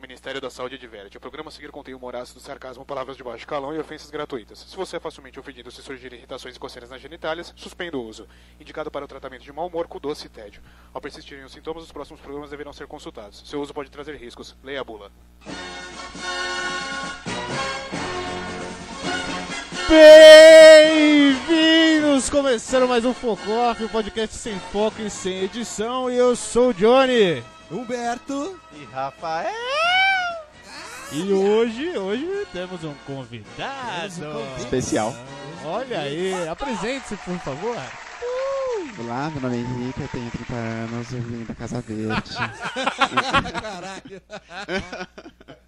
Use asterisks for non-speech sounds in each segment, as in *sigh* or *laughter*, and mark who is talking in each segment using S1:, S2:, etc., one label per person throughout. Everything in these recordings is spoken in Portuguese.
S1: Ministério da Saúde adverte. O programa a seguir contém humor ácido, sarcasmo, palavras de baixo calão e ofensas gratuitas. Se você é facilmente ofendido se surgirem irritações e coceiras nas genitálias, suspenda o uso. Indicado para o tratamento de mau humor com doce e tédio. Ao persistirem os sintomas, os próximos programas deverão ser consultados. Seu uso pode trazer riscos. Leia a bula.
S2: Bem-vindos! Começando mais um Focoff, um podcast sem foco e sem edição. E eu sou o Johnny.
S3: Humberto.
S4: E Rafael.
S2: E hoje, hoje temos um convidado.
S3: um
S5: especial.
S2: Olha aí, apresente-se, por favor.
S5: Olá, meu nome é Henrique, eu tenho 30 anos, eu vim da Casa Verde.
S3: Caralho.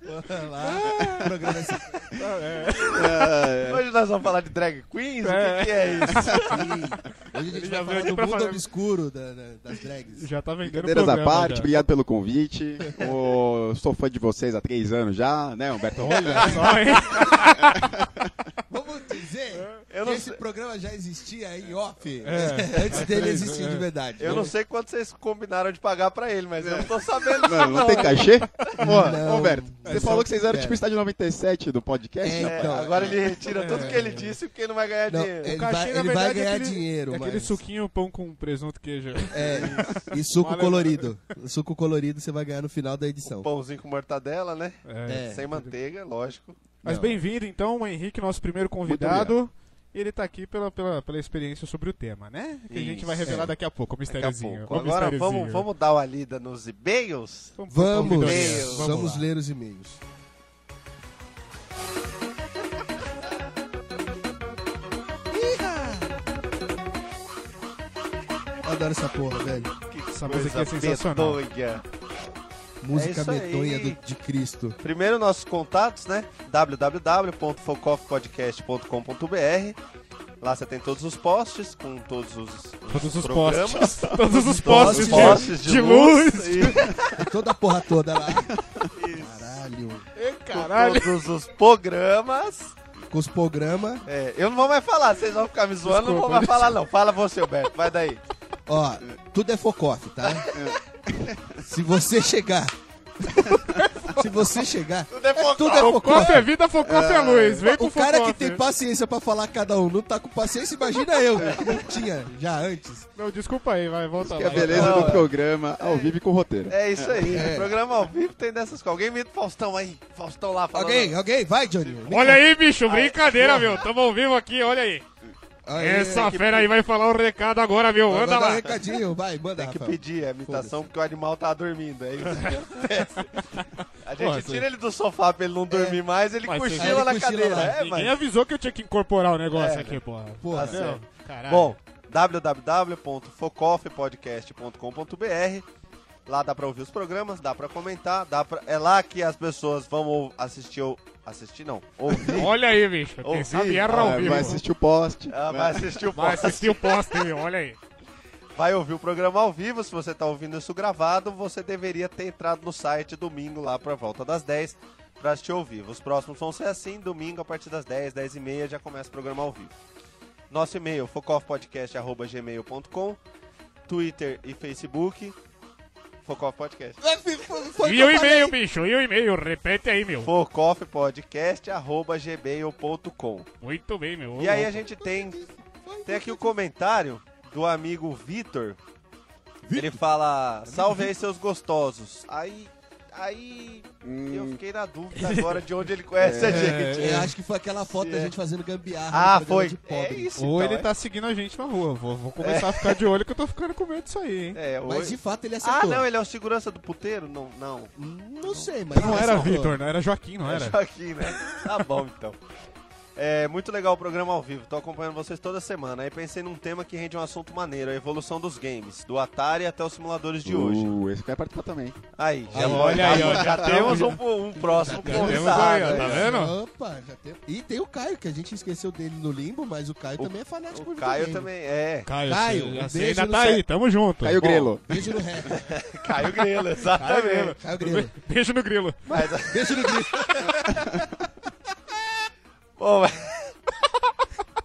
S3: Olá. Programa esse-
S4: Hoje nós vamos falar de drag queens? O que que é isso?
S3: Hoje a gente
S2: já veio
S3: vai falar
S2: aqui
S3: do
S2: pra
S3: mundo
S2: fazer-
S3: obscuro da- da- das drags.
S2: Já tá vendendo o
S5: Brincadeiras à
S2: programa.
S5: parte,
S2: já.
S5: obrigado pelo convite. Ô, sou fã de vocês há três anos já, né, Humberto?
S2: Olha só, hein?
S3: *laughs* Vamos
S2: É,
S3: dizer
S4: Eu
S3: que
S4: não
S3: esse
S4: sei-
S3: programa já existia em off. Antes dele
S2: É.
S3: existir de verdade.
S4: Eu não sei quanto vocês combinaram de pagar pra ele, mas eu não tô sabendo disso,
S5: Não, não tem cachê? Ô,
S3: Não.
S5: Humberto, você
S3: É só
S5: falou que vocês eram
S3: pera.
S5: tipo estádio 97 do podcast,
S3: É,
S5: né?
S4: É,
S3: Não.
S4: agora ele retira tudo que ele disse porque não vai ganhar
S3: Não,
S4: dinheiro.
S3: é- Ele
S2: O cachê,
S3: vai-
S2: na
S3: ele vai
S2: verdade, é
S3: ganhar
S2: aquele,
S3: dinheiro,
S2: é aquele
S3: mas-
S2: suquinho, pão com presunto, queijo. *laughs*
S3: É, e suco
S2: Olha-
S3: colorido. O suco colorido você vai ganhar no final da edição.
S4: Pãozinho com mortadela, né?
S2: É.
S3: É.
S4: Sem manteiga, lógico.
S2: Mas
S3: Não.
S2: bem-vindo, então, o Henrique, nosso primeiro convidado. Ele tá aqui pela, pela, pela experiência sobre o tema, né? Que a gente vai
S4: Isso.
S2: revelar daqui a pouco, o
S4: Daqui a
S2: mistériozinho.
S4: pouco.
S2: o
S4: Agora
S2: mistériozinho.
S4: vamos, vamos dar uma lida nos e-mails?
S2: Vamos, pro
S3: Vamos,
S2: convidado.
S4: Deus,
S3: vamos,
S2: lá.
S3: ler os e-mails. Eu Adoro essa porra, velho.
S4: Que
S2: Essa música é sensacional.
S4: Medonha.
S3: Música
S4: isso aí.
S3: medonha do- de Cristo.
S4: Primeiro, nossos contatos, né? www.focoffpodcast.com.br Lá você tem todos os posts com todos os,
S2: Todos os
S4: programas.
S2: postes. Todos os
S4: Todos
S2: postes
S4: os
S2: de,
S4: postes
S2: de luz.
S4: e
S3: E toda a porra toda lá. Caralho.
S2: Ê,
S4: com
S2: Caralho.
S4: todos os programas.
S3: Com os programas.
S4: É, eu não vou mais falar, vocês vão ficar me zoando, não vou mais falar não. Fala você, Alberto, vai daí.
S3: Ó, tudo é focoff, tá? Se você chegar. Se você chegar.
S4: Tudo é foco.
S3: Tudo é focoff.
S2: Focoff é vida, Focoff é luz. Vem pro
S3: O cara
S2: Focoff.
S3: que tem paciência pra falar cada um, não tá com paciência, imagina eu, que não tinha já antes.
S2: Não, desculpa aí, vai, volta
S5: Que
S2: lá.
S5: é a beleza
S4: Não,
S5: do
S4: é.
S5: programa, ao vivo e com roteiro.
S4: É isso aí.
S3: É.
S4: Programa ao vivo tem dessas coisas. Alguém imita o Faustão aí. Faustão lá falando.
S3: Alguém, alguém, vai, Johnny.
S2: Olha aí, bicho, brincadeira, meu. Tamo ao vivo aqui, olha aí.
S3: Aê,
S2: Essa fera aí vai falar o recado agora, meu.
S3: vai,
S2: Anda
S3: manda
S2: lá.
S3: um recadinho, vai, manda,
S4: Tem que
S3: Rafael.
S4: pedir a imitação porque o animal tá dormindo. É isso que acontece. A gente
S2: Nossa.
S4: tira ele do sofá pra ele não dormir mais, ele
S2: Mas você-
S4: cochila
S3: Ele
S4: na
S3: cochila
S4: cadeira.
S3: lá.
S4: É,
S2: Ninguém
S4: mas.
S2: avisou que eu tinha que incorporar o negócio
S4: É,
S2: aqui, porra.
S3: Porra,
S4: Tá certo.
S2: Então, Caralho.
S4: Bom, www.focoffpodcast.com.br Lá dá pra ouvir os programas, dá pra comentar, dá pra... é lá que as pessoas vão ou- assistir ou... Assistir não,
S2: *laughs*
S4: ouvir.
S2: Olha aí, bicho. Quem
S4: Ouvi.
S2: sabe erra
S5: Ah,
S2: ao vivo.
S5: vai assistir o post.
S4: Ah, vai assistir o
S2: Vai
S4: podcast.
S2: assistir o post, meu. Olha aí.
S4: Vai ouvir o programa ao vivo, se você tá ouvindo isso gravado, você deveria ter entrado no site domingo lá pra volta das 10 pra assistir ao vivo. Os próximos vão ser assim, domingo a partir das 10, 10 e meia já começa o programa ao vivo. Nosso e-mail, focoffpodcast.gmail.com, Twitter e Facebook, Focoff Podcast.
S3: Foi- foi- foi que
S2: E o
S3: eu falei.
S2: e-mail, bicho. E o e-mail. Repete aí, meu.
S4: focoffpodcast.gmail.com
S2: Muito bem, meu.
S4: E aí a gente tem, tem aqui o comentário do amigo Vitor. Ele fala, salve aí seus gostosos. Aí, aí eu
S5: Hum,
S4: fiquei na dúvida agora de onde ele conhece a gente.
S3: Eu É, acho que foi aquela foto da gente fazendo gambiarra.
S4: É. Ah,
S3: no programa
S4: foi.
S3: De
S4: É
S3: pobre.
S4: isso.
S2: Ou
S4: então,
S2: ele
S4: é.
S2: tá seguindo a gente na rua. Vou, vou começar a ficar de olho que eu tô ficando com medo disso aí, hein?
S4: É,
S3: Mas
S4: hoje-
S3: de fato ele
S4: Ah,
S3: acertou.
S4: não, ele é o segurança do puteiro? Não, não.
S3: Não sei, mas.
S2: Não
S3: ele
S2: era
S3: acertou.
S2: Vitor, não era Joaquim, não
S4: *laughs*
S2: era?
S4: É Joaquim, né? Tá bom, então. É muito legal o programa ao vivo, tô acompanhando vocês toda semana. Aí pensei num tema que rende um assunto maneiro, a evolução dos games, do Atari até os simuladores de hoje.
S5: Uh, esse cara participou também.
S4: Aí, já,
S2: Olha aí, ó,
S4: já,
S2: já
S4: temos
S2: tá-
S4: um, um próximo
S2: temos aí, ó,
S4: convidado.
S2: tá
S4: né?
S2: vendo?
S3: Opa, já tem. E tem o Caio, que a gente esqueceu dele no limbo, mas o Caio também é
S2: tá
S3: fanático
S4: O
S3: por
S4: Caio
S3: videogame.
S4: também, é.
S2: Caio,
S3: Caio,
S2: você-
S3: um
S2: você
S3: beijo
S2: ainda
S3: no
S2: tá
S3: céu.
S2: aí, tamo junto.
S5: Caiu o Grelo.
S3: Beijo
S4: *laughs*
S3: no reto.
S4: Caio Grilo, exatamente.
S3: Caio Grilo.
S2: Beijo no grilo.
S4: Mas,
S3: Beijo no grilo.
S4: *laughs* bom, mas...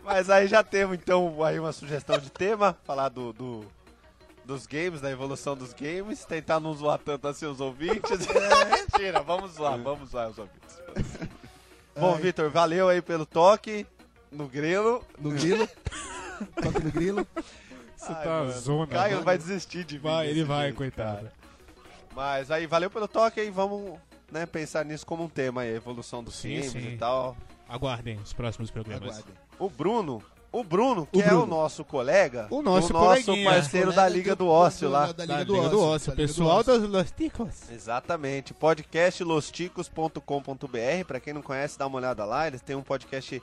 S4: mas aí já temos, então, aí uma sugestão de tema, falar do... do... dos games, da evolução dos games, tentar não zoar tanto assim
S2: *laughs*
S4: os ouvintes.
S2: É.
S4: Mentira, vamos zoar, vamos zoar os ouvintes. Bom,
S3: Ai.
S4: Vitor, valeu aí pelo toque no grilo.
S3: No grilo. Toque no grilo.
S2: Você
S4: Ai,
S2: tá
S4: mano,
S2: zona.
S4: Caio vai desistir de mim.
S2: Vai, ele
S4: desse
S2: vai,
S4: jeito,
S2: coitado.
S4: cara. Mas aí, valeu pelo toque e vamos né, pensar nisso como um tema aí, a evolução dos
S2: Sim,
S4: games
S2: sim.
S4: e tal.
S2: Aguardem os próximos programas.
S3: Aguardem.
S4: O Bruno, o Bruno, que é
S2: Bruno.
S4: o nosso colega,
S2: O nosso
S4: do nosso
S2: coleguinha.
S4: parceiro da Liga do Ócio lá.
S3: Da
S2: Da Tá, Liga do Ócio,
S3: da Liga do
S2: pessoal
S3: Ócio.
S2: das Losticos.
S4: Exatamente, podcastlosticos.com.br, pra quem não conhece, dá uma olhada lá, eles têm um podcast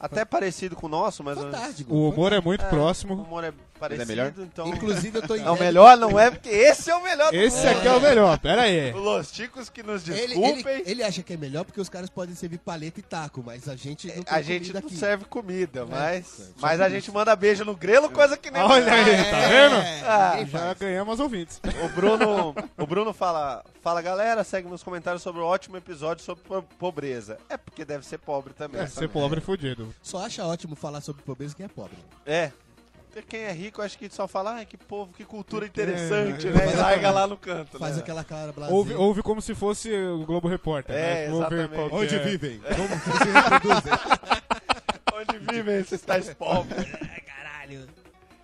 S4: até parecido com o nosso, mas
S3: Fantástico.
S2: O humor é muito
S4: o
S2: próximo.
S4: humor é parecido,
S5: melhor?
S4: então...
S3: Inclusive, eu tô em
S4: Não,
S3: débito.
S4: melhor não é, porque esse é o melhor.
S2: Esse aqui é o melhor, pera aí.
S4: O Los Ticos que nos
S3: Ele,
S4: desculpem,
S3: ele- ele acha que é melhor porque os caras podem servir paleta e taco, mas a gente não tem
S4: a gente não
S3: comida aqui. É.
S4: serve comida, mas,
S3: serve só
S4: mas a gente manda beijo no grelo, coisa que nem...
S2: Olha aí, tá vendo?
S3: É,
S4: Ah,
S3: ninguém
S2: Já
S3: faz.
S2: ganhamos ouvintes.
S4: O Bruno, o Bruno fala, fala galera, segue nos comentários sobre o ótimo episódio sobre po- pobreza. É porque deve ser pobre também.
S2: É, ser pobre é fudido.
S3: Só acha ótimo falar sobre pobreza quem é pobre.
S4: É. Quem é rico, acho que só fala, ah, que povo, que cultura
S2: interessante",
S4: interessante,
S2: É,
S4: né? E
S3: é.
S4: larga lá no canto,
S3: Faz
S4: né?
S3: aquela cara blasé.
S2: Ouve, ouve como se fosse o Globo Repórter.
S4: É,
S2: né? Vamos ver
S4: exatamente.
S2: qual que
S3: Onde
S2: é.
S3: vivem? Como se reproduzem?
S4: Onde vivem esses tais pobres?
S3: Caralho.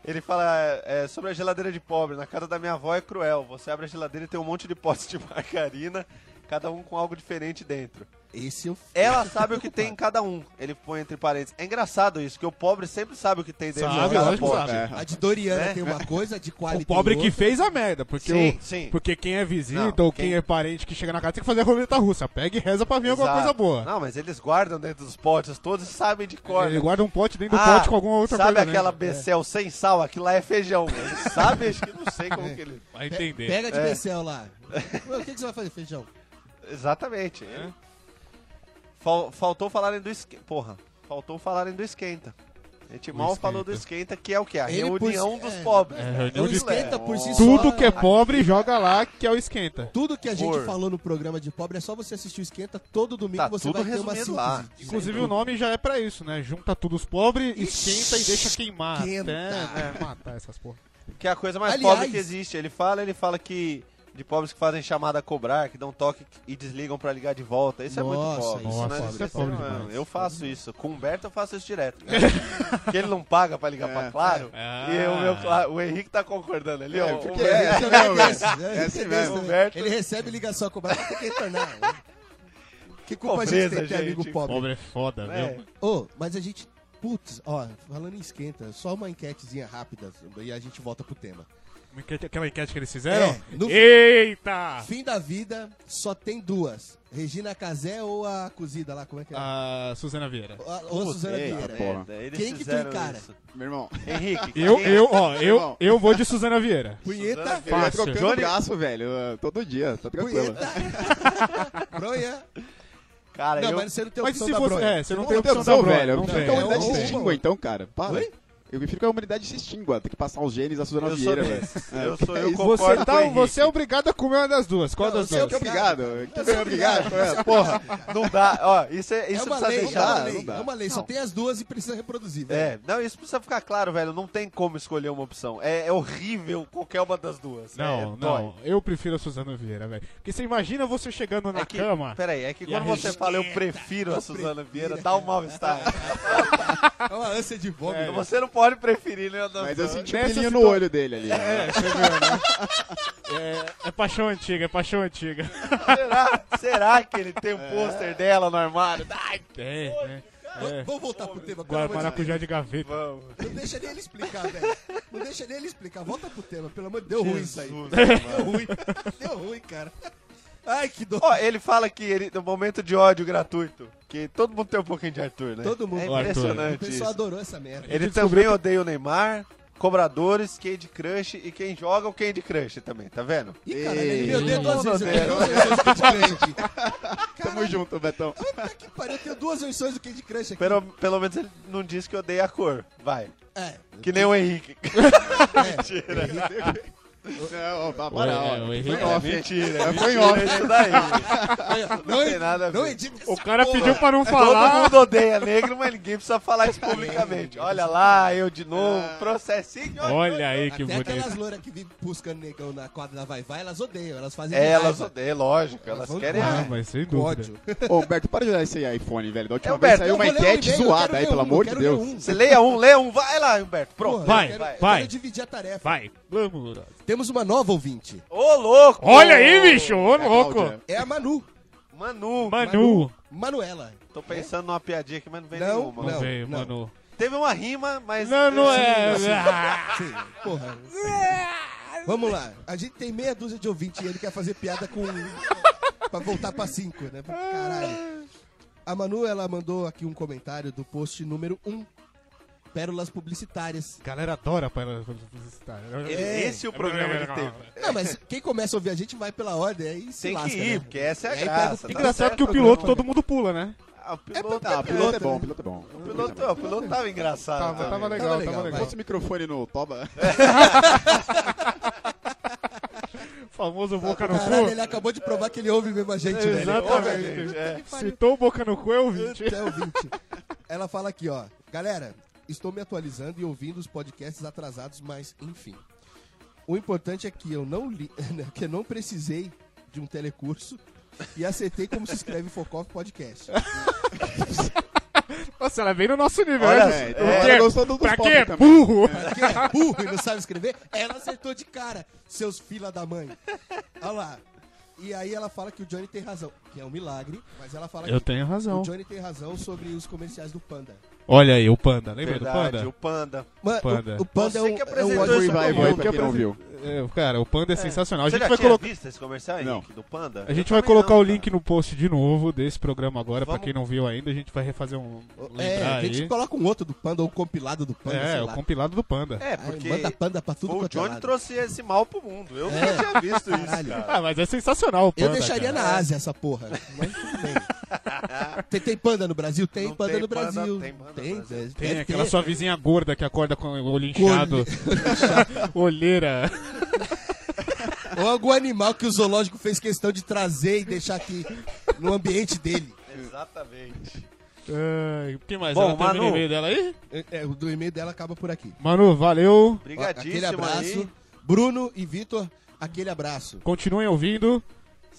S4: Ele fala é, sobre a geladeira de pobre. Na casa da minha avó é cruel. Você abre a geladeira e tem um monte de potes de *laughs* margarina, cada um com algo diferente dentro.
S3: Esse eu fiquei
S4: Ela sabe o que tem em cada um. Ele põe entre parênteses. É engraçado isso, que o pobre sempre sabe o que tem dentro
S2: Sabe,
S4: de cada
S2: lógico que
S4: pote.
S2: sabe.
S5: É.
S3: A de Doriana
S4: Né?
S3: tem uma coisa, a de qualidade.
S2: O pobre que fez a merda, porque
S4: Sim,
S2: o-
S4: sim.
S2: Porque quem é visita
S4: Não,
S2: ou quem...
S4: quem-
S2: é parente que chega na casa tem que fazer a roleta russa. Pega e reza pra vir alguma
S4: Exato.
S2: coisa boa.
S4: Não, mas eles guardam dentro dos potes todos e sabem de cor.
S2: Ele
S4: né?
S2: guarda um pote dentro do
S4: Ah,
S2: pote com alguma outra
S4: sabe
S2: coisa.
S4: aquela
S2: né?
S4: Becel sem sal? Aquilo lá é feijão. Ele sabe, acho que não sei como
S2: É.
S4: que ele...
S2: Vai entender.
S3: Pega de
S4: É.
S3: Becel lá. Ué, o que, que você vai fazer, feijão?
S4: Exatamente.
S2: É?
S4: ele- Fal- faltou falarem do esquenta. Porra, faltou falarem do esquenta. A gente mal
S2: esquenta.
S4: falou do esquenta, que é o que? A
S3: Ele
S4: reunião
S3: por si-
S4: dos
S3: é,
S4: pobres.
S2: é,
S4: né?
S2: reunião
S4: Isso
S3: de-
S4: é.
S3: esquenta por si só.
S2: Tudo que é pobre, joga lá que é o esquenta.
S3: Tudo que a gente
S4: Horror.
S3: falou no programa de pobre é só você assistir o Esquenta. Todo domingo
S4: Tá
S3: você
S4: tudo
S3: vai ter uma
S4: resumido
S3: síntese.
S4: lá.
S2: Inclusive o nome já é pra isso, né? Junta todos os pobres,
S3: Ixi,
S2: esquenta e deixa queimar.
S3: esquenta.
S2: Até né, matar essas porra.
S4: Que é a coisa mais
S3: Aliás-
S4: pobre que existe. Ele fala, ele fala que. De pobres que fazem chamada a cobrar, que dão toque e desligam pra ligar de volta. Isso é muito
S3: Nossa,
S4: pobre.
S2: isso
S4: não
S2: é pobre,
S4: discussão,
S2: isso é pobre
S4: não.
S2: demais.
S4: Eu faço isso. Com o Humberto eu faço isso direto.
S2: *laughs*
S4: Porque ele não paga pra ligar pra Claro.
S2: Ah.
S4: E o, meu, Cla- o Henrique tá concordando ali, ó.
S5: porque-
S4: O
S3: É,
S4: Humberto-
S3: esse é o nome
S5: É,
S3: desse, né?
S5: é assim
S3: Esse
S5: mesmo.
S3: né?
S4: Humberto.
S3: Ele recebe ligação com o Barco, tem que retornar. né? Que culpa a gente
S4: Pobreza,
S3: tem de ter amigo
S4: gente.
S3: pobre.
S2: Pobre é foda,
S4: É.
S2: viu?
S3: Ô, mas a gente. Putz, ó, falando em esquenta, só uma enquetezinha rápida e a gente volta pro tema.
S2: Uma enquete- Aquela enquete que eles fizeram?
S3: É, no-
S2: Eita!
S3: Fim da vida, só tem duas: Regina Casé ou a cozida lá, como é que é?
S2: A Suzana Vieira.
S3: Ou a- ou a Suzana
S4: Eita,
S3: Vieira.
S5: porra.
S4: merda, é eles
S3: é Quem que tu
S4: fizeram
S3: encara?
S4: isso.
S5: Meu irmão.
S4: Henrique.
S2: Eu,
S4: quem-
S2: eu, ó, eu,
S5: Irmão.
S2: eu vou de Suzana Vieira.
S3: Punheta,
S5: Ele vai
S2: Fácil.
S5: trocando
S4: Johnny-
S5: braço, velho. uh, Todo dia, tá tranquilo.
S3: punheta, bronha.
S4: Cara,
S3: Não,
S4: eu...
S3: mas você não tem
S2: Mas
S3: opção
S2: se
S3: da
S2: você.
S3: bronha.
S2: É, você não tem
S5: Não tem
S2: opção da
S5: opção,
S2: bronha,
S5: velho.
S2: Não
S5: Eu prefiro
S2: tem.
S5: que a humanidade
S3: É
S5: se
S3: uma-
S5: extingua, então, cara. Para.
S3: Oi?
S5: Eu prefiro que a humanidade se extingua. Tem que passar os genes da Suzana
S4: Eu sou
S5: Vieira, velho. É.
S4: desses. Eu sou- eu
S5: isso.
S4: concordo.
S2: Você,
S4: com o
S2: tá,
S4: Henrique.
S2: você é obrigado a comer uma das duas. Qual
S3: Não,
S2: das
S3: você é
S2: duas?
S5: Que obrigado. Que bem obrigado. Joel.
S4: Porra, não dá. Ó, isso, é-
S3: É
S4: isso
S3: uma
S4: precisa
S3: lei, é
S4: deixar.
S3: uma lei,
S5: não dá.
S3: é uma lei. Só tem as duas e precisa reproduzir. velho.
S4: É, não, isso precisa ficar claro, velho. Não tem como escolher uma opção. É, é horrível qualquer uma das duas.
S2: Não,
S4: é, dói.
S2: não. Eu prefiro a Suzana Vieira, velho. Porque você imagina você chegando na
S4: É que,
S2: cama.
S4: peraí, é que
S2: E
S4: quando
S2: a
S4: você
S2: Regina-
S4: fala eu prefiro a Suzana Vieira, dá um
S3: *laughs*
S4: mal-estar.
S3: É, uma ânsia de vômito.
S4: Você não pode preferir, né? Adão?
S5: Mas eu senti um
S2: Nessa
S5: brilhinho no
S2: situa-
S5: olho dele ali.
S2: É, você viu, né? É, é paixão antiga, é paixão antiga.
S4: Será, será que ele tem um
S3: É.
S4: pôster dela no armário? Ai,
S2: É, é.
S4: né?
S3: V-
S2: é.
S3: Vamos voltar pro tema. pelo
S2: Guar-
S3: amor de Deus.
S2: Maracujá de gaveta.
S4: vamos.
S3: Não deixa nem ele explicar, velho. Não deixa nem ele explicar. Volta pro tema, pelo amor de Deus. Deu ruim isso aí.
S4: Jesus,
S3: Deu ruim. Deu ruim, cara. Ai, que dor.
S4: Ó, ele fala que ele, no momento de ódio gratuito, que todo mundo tem um pouquinho de Arthur, né?
S3: Todo mundo.
S4: É
S2: Arthur.
S3: O
S4: impressionante
S3: pessoal
S4: isso.
S3: adorou essa merda.
S4: Ele também odeia o Neymar, cobradores, Candy Crush e quem joga é o Candy Crush também, tá vendo?
S3: Ih, cara, ele me odeia
S5: Ei.
S3: duas vezes. Eu tenho duas versões do Candy Crush.
S5: Tamo junto, Betão.
S3: Puta que pariu, eu tenho duas versões do Candy Crush aqui.
S4: Pelo, pelo menos ele não diz que odeia a cor, vai.
S3: É,
S4: Que nem o Henrique.
S3: é.
S5: Não, ó, para,
S2: Oi, é,
S5: ó.
S2: o
S5: Foi
S2: Henrique-
S5: em off.
S4: *laughs* Mentira,
S5: Foi em off.
S4: isso daí.
S3: Não,
S4: tem nada a ver.
S3: não edita
S6: O
S3: essa
S6: cara
S2: um
S3: porra.
S6: pediu pra não
S4: Todo
S6: falar.
S4: mundo odeia negro, mas ninguém precisa falar isso publicamente. Olha lá, eu de novo, processinho.
S2: Olha aí que
S3: Até
S2: bonito.
S6: Ah,
S3: aquelas loiras que vivem buscando negão na quadra da Vai Vai, elas odeiam, elas fazem.
S4: É,
S3: de
S4: elas
S3: raiva,
S4: odeiam, lógico, elas
S3: vão
S4: querem.
S3: com
S2: Ah,
S4: raiva.
S3: raiva,
S2: mas sem
S3: com
S2: dúvida.
S3: ódio.
S5: Ô, Humberto, para de olhar esse iPhone, velho. Da última
S4: É,
S5: vez
S4: Humberto,
S5: saiu
S3: Eu
S5: uma
S3: vou ler um
S5: enquete
S3: e-mail, eu
S5: zoada
S3: quero
S5: aí,
S3: ler
S5: pelo
S3: um,
S5: amor
S3: eu
S5: de
S3: quero ler
S5: Deus.
S3: um.
S4: Você leia um, leia um, vai lá, Humberto. Pronto.
S3: Porra,
S2: Vai,
S3: eu quero- eu
S2: vai.
S3: Quero dividir a tarefa.
S2: Vai, vamos.
S3: Temos uma nova ouvinte.
S4: Ô, louco!
S2: Olha aí, bicho, ô
S5: É a
S2: louco.
S5: Cláudia.
S3: É a Manu.
S4: Manu,
S2: Manu.
S3: Manuela.
S4: tô pensando numa piadinha aqui, mas não vem
S3: Não,
S4: nenhuma.
S2: Não veio,
S3: não.
S2: Manu.
S4: Teve uma rima, mas.
S2: Não, não
S4: Sim,
S2: é.
S4: assim,
S2: Ah,
S6: *laughs*
S3: Sim, porra. Vamos lá. A gente tem meia dúzia de ouvinte e ele quer fazer piada com. um, pra voltar pra cinco, né? Caralho. A Manu, ela mandou aqui um comentário do post número 1. Um, Pérolas publicitárias.
S6: galera adora para publicitar.
S4: Esse é o programa de TV.
S3: Não, mas quem começa a ouvir a gente vai pela ordem, aí se
S4: Tem
S3: lasca,
S4: que ir,
S3: né?
S4: porque essa é a
S3: E aí
S4: graça. tá
S6: Engraçado
S4: certo?
S6: que o piloto todo mundo pula, né?
S4: Ah, o piloto,
S5: Ah, o piloto é bom, o piloto é bom.
S4: O piloto, o piloto tava engraçado.
S5: Tava,
S4: também.
S5: tava legal,
S3: legal,
S5: tava legal.
S3: vai.
S5: Bota o microfone no Toba.
S6: O famoso boca no
S3: Caralho,
S6: cu.
S3: ele acabou de provar que ele ouve mesmo a gente, Tá velho.
S6: Exatamente.
S4: É.
S6: Citou o boca no cu, é
S3: *laughs*
S6: ouvinte.
S3: Até ouvinte. Ela fala aqui, ó. Galera, estou me atualizando e ouvindo os podcasts atrasados, mas enfim. O importante é que eu não li, *laughs* né, que eu não precisei de um telecurso e acertei como se escreve Focoff Podcast.
S6: Nossa, ela vem no nosso nível,
S4: Olha,
S6: né?
S5: *laughs* É,
S6: O
S5: ela
S6: quê?
S5: gostou do- dos
S6: Pra
S5: pobres
S6: quê?
S5: também.
S6: Burro!
S3: Pra quem é burro e não sabe escrever, ela acertou de cara, seus fila da mãe. Olha lá. E aí ela fala que o Johnny tem razão, que é um milagre, mas ela fala
S2: Eu
S3: que
S2: tenho razão.
S3: o Johnny tem razão sobre os comerciais do Panda.
S2: Olha aí, o Panda. Lembra
S4: Verdade,
S2: do
S4: o Panda.
S3: Mano,
S2: Panda.
S3: O, o Panda é
S4: Você
S3: um,
S4: que
S3: é um
S4: apresentou
S5: Foi
S4: esse
S5: vai,
S4: programa.
S5: vai, pra quem não viu.
S2: Panda? É, cara, o Panda é sensacional. A
S4: Você
S2: gente
S4: já
S2: vai
S4: tinha
S2: colocar.
S4: visto esse comercial,
S5: Não.
S4: Henrique, do Panda?
S2: A gente
S4: Eu
S2: vai
S4: também
S2: colocar
S4: não,
S2: o
S4: cara.
S2: link no post de novo desse programa agora, pra
S4: Vamos.
S2: quem não viu ainda, a gente vai refazer um
S3: É,
S2: lembrar
S3: a gente
S2: aí.
S3: coloca um outro do Panda ou compilado do Panda,
S2: é,
S3: sei
S2: o
S3: lá.
S2: compilado do Panda.
S4: É,
S3: Ai,
S4: porque
S3: manda Panda pra tudo
S4: o
S3: quanto é
S4: Johnny
S3: lado. É.
S4: trouxe esse mal pro mundo. Eu não tinha visto isso,
S3: Caralho.
S4: cara.
S2: Ah, mas é sensacional o Panda.
S3: Eu deixaria
S2: cara.
S3: na Ásia essa porra, mas tudo
S4: *laughs*
S3: bem. tem, tem Panda no Brasil? Tem
S4: Não
S3: Panda
S4: tem
S3: no
S4: panda,
S3: Brasil.
S4: tem panda no Brasil.
S3: deve
S2: Tem
S3: ter.
S2: aquela sua vizinha gorda que acorda com o olho inchado. *laughs* Olheira.
S3: Ou algum animal que o zoológico fez questão de trazer e deixar aqui no ambiente dele.
S4: Exatamente.
S2: Ai, O que mais?
S4: Bom,
S2: Ela termina
S4: Manu.
S2: o e-mail dela aí?
S3: É, é, o do e-mail dela acaba por aqui.
S2: Manu, valeu.
S3: Aquele
S4: Obrigadíssimo
S3: abraço.
S4: aí.
S3: Bruno e Vitor, aquele abraço.
S2: Continuem ouvindo.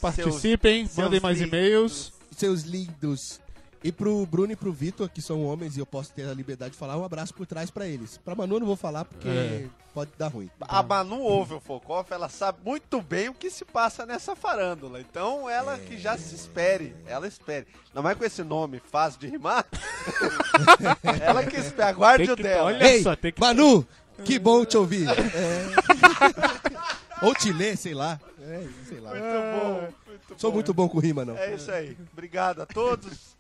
S2: Participem,
S4: seus
S2: mandem mais
S4: lindos.
S2: e-mails.
S3: Seus lindos. E pro Bruno e pro Vitor, que são homens e eu posso ter a liberdade de falar, um abraço por trás pra eles. Pra Manu eu não vou falar porque
S2: É.
S3: pode dar ruim.
S4: A Manu ouve o Focoff, ela sabe muito bem o que se passa nessa farândula. Então ela que já se espere, ela espere. Não mais com esse nome fácil de rimar. ela que espere, aguarde
S2: Tem
S4: o
S2: que-
S4: dela.
S2: olha-
S3: Ei,
S2: só, tem que-
S3: Manu, que bom te ouvir. É. *laughs* Ou te ler, sei lá. É, sei lá.
S4: Muito bom, muito
S3: Sou
S4: bom.
S3: muito bom com rima, não.
S4: É isso aí. Obrigado a todos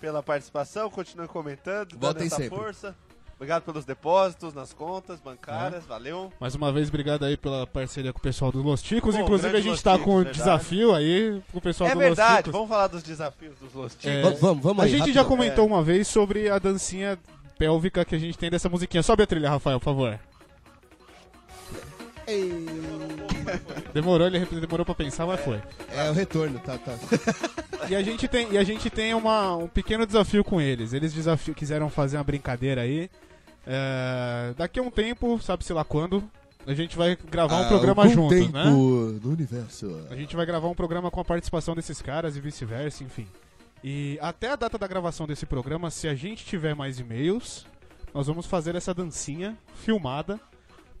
S4: pela participação. Continuem comentando, dando
S3: Voltem
S4: essa
S3: sempre.
S4: força. Obrigado pelos depósitos nas contas bancárias. Valeu.
S2: Mais uma vez, obrigado aí pela parceria com o pessoal dos Los Ticos.
S4: Bom,
S2: Inclusive, a
S4: grande
S2: gente
S4: Los
S2: tá
S4: Ticos,
S2: com um
S4: verdade.
S2: desafio aí com o pessoal
S4: É
S2: do Los
S4: verdade.
S2: Ticos.
S4: Vamos falar dos desafios dos Lostinhos.
S2: É,
S3: Vamos, vamos, vamos
S2: a
S3: aí,
S2: gente
S3: rápido.
S2: já
S4: É.
S2: comentou uma vez sobre a dancinha pélvica que a gente tem dessa musiquinha. Sobe a trilha, Rafael, por favor. Demorou, ele demorou pra pensar, mas foi.
S3: É o retorno, tá, tá.
S2: E a gente tem, e a gente tem uma, um pequeno desafio com eles. Eles desafio, quiseram fazer uma brincadeira aí. É, daqui a um tempo, sabe-se lá quando, a gente vai gravar
S4: Ah,
S2: um programa
S3: Algum
S2: juntos,
S3: Ah, tempo
S2: né?
S3: no universo.
S2: A gente vai gravar um programa com a participação desses caras e vice-versa, enfim. E até a data da gravação desse programa, se a gente tiver mais e-mails, nós vamos fazer essa dancinha filmada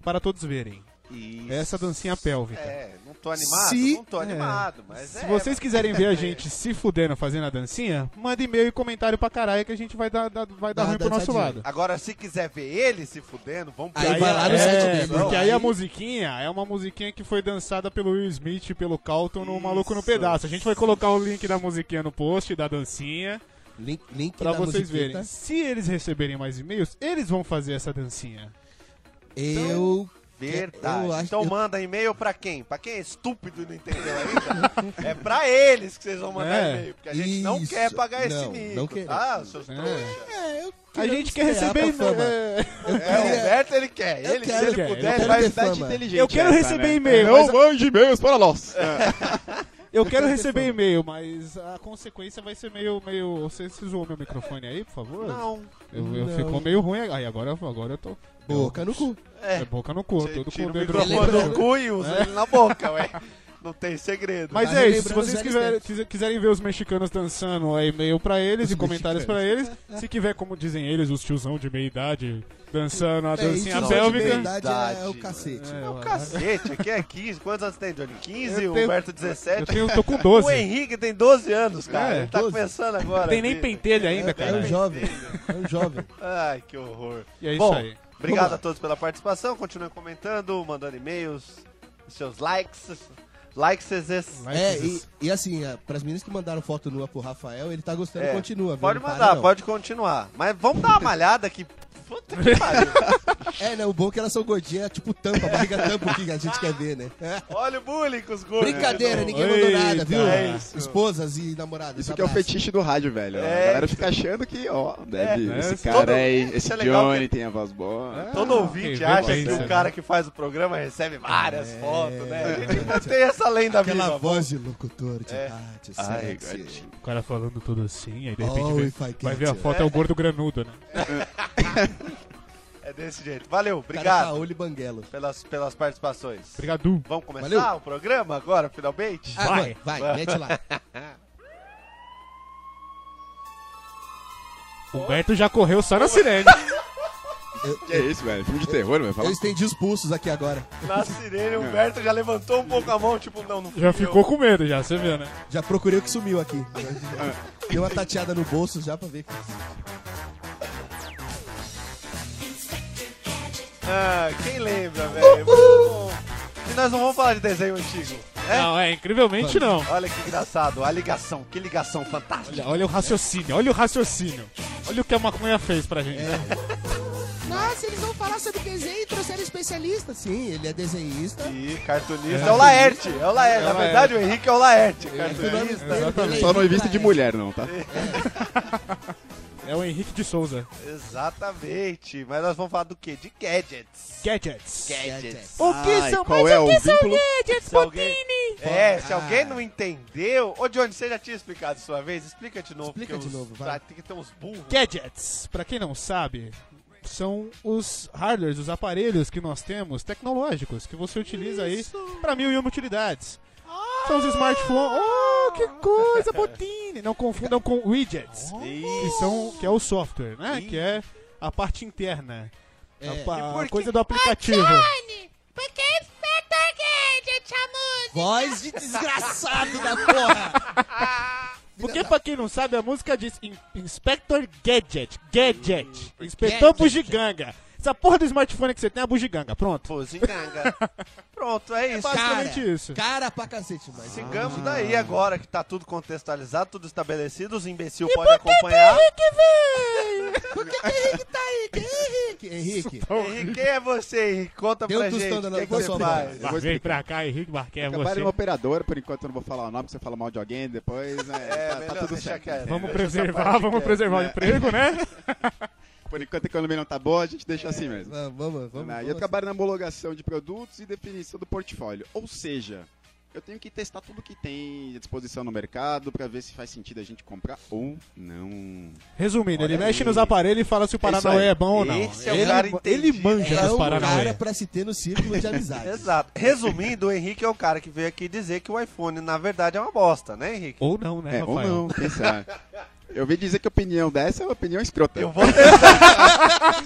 S2: para todos verem. É
S4: Isso.
S2: Essa dancinha pélvica.
S4: É, não tô animado,
S3: Se-
S4: não tô animado, mas
S2: Se
S4: é,
S2: vocês quiserem ver a gente se fudendo fazendo a dancinha, manda e-mail e comentário pra caralho que a gente vai dar, dar- vai dar
S3: Dá-
S2: ruim pro nosso
S3: dançadinha.
S2: lado.
S4: Agora, se quiser ver ele se fudendo, vamos
S3: Aí vai lá no
S2: é,
S3: site dele.
S2: Porque aí,
S3: Aí-
S2: a musiquinha é uma musiquinha que foi dançada pelo Will Smith e pelo Calton no
S4: Isso.
S2: Maluco no Pedaço. A gente vai colocar o link da musiquinha no post, da dancinha,
S3: Link, link
S2: pra
S3: da tá?
S2: vocês
S3: musiquita.
S2: verem. Se eles receberem mais e-mails, eles vão fazer essa dancinha. Então,
S3: Eu.
S4: Verdade.
S3: Eu acho-
S4: então
S3: eu-
S4: manda e-mail pra quem? Pra quem é estúpido e não entendeu ainda? é pra eles que vocês vão mandar
S2: É.
S4: e-mail, porque a gente não
S3: Isso.
S4: quer pagar esse
S3: Não,
S4: mico,
S3: não queremos.
S4: tá, seus
S2: É.
S4: trouxas?
S3: É, eu eu
S2: A
S3: quero
S2: gente quer
S3: estrear
S2: receber né,
S3: pra fama.
S2: e-mail.
S4: É,
S3: Eu
S4: o
S3: queria...
S4: Humberto ele quer.
S3: Eu
S4: Ele, se
S3: quero,
S4: ele
S2: eu quero,
S4: puder,
S3: eu
S4: ele
S3: quero
S4: vai
S3: ter
S4: dar
S3: fama.
S5: inteligente.
S2: Eu quero
S5: essa,
S2: receber
S5: né? É,
S2: e-mail,
S5: Não
S2: mas a-
S5: mande e-mails para nós.
S2: Eu
S3: *laughs*
S2: quero
S3: Tá
S2: receber e-mail, mas a consequência vai ser meio. meio... Você se zoou meu microfone aí, por favor?
S4: Não.
S2: Eu, eu
S3: Não.
S2: ficou meio ruim. Aí agora, agora eu tô.
S3: Boca no cu.
S2: É boca no cu, tudo com
S4: Tira
S2: o
S4: o
S2: dedo
S4: microfone
S3: Lembrando-
S4: do cu e usa ele na boca, ué. Não tem segredo.
S2: Mas
S3: Mas
S2: é isso, se
S3: tá lembrando
S2: vocês
S3: velhos
S2: quiserem,
S3: tempos.
S2: quiser- quiserem ver os mexicanos dançando, é e-mail pra eles
S3: Os
S2: e comentários pra eles. Se tiver, como dizem eles, os tiozão de meia idade dançando a dancinha
S4: tiozão de
S2: pélvica.
S4: meia idade.
S3: É, é o cacete.
S2: É, ó,
S4: Cacete, aqui é 15. Quantos anos tem, Johnny? 15,
S2: Eu
S4: o
S2: tenho-
S4: Humberto
S2: eu
S4: 17.
S2: tenho, tô com
S4: O
S2: 12.
S4: Henrique tem 12 anos, cara.
S2: É,
S4: ele tá
S3: 12.
S4: começando agora.
S2: Tem nem
S4: filho.
S2: pentelho ainda,
S3: É, é
S2: cara.
S3: um jovem. É um *laughs* jovem.
S4: Ai, que horror.
S2: E é isso
S4: Bom,
S2: aí.
S4: Obrigado a todos pela participação. Continuem comentando, mandando e-mails, seus likes. Likes.
S3: É, e, e assim, para as meninas que mandaram foto nua pro Rafael, ele tá gostando,
S4: É,
S3: continua. viu?
S4: Pode
S3: Não para,
S4: mandar,
S3: não.
S4: pode continuar. Mas vamos dar uma malhada aqui. Puta que pariu.
S3: *laughs* É, né? O bom é que elas são gordinhas, tipo tampa, a barriga tampa o que a gente quer ver, né?
S4: Olha o bullying com os gordos.
S3: Brincadeira,
S4: de novo.
S3: ninguém mandou nada,
S2: Eita.
S3: viu?
S4: É isso.
S3: Esposas e namoradas.
S5: Isso que é o
S3: um abraço.
S5: fetiche do rádio, velho.
S4: É,
S5: a galera fica achando que, ó, deve,
S2: né?
S5: esse
S4: Todo-
S5: cara aí,
S4: isso
S5: esse
S4: é legal É.
S5: Johnny tem a voz boa.
S4: Todo ouvinte
S2: ok,
S3: Ah,
S4: acha que
S2: beleza,
S4: o
S2: né?
S4: cara que faz o programa recebe várias fotos, né? A gente ainda tem essa lenda
S3: É. Aquela
S4: viva.
S3: voz de locutor de rádio,
S4: É. Ai,
S5: assim,
S3: sexy.
S2: O cara falando tudo assim, aí de repente
S3: Oh,
S2: vê-
S3: if I
S2: vai
S3: can't.
S2: ver a foto, é o gordo granudo, né?
S4: É desse jeito. Valeu,
S3: Cara,
S4: obrigado
S3: Paoli tá Banguelo.
S4: pelas, pelas participações.
S2: Obrigado.
S4: Vamos começar
S3: Valeu.
S4: o programa agora, finalmente?
S3: Ah,
S2: Vai.
S3: vai, vai, mete lá.
S2: Humberto já correu só na sirene.
S5: Que é isso, velho? Filme de terror, velho? Fala.
S3: Eu estendi os pulsos aqui agora.
S4: Na sirene, o Humberto já levantou um pouco a mão, tipo, não, não fui
S2: Já
S4: eu.
S2: ficou com medo, já, você vê, né?
S3: Já procurei o que sumiu aqui.
S4: É.
S3: Deu uma tateada no bolso já pra ver.
S4: Ah, quem lembra, *laughs* velho? Muito bom. E nós não vamos falar de desenho antigo. É?
S2: Não, é, incrivelmente não.
S4: Olha que engraçado, a ligação, que ligação fantástica.
S2: Olha, olha o raciocínio, olha o raciocínio. Olha o que a maconha fez pra gente.
S3: Nossa, eles vão falar sobre desenho e trouxeram especialista. Sim, ele é desenhista.
S4: E cartunista é o Laerte, é o Laerte. Na verdade, o Henrique é o Laerte,
S3: é
S4: cartunista.
S2: Exatamente.
S5: Só não invista de mulher, não, tá?
S2: É o Henrique de Souza.
S4: Exatamente. Mas nós vamos falar do quê? De gadgets.
S2: Gadgets.
S3: é
S4: Gadgets.
S2: O que
S5: Ai,
S2: são
S5: qual é o vínculo?
S2: gadgets,
S4: Se alguém- É, se alguém não entendeu. Ô, Johnny, você já tinha explicado sua vez? Explica de novo.
S3: Explica
S4: porque
S3: de
S4: os-
S3: novo, vai.
S4: Ah, Tem que ter uns burros.
S2: Gadgets, pra quem não sabe, são os hardwares, os aparelhos que nós temos, tecnológicos, que você utiliza aí pra mil e uma utilidades.
S4: Ah!
S2: São os smartphones. Oh, que coisa, botine! Não confundam com widgets, que, são, que é o software, né? Que é a parte interna.
S3: É.
S2: A, pa-
S4: E por
S2: a
S4: que- Ah,
S2: coisa do aplicativo.
S7: Tony, por que espeta gadget a música?
S3: Voz de desgraçado da porra.
S2: Porque, pra quem não sabe, a música diz In- Inspector Gadget. Gadget.
S4: Hum,
S2: Inspetor Bugiganga. Essa porra do smartphone que você tem é a bugiganga. Pronto.
S4: Pô, *laughs* zinganga. Pronto, é isso.
S2: Basicamente isso.
S3: Cara pra cacete, mas...
S4: Sigamos daí agora que tá tudo contextualizado, tudo estabelecido, os imbecil podem acompanhar.
S3: Por que que Henrique tá aí? Que Henrique? Henrique,
S4: Henrique, quem é você, Henrique? Conta
S3: Deu
S4: pra
S3: um
S4: gente.
S3: tostão
S4: O que,
S3: da-
S4: é que
S3: da
S4: você
S3: sua
S4: faz?
S3: mãe.
S5: Eu vou
S2: Vem
S5: explicar.
S2: pra cá, Henrique Marquinhos, é
S5: Acabaram
S2: você.
S5: uma operadora, por enquanto eu não vou falar o nome, você fala mal de alguém depois, né?
S4: É,
S5: tá, tá
S4: melhor
S5: tudo
S4: deixar
S5: certo.
S4: quieto.
S2: Vamos
S4: Deixa essa
S2: preservar,
S4: parte
S2: vamos
S4: quieto.
S2: preservar o emprego, né?
S5: Por enquanto a economia não tá boa, a gente deixa assim mesmo.
S3: vamos, vamos, vamos. assim.
S5: Né? E acabaram na homologação de produtos e definição do portfólio. Ou seja, eu tenho que testar tudo que tem à disposição no mercado pra ver se faz sentido a gente comprar ou não.
S2: Resumindo, ele
S5: Olha
S2: mexe
S5: aí.
S2: nos aparelhos e fala se o Paranauê
S5: aí.
S2: é bom ou não.
S4: Esse é o
S2: ele,
S4: cara
S2: ele
S4: entendido.
S2: manja
S3: É
S2: dos
S3: um cara
S2: Paranauê.
S3: pra se ter no círculo de amizade.
S4: Exato. Resumindo, o Henrique é o cara que veio aqui dizer que o iPhone, na verdade, é uma bosta, né, Henrique?
S2: Ou não, né,
S5: É, ou
S2: Rafael?
S5: não,
S2: *laughs*
S5: quem sabe. Eu ouvi dizer que a opinião dessa é uma opinião escrota.
S4: Eu vou testar.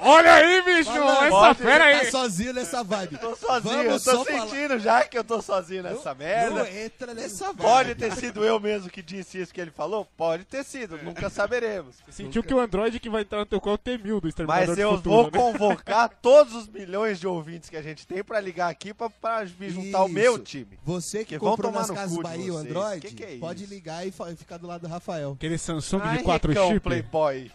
S2: Olha aí, bicho!
S3: Fala,
S2: essa
S4: pode-
S2: fera
S3: Tá
S2: aí!
S3: sozinho nessa vibe.
S4: Tô sozinho,
S3: Vamos
S4: eu tô
S3: só falar.
S4: sentindo já que eu tô sozinho nessa
S3: Não é.
S4: merda.
S3: entra nessa vibe.
S4: Pode ter sido eu mesmo que disse isso que ele falou? Pode ter sido, nunca saberemos.
S2: Sentiu que o Android que vai entrar no teu corpo tem mil do Exterminador
S4: Mas
S2: do
S4: eu
S2: Futuro,
S4: vou
S2: né? *laughs*
S4: convocar todos os milhões de ouvintes que a gente tem pra ligar aqui pra, pra me juntar ao
S3: Isso.
S4: meu time.
S3: Você que,
S4: Que vão
S3: comprou
S4: tomar
S3: nas
S4: no
S3: Casas
S4: cu de
S3: Bahia o
S4: vocês.
S3: Android,
S4: Que que é
S3: pode
S4: isso?
S3: ligar e fa- ficar do lado do Rafael.
S2: Aquele Samsung de
S4: Ai,
S2: quatro
S4: Ricão,
S2: chip.
S4: Playboy.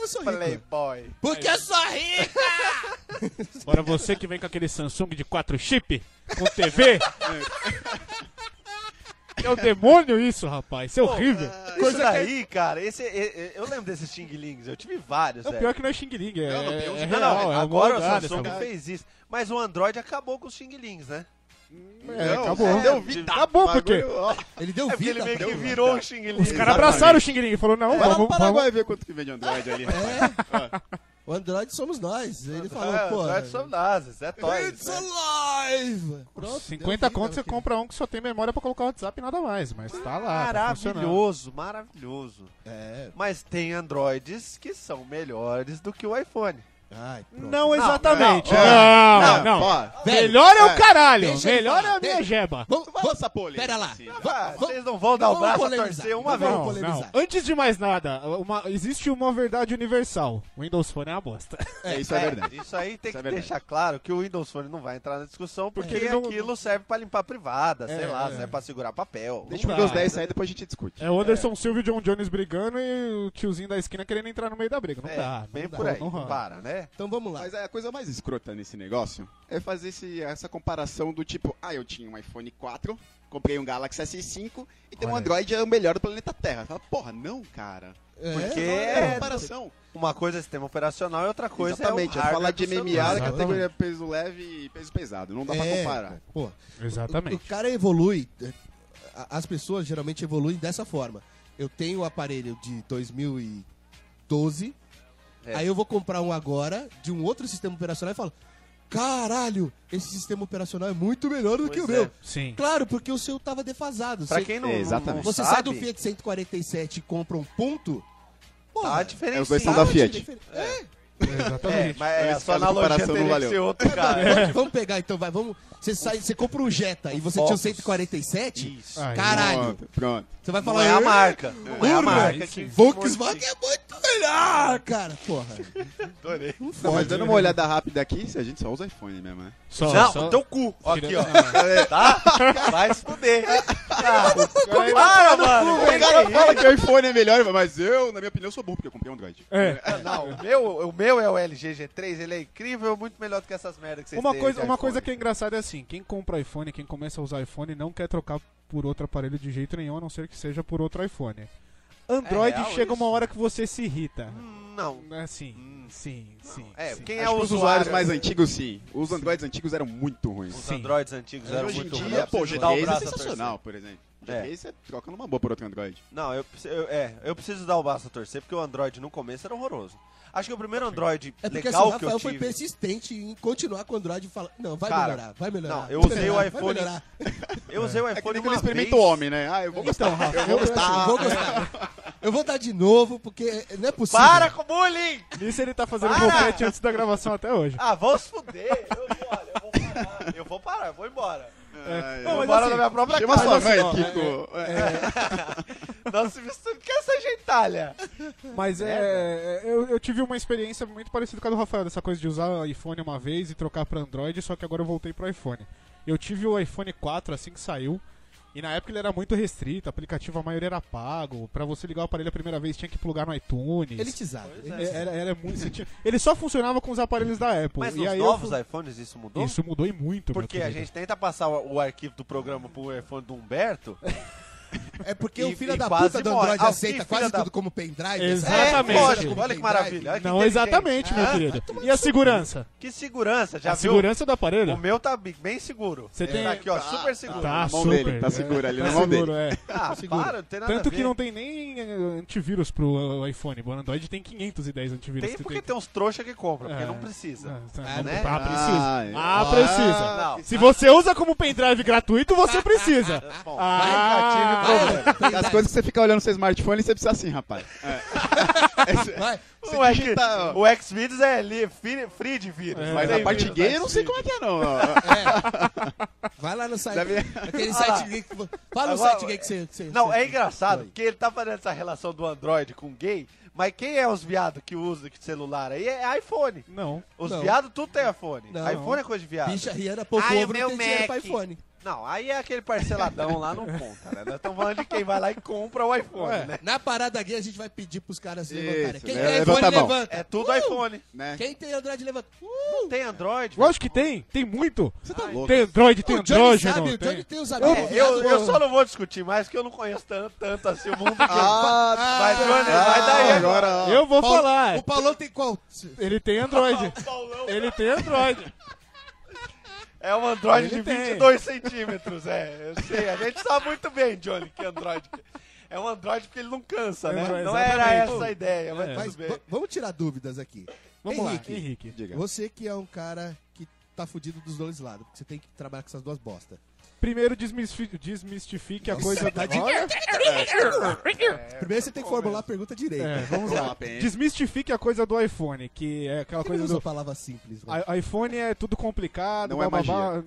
S3: Eu sou rico.
S4: Playboy.
S3: Porque eu sou rico!
S2: Agora você É. que vem com aquele Samsung de 4 chip, com TV, É o demônio isso, rapaz. Isso é horrível.
S4: Isso
S2: é-
S4: daí, cara, esse, e- e- eu lembro desses Xing Lings, eu tive vários,
S2: É o
S4: velho.
S2: pior que não é Xing Ling, é,
S5: Não, não, tem uns-
S2: é
S4: Não,
S2: real,
S4: não,
S2: é
S4: agora o
S2: maldade,
S4: Samsung
S2: sabe?
S4: fez isso. Mas o Android acabou com os Xing Lings, né?
S2: É, acabou.
S5: Deu vida.
S2: Acabou por quê?
S5: tá Bagulho, ó.
S3: Ele deu
S4: É porque ele
S3: vida.
S4: meio que
S3: deu-
S4: virou um o Xing Ling.
S2: né, Os caras abraçaram o Xing Ling e falaram, não,
S5: Vai lá
S2: vamos,
S5: no
S2: vamos,
S5: Paraguai ver quanto que vende Android ali. rapaz.
S3: O Android somos nós. Ele falou,
S4: É,
S3: pô.
S4: Android são nazis, é toys.
S3: It's
S4: né?
S3: alive! Pronto,
S2: 50
S3: deu vida,
S2: conto você
S3: meu
S2: compra um que só tem memória pra colocar o WhatsApp e nada mais, mas tá lá. tá funcionando.
S4: Maravilhoso, maravilhoso.
S3: querido. É.
S4: Mas tem Androids que são melhores do que o iPhone.
S3: Ai, pronto.
S2: Não exatamente.
S4: não,
S2: Não, não.
S3: É. Velho,
S2: Melhor é o caralho.
S3: deixa ele
S2: Melhor é
S3: falar,
S2: a minha
S3: deixa.
S2: jeba.
S3: Vamos,
S5: Fala
S3: vamos,
S5: essa polêmica.
S3: pera lá.
S5: assim.
S4: Ah,
S3: vamos-
S4: Vocês não vão dar o
S3: vamos
S4: braço a
S3: polemizar,
S4: torcer uma
S3: não
S4: vez.
S3: vamos
S2: Não, não.
S3: polemizar.
S2: Antes de mais nada, uma- existe uma verdade universal. O Windows Phone é uma bosta.
S3: *laughs*
S5: É, isso é verdade.
S4: Isso aí tem
S5: Isso é
S4: que
S5: verdade.
S4: deixar claro que o Windows Phone não vai entrar na discussão porque
S2: ele não-
S4: aquilo serve pra limpar privada, sei lá, serve pra segurar papel.
S5: Deixa o
S2: dá.
S5: Windows 10 sair, depois a gente discute.
S2: É o Anderson Silva e o John Jones brigando e o tiozinho da esquina querendo entrar no meio da briga. Não
S4: É,
S2: dá. não
S4: bem
S2: dá,
S4: por aí,
S2: não
S4: não
S2: rola.
S4: para, né?
S3: Então vamos lá.
S5: Mas é a coisa mais escrota nesse negócio é fazer esse- essa comparação do tipo, ah, eu tinha um iPhone 4, comprei um Galaxy S5 e tem um Android é o melhor do planeta Terra. Fala, porra, não, cara.
S3: É,
S4: porque-
S3: é,
S5: É,
S4: É,
S5: comparação.
S4: Uma coisa é sistema operacional e outra coisa
S5: Exatamente,
S4: é o
S5: é falar
S4: hardware
S5: de
S4: do seu
S5: MMA é
S4: celular. É,
S5: categoria peso leve e peso pesado. Não dá pra comparar.
S3: é, Pô, o, o
S2: Exatamente.
S3: cara evolui. eh, a- As pessoas geralmente evoluem dessa forma. Eu tenho o aparelho de 2012,
S4: É.
S3: aí eu vou comprar um agora de um outro sistema operacional e falo: caralho, esse sistema operacional é muito melhor do que o
S4: Pois é.
S3: meu.
S2: Sim.
S3: Claro, porque o seu tava defasado.
S4: Pra
S3: Você-
S4: quem não,
S5: É,
S4: não
S5: exatamente.
S3: Você
S4: sabe,
S3: sai do Fiat 147 e compra um ponto. Porra,
S4: Tá diferente.
S5: É, os dois são da
S3: tá
S5: Fiat.
S3: diferente. É.
S4: *laughs* É,
S2: Exatamente.
S4: mas é, a
S5: Nesse
S4: sua
S5: caso, a
S4: analogia
S5: comparação não
S4: teria que
S5: valeu.
S4: ser outro cara.
S3: Vamos, vamos pegar então, vai, vamos. Você sai, você compra um Jetta e você tinha o
S4: Focus.
S3: 147?
S4: Isso.
S2: Aí,
S3: Caralho.
S5: Pronto, pronto.
S3: Você vai
S4: Não
S3: falar,
S4: é a
S3: "Eh,
S4: marca. Não é a
S3: Urban.
S4: marca que
S3: Volkswagen é muito melhor, cara. Porra.
S4: Adorei.
S5: Não, mas dando uma olhada rápida aqui, a gente só usa iPhone mesmo, né?
S2: Só,
S4: não,
S2: só-
S4: o teu cu. Ó, Aqui,
S2: Queria-
S4: ó. Tá? Vai se fuder. Ah, para, mano.
S5: O cara fala que o iPhone é melhor, mas eu, na minha opinião, sou burro porque eu comprei um Android.
S2: É.
S4: Não, o meu, o meu é o LG G3, ele é incrível, muito melhor do que essas merdas que vocês
S2: Uma
S4: têm
S2: coisa,
S4: de
S2: uma
S4: iPhone.
S2: coisa que é engraçada é assim, quem compra iPhone, quem começa a usar iPhone, não quer trocar por outro aparelho de jeito nenhum, a não ser que seja por outro iPhone. Android
S4: É real
S2: chega uma
S4: isso?
S2: hora que você se irrita.
S4: Hum, Não.
S2: Assim, sim, sim.
S4: É,
S2: sim.
S4: quem
S5: Acho
S4: é
S5: que
S4: o
S5: os
S4: usuário...
S5: usuários mais antigos, sim. Os Androids antigos eram muito ruins.
S4: Os
S2: Sim.
S4: Androids antigos eram
S5: hoje em
S4: Tá muito
S5: dia,
S4: ruins.
S5: pô, o
S4: Preciso dar o
S5: G3 é
S4: braço a torcer.
S5: sensacional, por exemplo. O
S4: É.
S5: G3 você troca numa boa por outro Android.
S4: Não, eu, preciso- eu- é, eu preciso dar o braço a torcer, porque o Android no começo era horroroso. Acho que o primeiro Android
S3: É porque assim,
S4: legal
S3: o
S4: que eu
S3: Rafael foi
S4: tive...
S3: persistente em continuar com o Android e falar: Não, vai
S4: Cara,
S3: melhorar, vai melhorar.
S4: não, eu
S3: vai
S4: usei o
S3: melhorar,
S4: iPhone-
S3: Vai melhorar.
S4: Eu usei o
S5: É que
S4: iPhone
S5: nem
S4: uma
S5: quando experimenta
S4: vez. Então,
S5: o homem, né? Ah, eu vou gostar. eu vou gostar.
S3: Vou gostar. Eu vou dar de novo, porque não é possível.
S4: Para com o bullying!
S2: Nisso ele tá fazendo
S4: Para!
S2: boquete antes da gravação até hoje.
S4: Ah, vão se fuder! Eu, olha, eu vou parar, eu vou parar, eu vou embora.
S5: Ai,
S4: Eu
S5: eu-
S4: vou
S2: mas
S4: embora
S2: assim,
S4: na minha própria
S5: Chama
S4: casa.
S5: sua mãe, Kiko. É.
S4: Não se misture com essa gentalha.
S2: Mas é. Eu, eu tive uma experiência muito parecida com a do Rafael, dessa coisa de usar iPhone uma vez e trocar pra Android, só que agora eu voltei pro iPhone. Eu tive o iPhone 4 assim que saiu. E na época ele era muito restrito, aplicativo a maioria era pago. Pra você ligar o aparelho a primeira vez tinha que plugar no iTunes.
S3: Ele te zaga. ele te
S2: É, Era, era muito. você tinha- Ele só funcionava com os aparelhos da Apple.
S4: Mas
S2: e
S4: nos
S2: aí eu
S4: novos
S2: fu-
S4: iPhones isso mudou?
S2: Isso mudou né? e muito, meu
S4: Porque a
S2: querido.
S4: gente tenta passar o, o arquivo do programa pro iPhone do Humberto.
S3: É porque
S4: E-
S3: o filho
S4: e
S3: da
S4: quase
S3: puta do
S4: morre.
S3: Android
S4: Ah, o
S3: aceita
S4: filho
S3: quase
S4: da-
S3: tudo como pendrive.
S2: Exatamente.
S4: É,
S3: sabe?
S4: lógico, olha que maravilha. olha que
S2: Não
S4: é inteligente.
S2: exatamente, meu
S4: Ah,
S2: querido. E a segurança?
S4: Que segurança, já
S2: a
S4: viu?
S2: segurança do aparelho?
S4: O meu tá bi- bem seguro.
S2: Você
S4: Ele
S2: tem-
S4: Tá aqui, ó, super seguro.
S2: Tá,
S5: na mão
S2: super.
S5: dele, tá seguro ali
S2: Tá
S5: na mão
S2: seguro,
S5: dele.
S2: é.
S4: Ah, para, não tem nada a
S2: Tanto
S4: ver.
S2: que não tem nem eh, antivírus pro eh, iPhone. O Android tem 510 antivírus.
S4: Tem
S2: que
S4: porque tem uns trouxa que compra, porque
S2: É.
S4: não precisa.
S2: Ah, tá,
S4: Ah,
S2: não-
S4: né?
S2: Ah,
S5: Ah,
S2: precisa.
S5: é.
S2: Ah, precisa.
S4: Não.
S2: Se você usa como pendrive gratuito, você precisa.
S4: Bom,
S2: Ah,
S4: vai, Catinho,
S5: As coisas que você fica olhando no seu smartphone, você precisa assim, rapaz.
S3: Vai.
S5: Você
S4: O, X-
S5: digita, ó.
S4: o Xvideos é ali, free, free de vírus.
S2: É,
S5: Mas
S4: Tem
S5: a parte
S4: vírus,
S5: gay
S4: né?
S5: eu não sei como é que é, não. ó.
S4: *laughs*
S3: Vai lá no site.
S5: Deve-
S3: Aquele
S4: lá.
S3: site gay que. Fala no
S4: Agora-
S3: site gay que você. que você-
S4: Não,
S3: você-
S4: é engraçado,
S3: Oi.
S4: porque ele tá fazendo essa relação do Android com gay, mas quem é os viados que usam que celular aí é iPhone.
S2: Não.
S4: Os
S3: Não.
S4: viados tudo tem iPhone.
S3: Não.
S4: iPhone é coisa de viado. é
S3: Bicha Rihanna pouco
S7: Ai, o
S3: ovo não
S7: meu
S3: tem dinheiro pra
S7: Mac.
S3: iPhone.
S4: Não, aí é aquele parceladão lá não conta, né? Nós estamos falando de quem vai lá e compra o iPhone, né?
S3: Na parada gay a gente vai pedir pros caras
S5: Isso,
S3: levantarem. Quem
S5: né?
S3: tem
S5: Levanta
S3: iPhone,
S5: a mão.
S3: levanta.
S4: É tudo
S3: Uh!
S4: iPhone.
S5: né?
S3: Quem tem Android, levanta. Uh!
S4: Tem Android?
S2: Lógico que tem, tem muito.
S5: Você tá louco.
S2: Tem Android, tem
S3: o Johnny
S2: Android,
S3: sabe, o
S2: não
S3: Johnny
S2: tem.
S3: tem um os amigos.
S4: É, eu,
S3: viado.
S4: eu só não vou discutir mais, porque eu não conheço tanto, tanto assim o mundo. que eu-
S5: Ah,
S4: vai, Johnny, vai
S3: ah,
S4: daí agora.
S5: agora. ó.
S2: Eu vou
S3: Paulo-
S2: falar.
S3: O Paulão tem qual?
S2: Ele tem Android.
S4: Tá
S2: Ele tem Android.
S4: É um Android
S2: Ele
S4: de
S2: tem.
S4: 22 centímetros, é. Eu sei, a gente sabe muito bem, Johnny, que Android. É um Android porque ele não cansa, né?
S2: Android,
S4: Não era
S2: exatamente.
S4: essa a ideia, mas
S2: É.
S4: tudo
S3: Mas
S4: bem.
S3: va- vamos tirar dúvidas aqui.
S2: Vamos
S3: Henrique.
S2: lá, Henrique.
S5: Diga.
S3: Você que é um cara que tá fudido dos dois lados, porque você tem que trabalhar com essas duas bostas.
S2: Primeiro desmistifi- desmistifique a coisa
S3: tá
S2: da.
S3: de-
S2: Olha,
S5: É,
S3: Primeiro você tem que formular a pergunta
S2: *laughs*
S3: direito. *laughs*
S2: É, vamos
S5: Vamos
S2: lá.
S5: lá, Pen.
S2: Desmistifique a coisa do iPhone, que é aquela
S3: Por que não
S2: coisa
S3: usa
S2: do.
S3: palavra simples, velho?
S2: I- iPhone é tudo complicado,
S5: Não é
S2: bababá.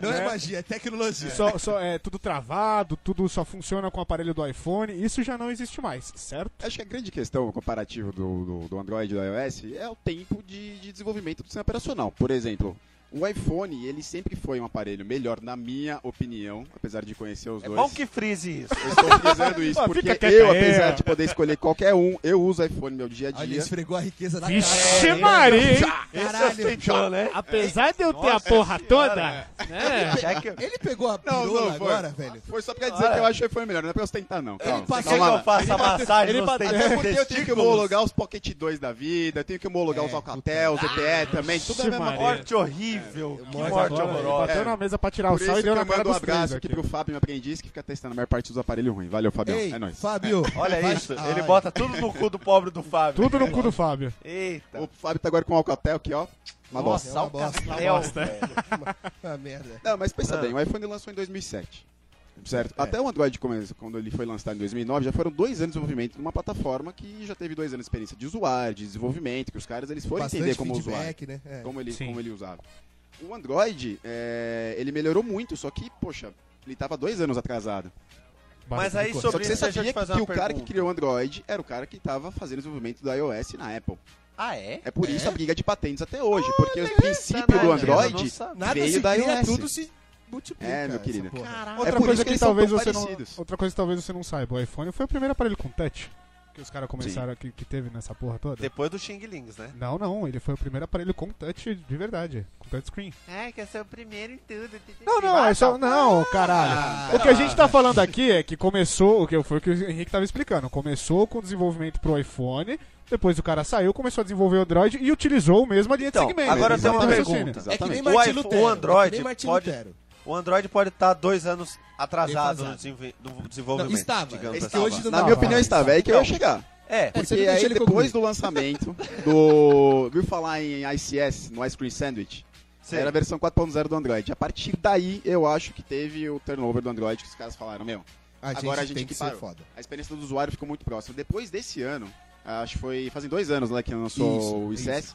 S3: Não é magia, é tecnologia.
S2: né? só, só é tudo travado, tudo só funciona com o aparelho do iPhone. Isso já não existe mais, certo?
S5: Acho que a grande questão comparativa do, do, do Android e do iOS é o tempo de, de desenvolvimento do sistema operacional. Por exemplo, o iPhone, ele sempre foi um aparelho melhor, na minha opinião, apesar de conhecer os
S4: É
S5: dois.
S4: bom que frise isso.
S5: Eu estou frisando isso,
S2: Ah,
S5: porque
S2: fica quieto
S5: eu,
S2: aí, é.
S5: apesar
S2: ó.
S5: de poder escolher qualquer um, eu uso iPhone no meu dia a
S3: Olha, ele
S5: dia.
S3: esfregou a riqueza na
S2: Vixe,
S3: cara.
S2: Maria, hein?
S4: Esse
S3: Caralho.
S4: aceitou, né?
S2: Apesar de eu ter a porra
S4: senhora.
S2: toda, né?
S5: *laughs*
S4: Já que-
S3: Ele pegou a
S5: Não,
S3: pirola
S5: não, foi.
S3: agora, velho.
S5: Foi só pra
S2: Ah,
S5: dizer que eu acho o iPhone melhor, não é pra ostentar não. Calma,
S3: passou-
S4: Quer que
S5: calma
S4: eu
S5: lá.
S4: faça massagem
S2: ele
S4: nos
S2: bateu-
S5: Até porque eu tenho que
S4: testículos?
S5: homologar os Pocket 2 da vida, eu tenho que homologar
S3: É,
S5: os Alcatel, os EPE também, tudo é a
S2: Vixe,
S5: mesma
S2: Ah, Maria.
S5: coisa.
S4: Morte horrível. que
S2: Mas agora
S4: morte
S2: ele
S4: horrorosa.
S2: Bateu
S5: É.
S2: na mesa pra tirar o
S5: Por
S2: sal e
S5: isso que
S2: deu na
S5: eu
S2: cara
S5: mando um
S2: dos três
S5: abraço aqui
S2: aqui.
S5: pro Fábio, meu aprendiz, que fica testando a maior parte dos aparelhos ruins. Valeu, Fabião.
S3: Ei,
S5: é nóis. *laughs*
S3: Fábio.
S4: Olha
S3: vai-
S4: isso,
S3: Ah,
S4: ele
S3: olha.
S4: bota tudo no cu do pobre do Fábio.
S2: Tudo no cu do Fábio.
S4: Eita.
S5: O Fábio tá agora com o Alcatel aqui, ó. Uma bosta.
S4: Nossa,
S3: é uma
S4: o
S3: bosta.
S4: Castel, velho.
S3: Ah, merda.
S5: Não, mas pensa
S4: Ah.
S5: bem, o iPhone lançou em 2007. Certo? Até o Android, come- quando ele foi lançado em 2009, já foram dois anos de desenvolvimento de uma plataforma que já teve dois anos de experiência de usuário, de desenvolvimento, que os caras eles foram
S3: Bastante
S5: entender como usuário.
S3: feedback, né? É.
S5: como ele,
S2: Sim.
S5: como ele usava. O Android, é, ele melhorou muito, só que, poxa, ele tava dois anos atrasado.
S4: Mas aí
S5: só
S4: sobre
S5: que você
S4: isso, deixa eu
S5: sabia
S4: te
S5: que
S4: fazer uma
S5: o cara que
S4: pergunta.
S5: criou o Android era o cara que tava fazendo o desenvolvimento do iOS na Apple.
S4: Ah, é?
S5: É por isso a briga de patentes até hoje, porque o princípio do
S4: Caralho, eu não
S5: Android...
S4: sabia.
S3: Nada
S5: veio
S3: se
S5: da
S3: cria,
S5: iOS.
S3: tudo se multiplica.
S5: É, meu
S3: essa
S5: querido.
S3: porra.
S5: É
S2: Outra
S5: por
S2: coisa
S5: isso que
S2: que
S5: eles são
S2: talvez
S5: tão
S2: você não,
S5: parecidos.
S2: outra coisa que talvez você não saiba, o iPhone foi o primeiro aparelho com touch que os caras começaram que, que teve nessa porra toda.
S4: Depois do Xing Lings, né?
S2: Não, não, ele foi o primeiro aparelho com touch de verdade, com touchscreen.
S7: É, que eu sou o primeiro em tudo.
S2: Não, não, é só não, caralho. o que a gente tá falando aqui é que começou, o que foi o que o Henrique tava explicando, começou com o desenvolvimento pro iPhone, depois o cara saiu, começou a desenvolver o Android e utilizou o mesmo a linha
S4: Então,
S2: de segmento.
S4: agora eu tenho uma
S2: Exatamente.
S4: pergunta.
S3: É que nem
S5: Exatamente.
S3: Martin
S4: O iPhone-
S3: Lutero.
S4: o Android
S3: é que nem Martin
S4: pode-
S3: Lutero.
S4: O Android pode estar dois anos atrasado
S3: Defasado.
S4: no desenvol- do
S3: Não,
S4: desenvolvimento.
S3: estava.
S5: É
S4: digamos
S3: Esse É que
S4: assim.
S3: hoje não
S5: Na
S3: dá,
S5: minha
S3: vai.
S5: opinião, estava. É aí que eu ia chegar.
S4: É,
S3: É,
S5: Porque
S3: você não deixa
S5: aí
S3: ele
S5: depois
S3: concluir.
S5: do lançamento
S3: *laughs*
S5: do. Viu falar em ICS, no Ice Cream Sandwich?
S4: sim.
S5: Era a versão 4.0 do Android. A partir daí, eu acho que teve o turnover do Android que os caras falaram, meu, Agora a gente
S3: tem que
S5: que
S3: ser
S5: parou.
S3: foda.
S5: a experiência do usuário ficou muito próxima. Depois desse ano, acho que foi. Fazem dois anos lá que lançou
S3: Isso,
S5: o ICS.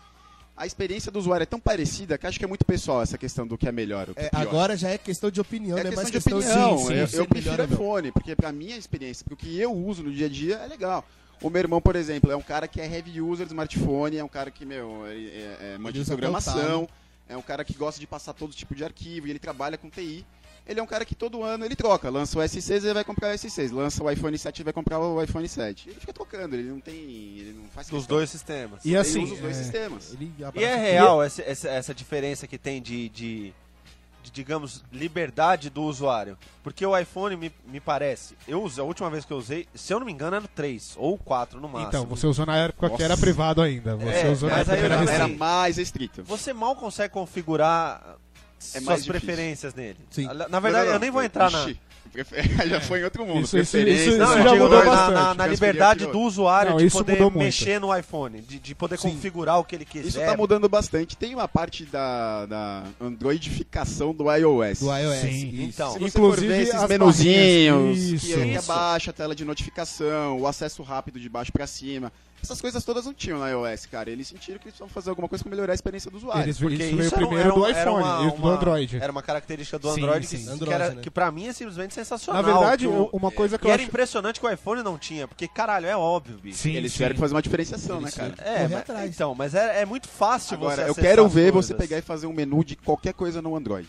S5: A experiência do usuário é tão parecida que acho que é muito pessoal essa questão do que é melhor. O que
S3: É,
S5: é, pior.
S3: agora já é questão de opinião,
S5: É
S3: né?
S5: questão
S3: Mas
S5: de
S3: questão
S5: opinião. é,
S3: sim, sim,
S5: eu
S3: ser
S5: eu prefiro
S3: melhor é ou não.
S5: iPhone, porque pra minha experiência, porque o que eu uso no dia a dia é legal. O meu irmão, por exemplo, é um cara que é heavy user de smartphone, é um cara que, meu, ele é, é, manja de
S3: usa
S5: programação, é um cara que gosta de passar todo tipo de arquivo, e ele trabalha com TI. Ele é um cara que todo ano ele troca, lança o S6 ele vai comprar o S6, lança o iPhone 7 ele vai comprar o iPhone 7. Ele fica trocando, ele não tem, ele não faz
S4: Dos
S5: questão.
S4: dois sistemas.
S2: E
S5: ele
S2: assim,
S5: usa os dois
S2: é,
S5: sistemas.
S3: Ele
S4: E é
S3: abraça-
S4: real essa, essa- essa diferença que tem de, de- de, digamos, liberdade do usuário. Porque o iPhone, me, me parece, eu usei, a última vez que eu usei, se eu não me engano, era o 3 ou o 4 no máximo.
S2: Então, você usou na época que era
S5: Nossa.
S2: privado ainda, você
S4: É,
S2: usou na
S4: mas
S2: época
S4: aí
S2: que era
S4: eu-
S2: recente.
S5: Era
S4: assim,
S5: mais restrito.
S4: Você mal consegue configurar
S5: É mais
S4: suas
S5: difícil.
S4: preferências nele.
S3: Sim.
S4: Na na verdade, eu nem vou entrar na.
S5: Ixi,
S4: *laughs*
S5: já foi em outro mundo.
S2: Isso- isso-
S5: preferência,
S2: isso- isso
S4: Não,
S5: né?
S4: eu
S2: já
S4: digo
S2: mudou
S4: na- na,
S2: bastante.
S4: na, liberdade do usuário
S2: Não,
S4: de
S2: isso
S4: poder
S2: mudou muito.
S4: mexer no iPhone, de, de poder
S3: Sim.
S4: configurar o que ele quiser.
S5: Isso tá mudando bastante. Tem uma parte da, da androidificação do iOS.
S3: Do iOS.
S2: Sim.
S3: isso.
S4: Então,
S5: Se você
S2: Inclusive,
S5: for ver esses
S2: as
S5: menuzinhos,
S2: barrinhas,
S5: que aí
S4: isso.
S5: abaixa a tela de notificação, o acesso rápido de baixo pra cima. Essas coisas todas não tinham na iOS, cara. Eles sentiram que eles precisavam fazer alguma coisa pra melhorar a experiência do usuário.
S2: Eles,
S4: Porque
S2: isso veio
S4: isso era um-
S2: primeiro
S4: era um-
S2: do
S4: era
S2: iPhone
S4: uma-
S2: e do
S4: uma-
S2: Android.
S4: Era uma característica do
S2: Sim,
S4: Android, que-
S2: sim.
S4: Que,
S3: Android,
S4: era-
S3: né?
S4: que pra mim é simplesmente
S2: Na
S4: sensacional.
S2: verdade,
S4: que o-
S2: uma coisa que
S4: E
S2: eu
S4: era
S2: acho...
S4: impressionante que o iPhone não tinha, porque, caralho, é óbvio, bicho.
S2: Sim,
S5: Eles
S2: sim.
S5: tiveram que fazer uma diferenciação, né, cara?
S4: É,
S3: Correr
S4: mas,
S3: atrás.
S4: então, mas é, é muito fácil você
S5: Agora, eu
S4: acessar
S5: quero
S4: as
S5: ver
S4: coisas.
S5: você pegar e fazer um menu de qualquer coisa no Android.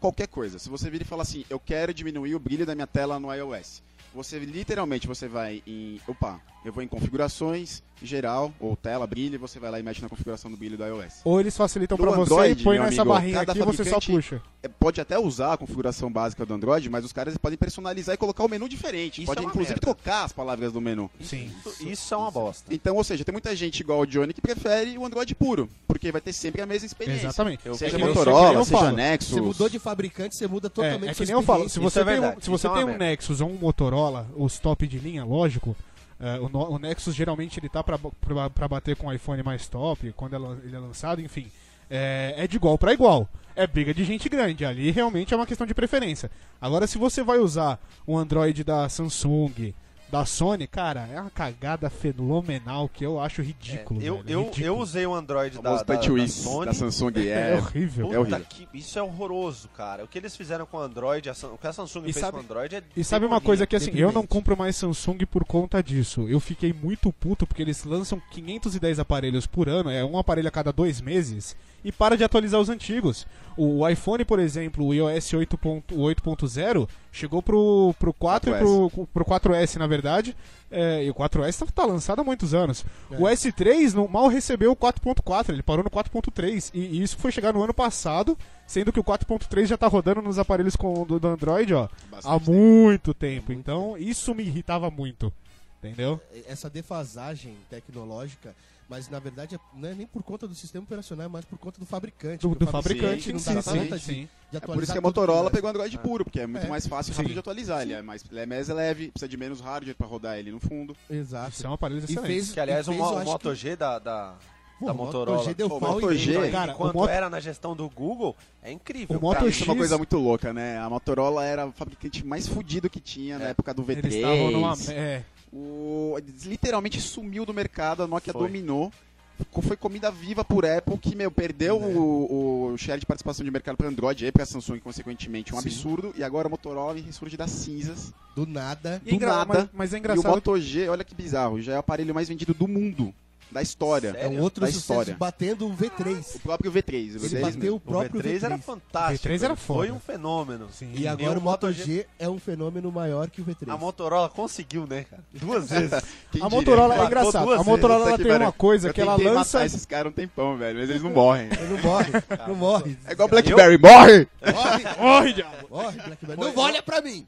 S5: qualquer coisa. Se você vir e falar assim, eu quero diminuir o brilho da minha tela no iOS, você literalmente você vai em, opa, eu vou em configurações geral ou tela brilho, e você vai lá e mexe na configuração do brilho do iOS.
S2: Ou eles facilitam
S5: No
S2: Então, pra você e
S5: Android,
S2: põe
S5: meu
S2: nessa
S5: amigo,
S2: barrinha
S5: cada
S2: aqui e você só
S5: fabricante-
S2: puxa.
S5: É, Pode até usar a configuração básica do Android, mas os caras podem personalizar e colocar o menu diferente.
S4: Isso
S5: pode
S4: é uma
S5: inclusive
S4: merda.
S5: trocar as palavras do menu.
S2: Sim.
S4: Isso, isso é uma bosta.
S5: Então, ou seja, tem muita gente igual o Johnny que prefere o Android puro, porque vai ter sempre a mesma experiência.
S2: Exatamente.
S4: Eu-
S5: Seja
S2: É que nem- é que nem
S5: Motorola,
S2: eu
S5: seja
S2: falo.
S5: Nexus.
S3: Você mudou de fabricante, você muda
S2: É,
S3: totalmente
S2: é
S3: sua
S2: que nem eu falo,
S3: experiência.
S2: se
S4: Isso
S2: você
S4: é
S2: tem, um,
S4: verdade,
S2: se você
S4: isso é uma
S2: tem um
S4: merda.
S2: Nexus ou um Motorola, os top de linha, lógico, é, o, no- o Nexus geralmente ele tá pra, pra, pra bater com o iPhone mais top, quando é lan- ele é lançado, enfim. É, é de igual pra igual. É briga de gente grande, ali realmente é uma questão de preferência. Agora, se você vai usar um Android da Samsung, da Sony, cara, é uma cagada fenomenal que eu acho ridículo.
S4: É, eu,
S2: velho,
S4: eu,
S2: ridículo.
S4: eu usei o Android da, da,
S5: famoso
S4: da
S5: TouchWiz
S4: Sony.
S5: da Samsung.
S4: *laughs*
S2: É
S5: É,
S2: horrível.
S5: É
S4: Puta
S5: horrível.
S4: que, isso é horroroso, cara. O que eles fizeram com o Android, a Sam- o que a Samsung
S2: E
S4: fez
S2: sabe-
S4: com o Android é.
S2: E sabe uma coisa que assim, eu
S3: deprimente.
S2: não compro mais Samsung por conta disso. Eu fiquei muito puto porque eles lançam 510 aparelhos por ano, é um aparelho a cada dois meses, e para de atualizar os antigos. O iPhone, por exemplo, o iOS 8.0 8.0 chegou pro, pro 4 e pro, pro 4S, na verdade. É, e o 4S tá, tá lançado há muitos anos. O S3 não- mal recebeu o 4.4, ele parou no 4.3. E, e isso foi chegar no ano passado, sendo que o 4.3 já tá rodando nos aparelhos com, do, do Android, ó há
S5: Bastante
S2: muito tempo. Então, isso me irritava muito. Entendeu?
S3: Essa defasagem tecnológica, mas na verdade é- não é nem por conta do sistema operacional, mas por conta do fabricante.
S2: Do,
S3: porque
S2: do
S3: o
S2: fabricante
S5: sim,
S2: em
S3: não
S2: si,
S3: dá
S2: sim,
S3: conta
S2: sim.
S3: de
S5: É por isso
S3: atualizar
S5: que a
S3: tudo
S5: Motorola
S3: mais.
S5: pegou o Android puro, porque é muito
S3: É.
S5: mais fácil e
S2: Sim.
S5: rápido de atualizar. Ele é, mais, ele é mais leve, precisa de menos hardware pra rodar ele no fundo.
S3: Exato.
S2: São aparelhos
S3: E
S2: excelentes.
S3: fez,
S4: Que aliás,
S3: e
S4: o,
S3: fez,
S4: Mo-
S3: eu
S4: o
S3: acho
S4: Moto
S3: que-
S4: G da, da,
S3: Pô,
S4: da
S3: o Moto
S4: Motorola.
S3: G deu
S5: Pô, o
S3: pau e
S5: Moto G,
S3: deu-
S2: Cara, o
S4: Enquanto
S2: Moto-
S4: era na gestão do Google, é incrível.
S2: O Moto
S4: cara.
S2: G-
S5: Isso é uma coisa muito louca, né? A Motorola era o fabricante mais fudido que tinha na época do
S2: Eles estavam numa.
S5: V3.
S2: É,
S5: O... eles Literalmente sumiu do mercado, a Nokia
S4: Foi.
S5: dominou. Ficou- Foi comida viva por Apple, que, meu, perdeu
S4: É.
S5: o, o share de participação de mercado para Android e para Samsung, consequentemente, um absurdo. E agora a Motorola ressurge das cinzas.
S3: Do nada.
S2: E é engra-
S5: nada.
S2: mas, mas é
S5: E o
S2: engraçado.
S5: Moto G, olha que bizarro, já é o aparelho mais vendido do mundo, da história.
S4: Sério?
S3: É um outro
S5: da
S3: sucesso
S5: história.
S3: batendo o V3.
S5: O próprio V3. O
S3: Ele
S5: V3
S3: bateu o
S4: O
S3: próprio
S4: V3, era fantástico.
S2: O V3 era
S4: ele Foi
S2: foda.
S4: um fenômeno.
S2: Sim.
S3: E agora
S4: E
S3: o Moto G é um fenômeno maior que o V3.
S4: A Motorola conseguiu, né, cara? Duas vezes.
S5: Quem
S2: A
S5: diria?
S2: Motorola é
S4: Matou
S2: engraçado.
S4: duas
S2: A Motorola
S5: vezes,
S2: ela
S5: tá que
S2: tem uma
S5: pariu.
S2: coisa
S5: Eu
S2: que ela
S5: tentei
S2: lança.
S5: matar esses caras um tempão, velho,
S2: *laughs*
S5: mas eles não morrem.
S3: Ele não morre, não morre.
S5: É igual Blackberry, morre!
S3: Morre,
S2: Corre, diabo!
S3: morre, Blackberry. Não olha pra mim.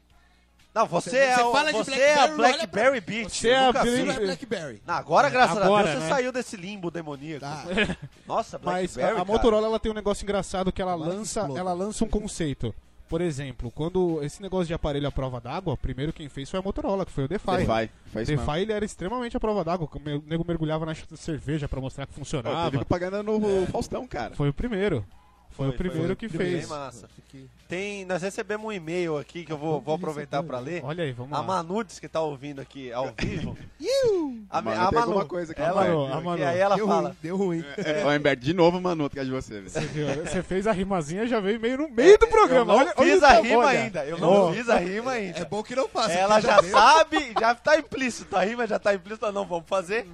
S4: Não, você é, o,
S3: fala de
S4: você é a
S3: Blackberry, olha
S4: Blackberry Beach.
S2: Você é a
S4: nunca vi.
S2: Black-
S3: Não é Blackberry.
S4: Não, agora, graças
S2: agora,
S4: a Deus,
S2: né?
S4: você saiu desse limbo demoníaco.
S3: Tá.
S4: Nossa,
S2: Mas
S4: Blackberry,
S2: a, a
S4: cara.
S2: Motorola ela tem um negócio engraçado que ela
S3: Tomara que
S2: lança,
S3: exploda.
S2: ela lança um conceito. Por exemplo, quando esse negócio de aparelho à prova d'água, primeiro quem fez foi a Motorola, que foi o DeFi.
S5: DeFi, faz isso mesmo.
S2: DeFi ele era extremamente à prova d'água, que o meu- o nego mergulhava na cerveja pra mostrar que
S5: Pô, teve
S2: funcionava.
S5: propaganda no
S2: É.
S5: Faustão, cara.
S2: Foi o primeiro. Foi, o
S4: Foi, foi
S2: primeiro
S4: o
S2: que
S4: Bem
S2: fez.
S4: massa. Tem, nós recebemos um e-mail aqui que eu vou, vou aproveitar pra ler.
S2: Olha aí, vamos
S4: A
S2: lá.
S4: Manudes que tá ouvindo aqui ao vivo. a,
S5: Manu
S4: a
S5: pegou
S4: Manu.
S5: uma coisa que
S2: ela
S4: ela, viu
S2: perdeu.
S4: aqui, aí ela
S3: Deu
S4: fala.
S3: ruim, deu ruim.
S5: É. Ó, Emberto, de novo, Manu, atrás de você,
S2: É
S5: velho.
S2: Viu? Você fez a rimazinha já veio meio no meio do programa.
S4: Eu
S2: olha,
S4: não fiz
S2: olha
S4: a
S2: o
S4: rima
S2: tamanho.
S4: ainda. Eu não fiz a rima ainda.
S3: É bom que não faça.
S4: Ela
S3: porque
S4: já
S3: veio.
S4: sabe, já tá implícito. A rima já tá implícita, não vamos fazer.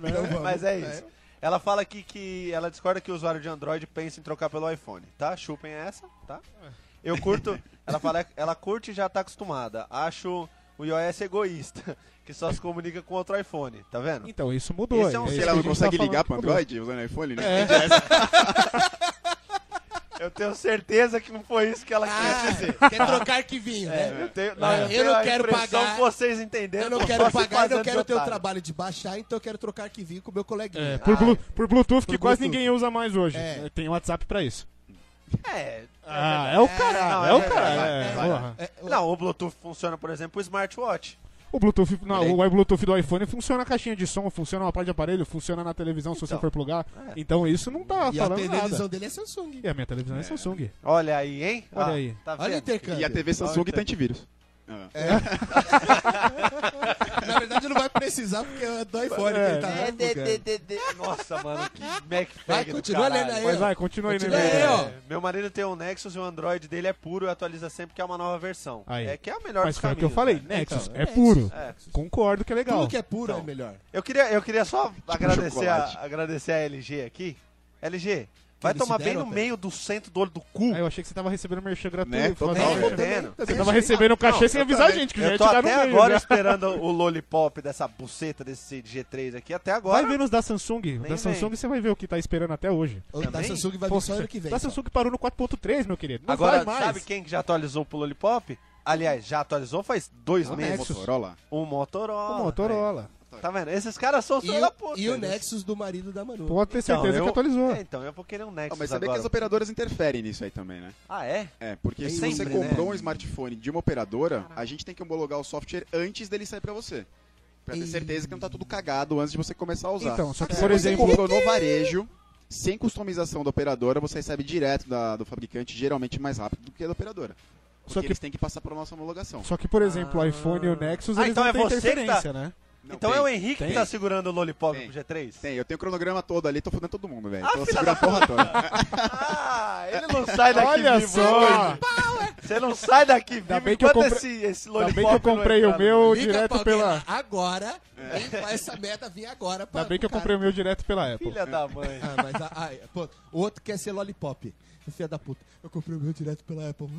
S4: mas é isso. Ela fala aqui que ela discorda que o usuário de Android pensa em trocar pelo iPhone, tá? Chupem essa, tá? Eu curto. Ela fala, ela curte e já tá acostumada. Acho o iOS egoísta, que só se comunica com outro iPhone, tá vendo?
S2: Então isso mudou.
S4: Esse é um-
S2: isso
S5: Se
S2: que
S5: ela
S2: a
S5: não
S2: gente
S5: consegue
S2: tá
S5: ligar pro
S2: falando É. que mudou.
S5: Android usando iPhone, né?
S4: Eu tenho certeza que não foi isso que ela quis dizer.
S3: Ah,
S4: *laughs*
S3: quer trocar arquivinho,
S4: É,
S3: né?
S4: eu, tenho, não, eu,
S3: Eu
S4: tenho
S3: não
S4: a
S3: quero
S4: impressão
S3: pagar.
S4: que vocês entenderam.
S3: Eu não
S4: que
S3: quero
S4: só se
S3: pagar, eu não
S4: fazendo de
S3: quero ter o
S4: otário.
S3: trabalho de baixar, então eu quero trocar arquivinho com o meu coleguinha.
S2: É, por,
S4: Ah,
S2: blu- por Bluetooth, que
S3: Por
S2: quase
S3: Bluetooth.
S2: ninguém usa mais hoje.
S3: É.
S2: Tem WhatsApp pra isso.
S4: É,
S2: Ah, é o caralho.
S4: não,
S2: É,
S4: é
S2: o
S4: verdade,
S2: caralho.
S4: vai,
S2: é,
S4: vai.
S2: porra.
S3: É, o-
S4: Não, o Bluetooth funciona, por exemplo, o smartwatch.
S2: O Bluetooth, não, o Bluetooth do iPhone funciona a caixinha de som, funciona uma parte de aparelho, funciona na televisão se você
S4: Então.
S2: for plugar. Então isso não tá
S3: e a
S2: falando
S3: televisão
S2: nada.
S3: dele é Samsung.
S2: E a minha televisão é, Samsung.
S4: Olha aí, hein?
S2: Olha aí.
S4: Tá
S3: Olha o
S4: vendo?
S5: E
S3: intercâmbio.
S5: a TV Samsung tem antivírus. Ah.
S3: Na verdade não vai precisar porque é do iPhone que ele tá
S4: É,
S3: vendo.
S4: de, de, de, de. Nossa, mano,
S2: *laughs*
S4: que Mac
S3: Vai, continua lendo aí.
S2: Mas
S3: ó.
S2: vai, continua aí, né,
S3: Continua
S2: Nenê.
S3: aí, ó.
S4: É, Meu marido tem um Nexus e o Android dele é puro e atualiza sempre que é uma nova versão.
S2: Aí.
S4: É que é a melhor
S2: Mas
S4: dos
S2: foi o que eu
S4: caminhos,
S2: falei,
S4: né?
S2: Nexus
S3: Então,
S2: é puro.
S4: É.
S2: Concordo que é legal.
S3: Tudo que é puro é melhor.
S2: Tipo
S4: Eu queria, eu queria só agradecer, a,
S5: chocolate.
S4: agradecer a LG aqui. LG, Vai
S3: Eles se
S4: tomar bem
S3: deram
S4: no
S3: até.
S4: meio do centro do olho do cu.
S2: Ah, eu um achei que você tava recebendo merchan gratuito.
S5: Né?
S2: Eu falei,
S5: Total,
S2: "Não,
S5: velho.
S4: Fodendo.
S2: Você tava recebendo o cachê sem
S4: eu
S2: avisar a
S4: também-
S2: gente, que já
S4: Eu
S2: ia
S4: tô
S2: te dar no
S4: até
S2: meio. né?
S4: agora
S2: já.
S4: esperando o lollipop dessa buceta desse G3 aqui, até agora.
S2: Vai ver nos da Samsung.
S4: vem.
S2: Da Samsung você vai ver o que tá esperando até hoje.
S3: O da
S4: Também?
S3: Samsung vai vir
S2: Poxa,
S3: só ano que vem. então.
S2: da
S3: só.
S2: Samsung parou no 4.3, meu querido. Não
S4: agora,
S2: vai mais.
S4: sabe quem que já atualizou pro lollipop? Aliás, já atualizou faz dois
S5: Não,
S4: meses.
S5: Ah, é Motorola.
S4: O Motorola.
S2: O Motorola.
S4: velho. Tá vendo? Esses caras são os
S3: E,
S4: filhos da
S3: o,
S4: puta.
S3: e o
S4: eles-
S3: Nexus do marido da Manu.
S2: Pode ter certeza
S4: eu-
S2: que atualizou.
S4: É, então, eu vou querer um Nexus
S5: Ah, mas sabia que
S4: agora.
S5: as operadoras interferem nisso aí também, né?
S4: Ah, é?
S5: É, porque
S4: É
S5: se
S4: sempre,
S5: você
S4: né?
S5: comprou um smartphone de uma operadora, a gente tem que homologar o software antes dele sair pra você. Pra ter certeza que não tá tudo cagado antes de você começar a usar. É,
S2: Então, só que,
S5: Se
S2: por
S5: você
S2: exemplo-
S5: comprou no varejo, sem customização da operadora, você recebe direto da- do fabricante, geralmente mais rápido do que da operadora. Porque
S2: Só que-
S5: eles têm que passar por nossa homologação.
S2: Só que, por exemplo, o iPhone e o Nexus,
S4: Ah,
S2: eles
S4: então
S2: não
S4: é
S2: têm
S4: você que tá-
S2: interferência, né?
S5: Não,
S4: então
S5: tem,
S4: é o Henrique que tá segurando o lollipop
S5: Tem.
S4: pro G3? *laughs*
S5: Tem, eu tenho o cronograma todo ali, tô fudendo todo mundo, velho.
S4: Ah,
S5: Então eu
S4: filha
S5: seguro a porra toda.
S4: Ah, ele *laughs* não sai daqui
S2: Olha
S4: vivo
S2: só!
S4: hoje. Você não sai daqui vivo
S2: Ainda bem que eu
S4: enquanto
S2: compre-
S4: esse, esse
S2: Ainda
S4: lollipop
S2: bem que eu
S4: não
S2: comprei
S4: entrar
S2: o
S4: no-
S2: meu
S3: Liga pra
S2: direto
S3: alguém
S2: pela.
S3: lá Agora,
S4: É.
S3: quem faz essa merda vir agora. pra-
S2: Ainda bem que eu
S3: pro
S2: comprei o meu direto pela Apple.
S4: Filha da mãe.
S3: Ah, mas a, ai, pô, o outro quer ser lollipop. Filha da puta. Eu comprei o meu direto pela Apple.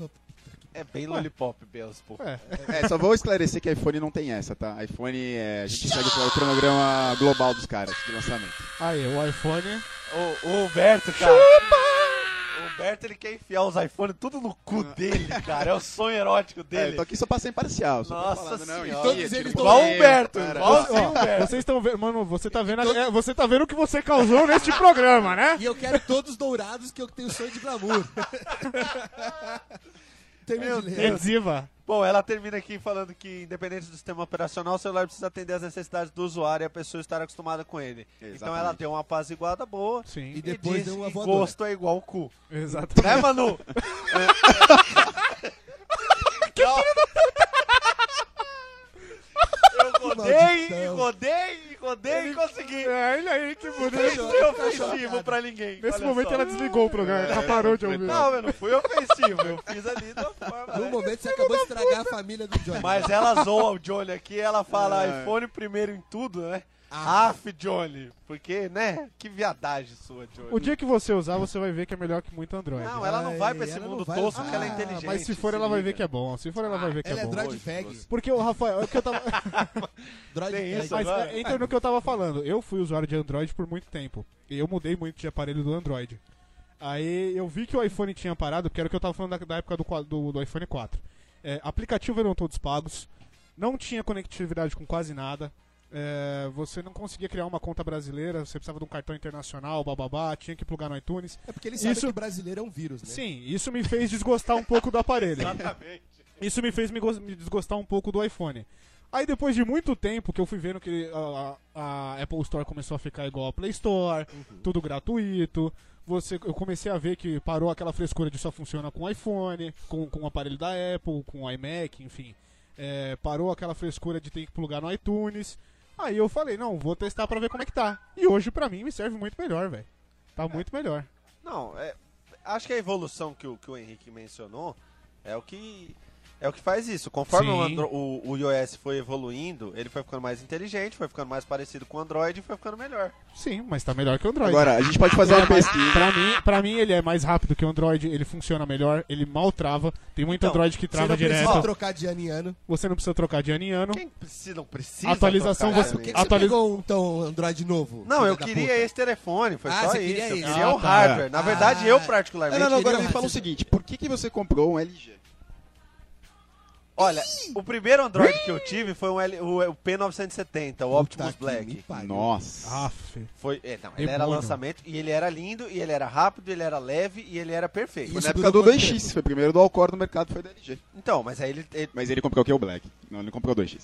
S4: É bem lollipop, Belos, pô.
S2: É.
S5: É, só vou esclarecer que iPhone não tem essa, tá? iPhone, é, a gente segue o cronograma global dos caras, de lançamento.
S2: Aí, o iPhone.
S4: *laughs* O, o Humberto, cara. O Humberto, ele quer enfiar os iPhones tudo no cu dele, cara. É o sonho erótico
S5: É,
S4: dele.
S5: eu tô aqui só pra ser imparcial. Só tô
S4: Nossa
S5: falando, não,
S4: senhora.
S5: enfia,
S3: Todos
S5: tira
S3: eles
S5: um
S3: tão-
S4: Igual o
S5: pouquinho,
S4: Humberto,
S5: cara.
S4: igualzinho o Humberto.
S2: Vocês estão vendo. Mano, você tá vendo. é, você tá vendo o que você causou
S4: *laughs*
S2: neste programa, né?
S3: E eu quero todos dourados que eu tenho sonho de
S4: *laughs*
S3: glamour. Termina de ler.
S2: Ediva.
S4: Bom, ela termina aqui falando que, independente do sistema operacional, o celular precisa atender às necessidades do usuário e a pessoa estar acostumada com ele. Então ela
S5: Exatamente.
S4: deu uma apaziguada boa.
S2: Sim.
S4: E
S3: E depois
S4: depois
S3: deu uma
S4: que
S3: voadora.
S4: gosto é igual o cu.
S2: Exato.
S4: Né, Manu? que Eu rodei, e
S3: Maldição.
S4: rodei, e rodei e consegui.
S2: É, olha aí, que bonito.
S4: Não fui ofensivo pra ninguém.
S2: Nesse
S4: olha
S2: momento
S4: só.
S2: ela desligou o programa, ela parou de ouvir.
S4: Não, É, eu não fui ofensivo. Eu fiz ali da forma.
S3: No
S4: né?
S3: momento você acabou de estragar a família do Johnny.
S4: Mas ela zoa o Johnny aqui, ela fala iPhone primeiro em tudo, né?
S3: Ah.
S4: Af, Johnny. Porque, né? Que viadagem sua, Johnny.
S2: O dia que você usar, você vai ver que é melhor que muito Android.
S4: Não, ela não vai pra
S3: Ai,
S4: esse
S3: ela
S4: mundo
S3: não vai
S4: tosco,
S3: usar.
S4: que ela é
S3: Ah,
S4: inteligente. Ah,
S2: Mas se for,
S4: se
S2: ela vai
S4: liga.
S2: ver que é bom. Se for, ela vai ver que é
S3: Ela é
S2: bom.
S3: droid
S4: Hoje,
S3: fag.
S4: você-
S2: Porque o Rafael, é o que eu tava.
S3: Droid
S4: Tem
S3: fag.
S4: isso,
S2: Mas
S4: agora?
S2: é, entra
S4: *laughs*
S2: no que eu tava falando. Eu fui usuário de Android por muito tempo. E eu mudei muito de aparelho do Android. Aí eu vi que o iPhone tinha parado, porque era o que eu tava falando da, da época do, qua- do, do iPhone 4. É, aplicativo eram todos pagos, não tinha conectividade com quase nada. é, você não conseguia criar uma conta brasileira, você precisava de um cartão internacional, bababá, tinha que plugar no iTunes.
S3: É porque eles sabem
S2: Isso-
S3: que brasileiro é um vírus, né?
S2: Sim, isso me fez desgostar um pouco do aparelho. Isso me fez me, gos- me desgostar um pouco do iPhone. Aí depois de muito tempo que eu fui vendo que a, a- a Apple Store começou a ficar igual a Play Store, tudo gratuito. Você, eu comecei a ver que parou aquela frescura de só funciona com iPhone, com, com o aparelho da Apple, com o iMac, enfim. É, parou aquela frescura de ter que plugar no iTunes. Aí eu falei, não, vou testar pra ver como é que tá. E hoje pra mim me serve muito melhor, velho. Tá muito melhor.
S4: Não, é- acho que a evolução que o, que o Henrique mencionou é o que é o que faz isso. Conforme o,
S2: Sim.
S4: Andro- o, o iOS foi evoluindo, ele foi ficando mais inteligente, foi ficando mais parecido com o Android e foi ficando melhor.
S2: Sim, mas tá melhor que o Android.
S5: Agora, a gente pode fazer uma pesquisa.
S2: Pra mim, pra mim, ele é mais rápido que o Android, ele funciona melhor, ele mal trava. Tem muito
S4: Então,
S2: Android que
S3: Você
S2: trava
S3: não
S2: direto.
S3: precisa trocar de ano em ano.
S2: Você não precisa trocar de ano em ano.
S4: Quem precisa, não precisa.
S2: Atualização
S4: trocar,
S2: você-
S4: né,
S3: Por que,
S4: amigo?
S3: que você
S2: Atualiza-
S3: pegou então um Android novo?
S4: Não,
S3: filha
S4: eu
S3: da
S4: queria
S3: puta?
S4: esse telefone, foi
S3: Ah,
S4: só
S3: você
S4: isso.
S3: queria
S4: eu
S3: esse.
S4: queria
S2: Ah,
S4: o
S2: tá.
S4: hardware. Na verdade,
S3: Ah.
S4: eu
S5: Não,
S4: particularmente.
S5: não, não, agora
S3: queria
S5: me
S3: um
S5: fala o
S3: headset.
S5: seguinte, por que, que você comprou um LG?
S4: Olha, o primeiro Android que eu tive foi um L- o, o P970, o
S3: Puta
S4: Optimus
S3: que me
S4: Black.
S3: pariu.
S5: Nossa.
S2: Aff.
S4: Foi, é, não, ele era
S2: Demônio.
S4: lançamento e ele era lindo, e ele era rápido, ele era leve e ele era perfeito. né?
S5: Foi
S3: isso
S5: na época do
S3: durou quanto
S5: 2X, foi o primeiro do Alcor no mercado, foi da LG.
S4: Então, mas aí ele- ele *laughs*
S5: Mas ele comprou o que? O Black. Não, ele não comprou o 2X.